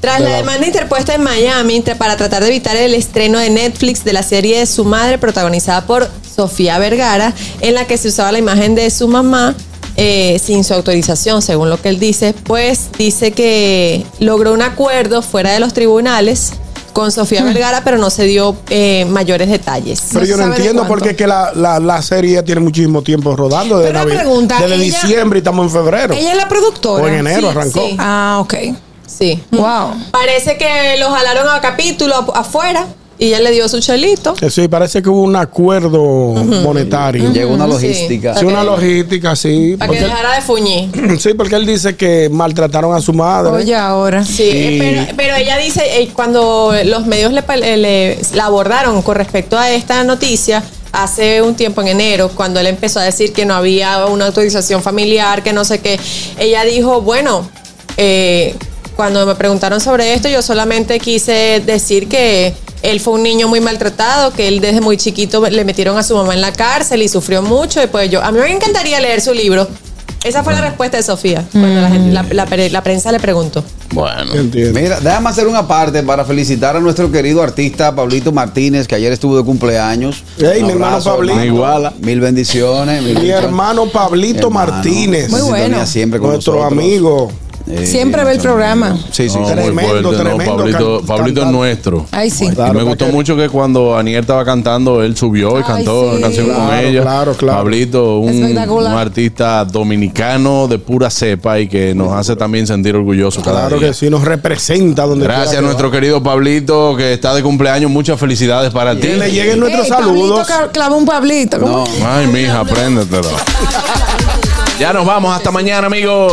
G: Tras la demanda interpuesta en Miami tra- para tratar de evitar el estreno de Netflix de la serie de su madre, protagonizada por Sofía Vergara, en la que se usaba la imagen de su mamá eh, sin su autorización, según lo que él dice, pues dice que logró un acuerdo fuera de los tribunales con Sofía Vergara, pero no se dio eh, mayores detalles.
C: Pero yo no
G: sabe de
C: entiendo por qué es que la, la, la serie ya tiene muchísimo tiempo rodando. Desde,
E: Pero una
C: Navidad-
E: pregunta,
C: desde
E: ella-
C: diciembre y estamos en febrero.
E: Ella es la productora.
C: O en enero arrancó.
E: Ah, ok.
G: Sí.
E: Wow.
G: Parece que lo jalaron a capítulo afu- afuera y ya le dio su chelito.
C: Que Sí, parece que hubo un acuerdo monetario.
G: Llegó una Sí. logística.
C: Sí, una logística, sí.
G: Para que
C: porque-
G: dejara de fuñir.
C: sí, porque él dice que maltrataron a su madre.
E: Oye, ahora.
G: Sí, eh, pero, pero ella dice, eh, cuando los medios le, pa- eh, le- la abordaron con respecto a esta noticia, hace un tiempo en enero, cuando él empezó a decir que no había una autorización familiar, que no sé qué, ella dijo, bueno, eh, cuando me preguntaron sobre esto, yo solamente quise decir que él fue un niño muy maltratado, que él desde muy chiquito le metieron a su mamá en la cárcel y sufrió mucho. Y pues yo, a mí me encantaría leer su libro. Esa fue la respuesta de Sofía cuando la, gente- la- la pre- la prensa le preguntó.
B: Bueno.
D: Mira, déjame hacer una parte para felicitar a nuestro querido artista Pablito Martínez, que ayer estuvo de cumpleaños.
C: Ey,
D: Un
C: mi hermano
D: abrazo,
C: Pablito.
D: hermano. Mil bendiciones. mil
C: Mi
D: bendiciones.
C: hermano Pablito
D: Hermano,
C: Martínez.
D: Muy en sintonía bueno. siempre con
C: Nuestro
D: nosotros.
C: amigo. Eh,
E: Siempre ve el programa.
D: Sí, sí,
B: No, muy
C: Tremendo,
B: fuerte, no, Pablito,
C: tremendo can-
B: Pablito es
C: cantante.
B: nuestro.
E: Ay, sí.
B: Y me gustó mucho que cuando Aniel estaba cantando, él subió y cantó una canción con
C: Claro,
B: ella.
C: claro, claro.
B: Pablito, un,
C: Espectacular.
B: un artista dominicano de pura cepa y que nos hace también sentir orgullosos cada
C: Claro
B: día.
C: que sí, nos representa donde
B: Gracias
C: quiera
B: a
C: que
B: nuestro querido Pablito que está de cumpleaños. Muchas felicidades para ti.
C: Que le lleguen nuestros
E: Ey,
C: saludos.
E: Eh, Pablito ca- clavó un Pablito. ¿cómo?
B: No. Ay, mija, apréndetelo. Ya nos vamos. Hasta mañana, amigos.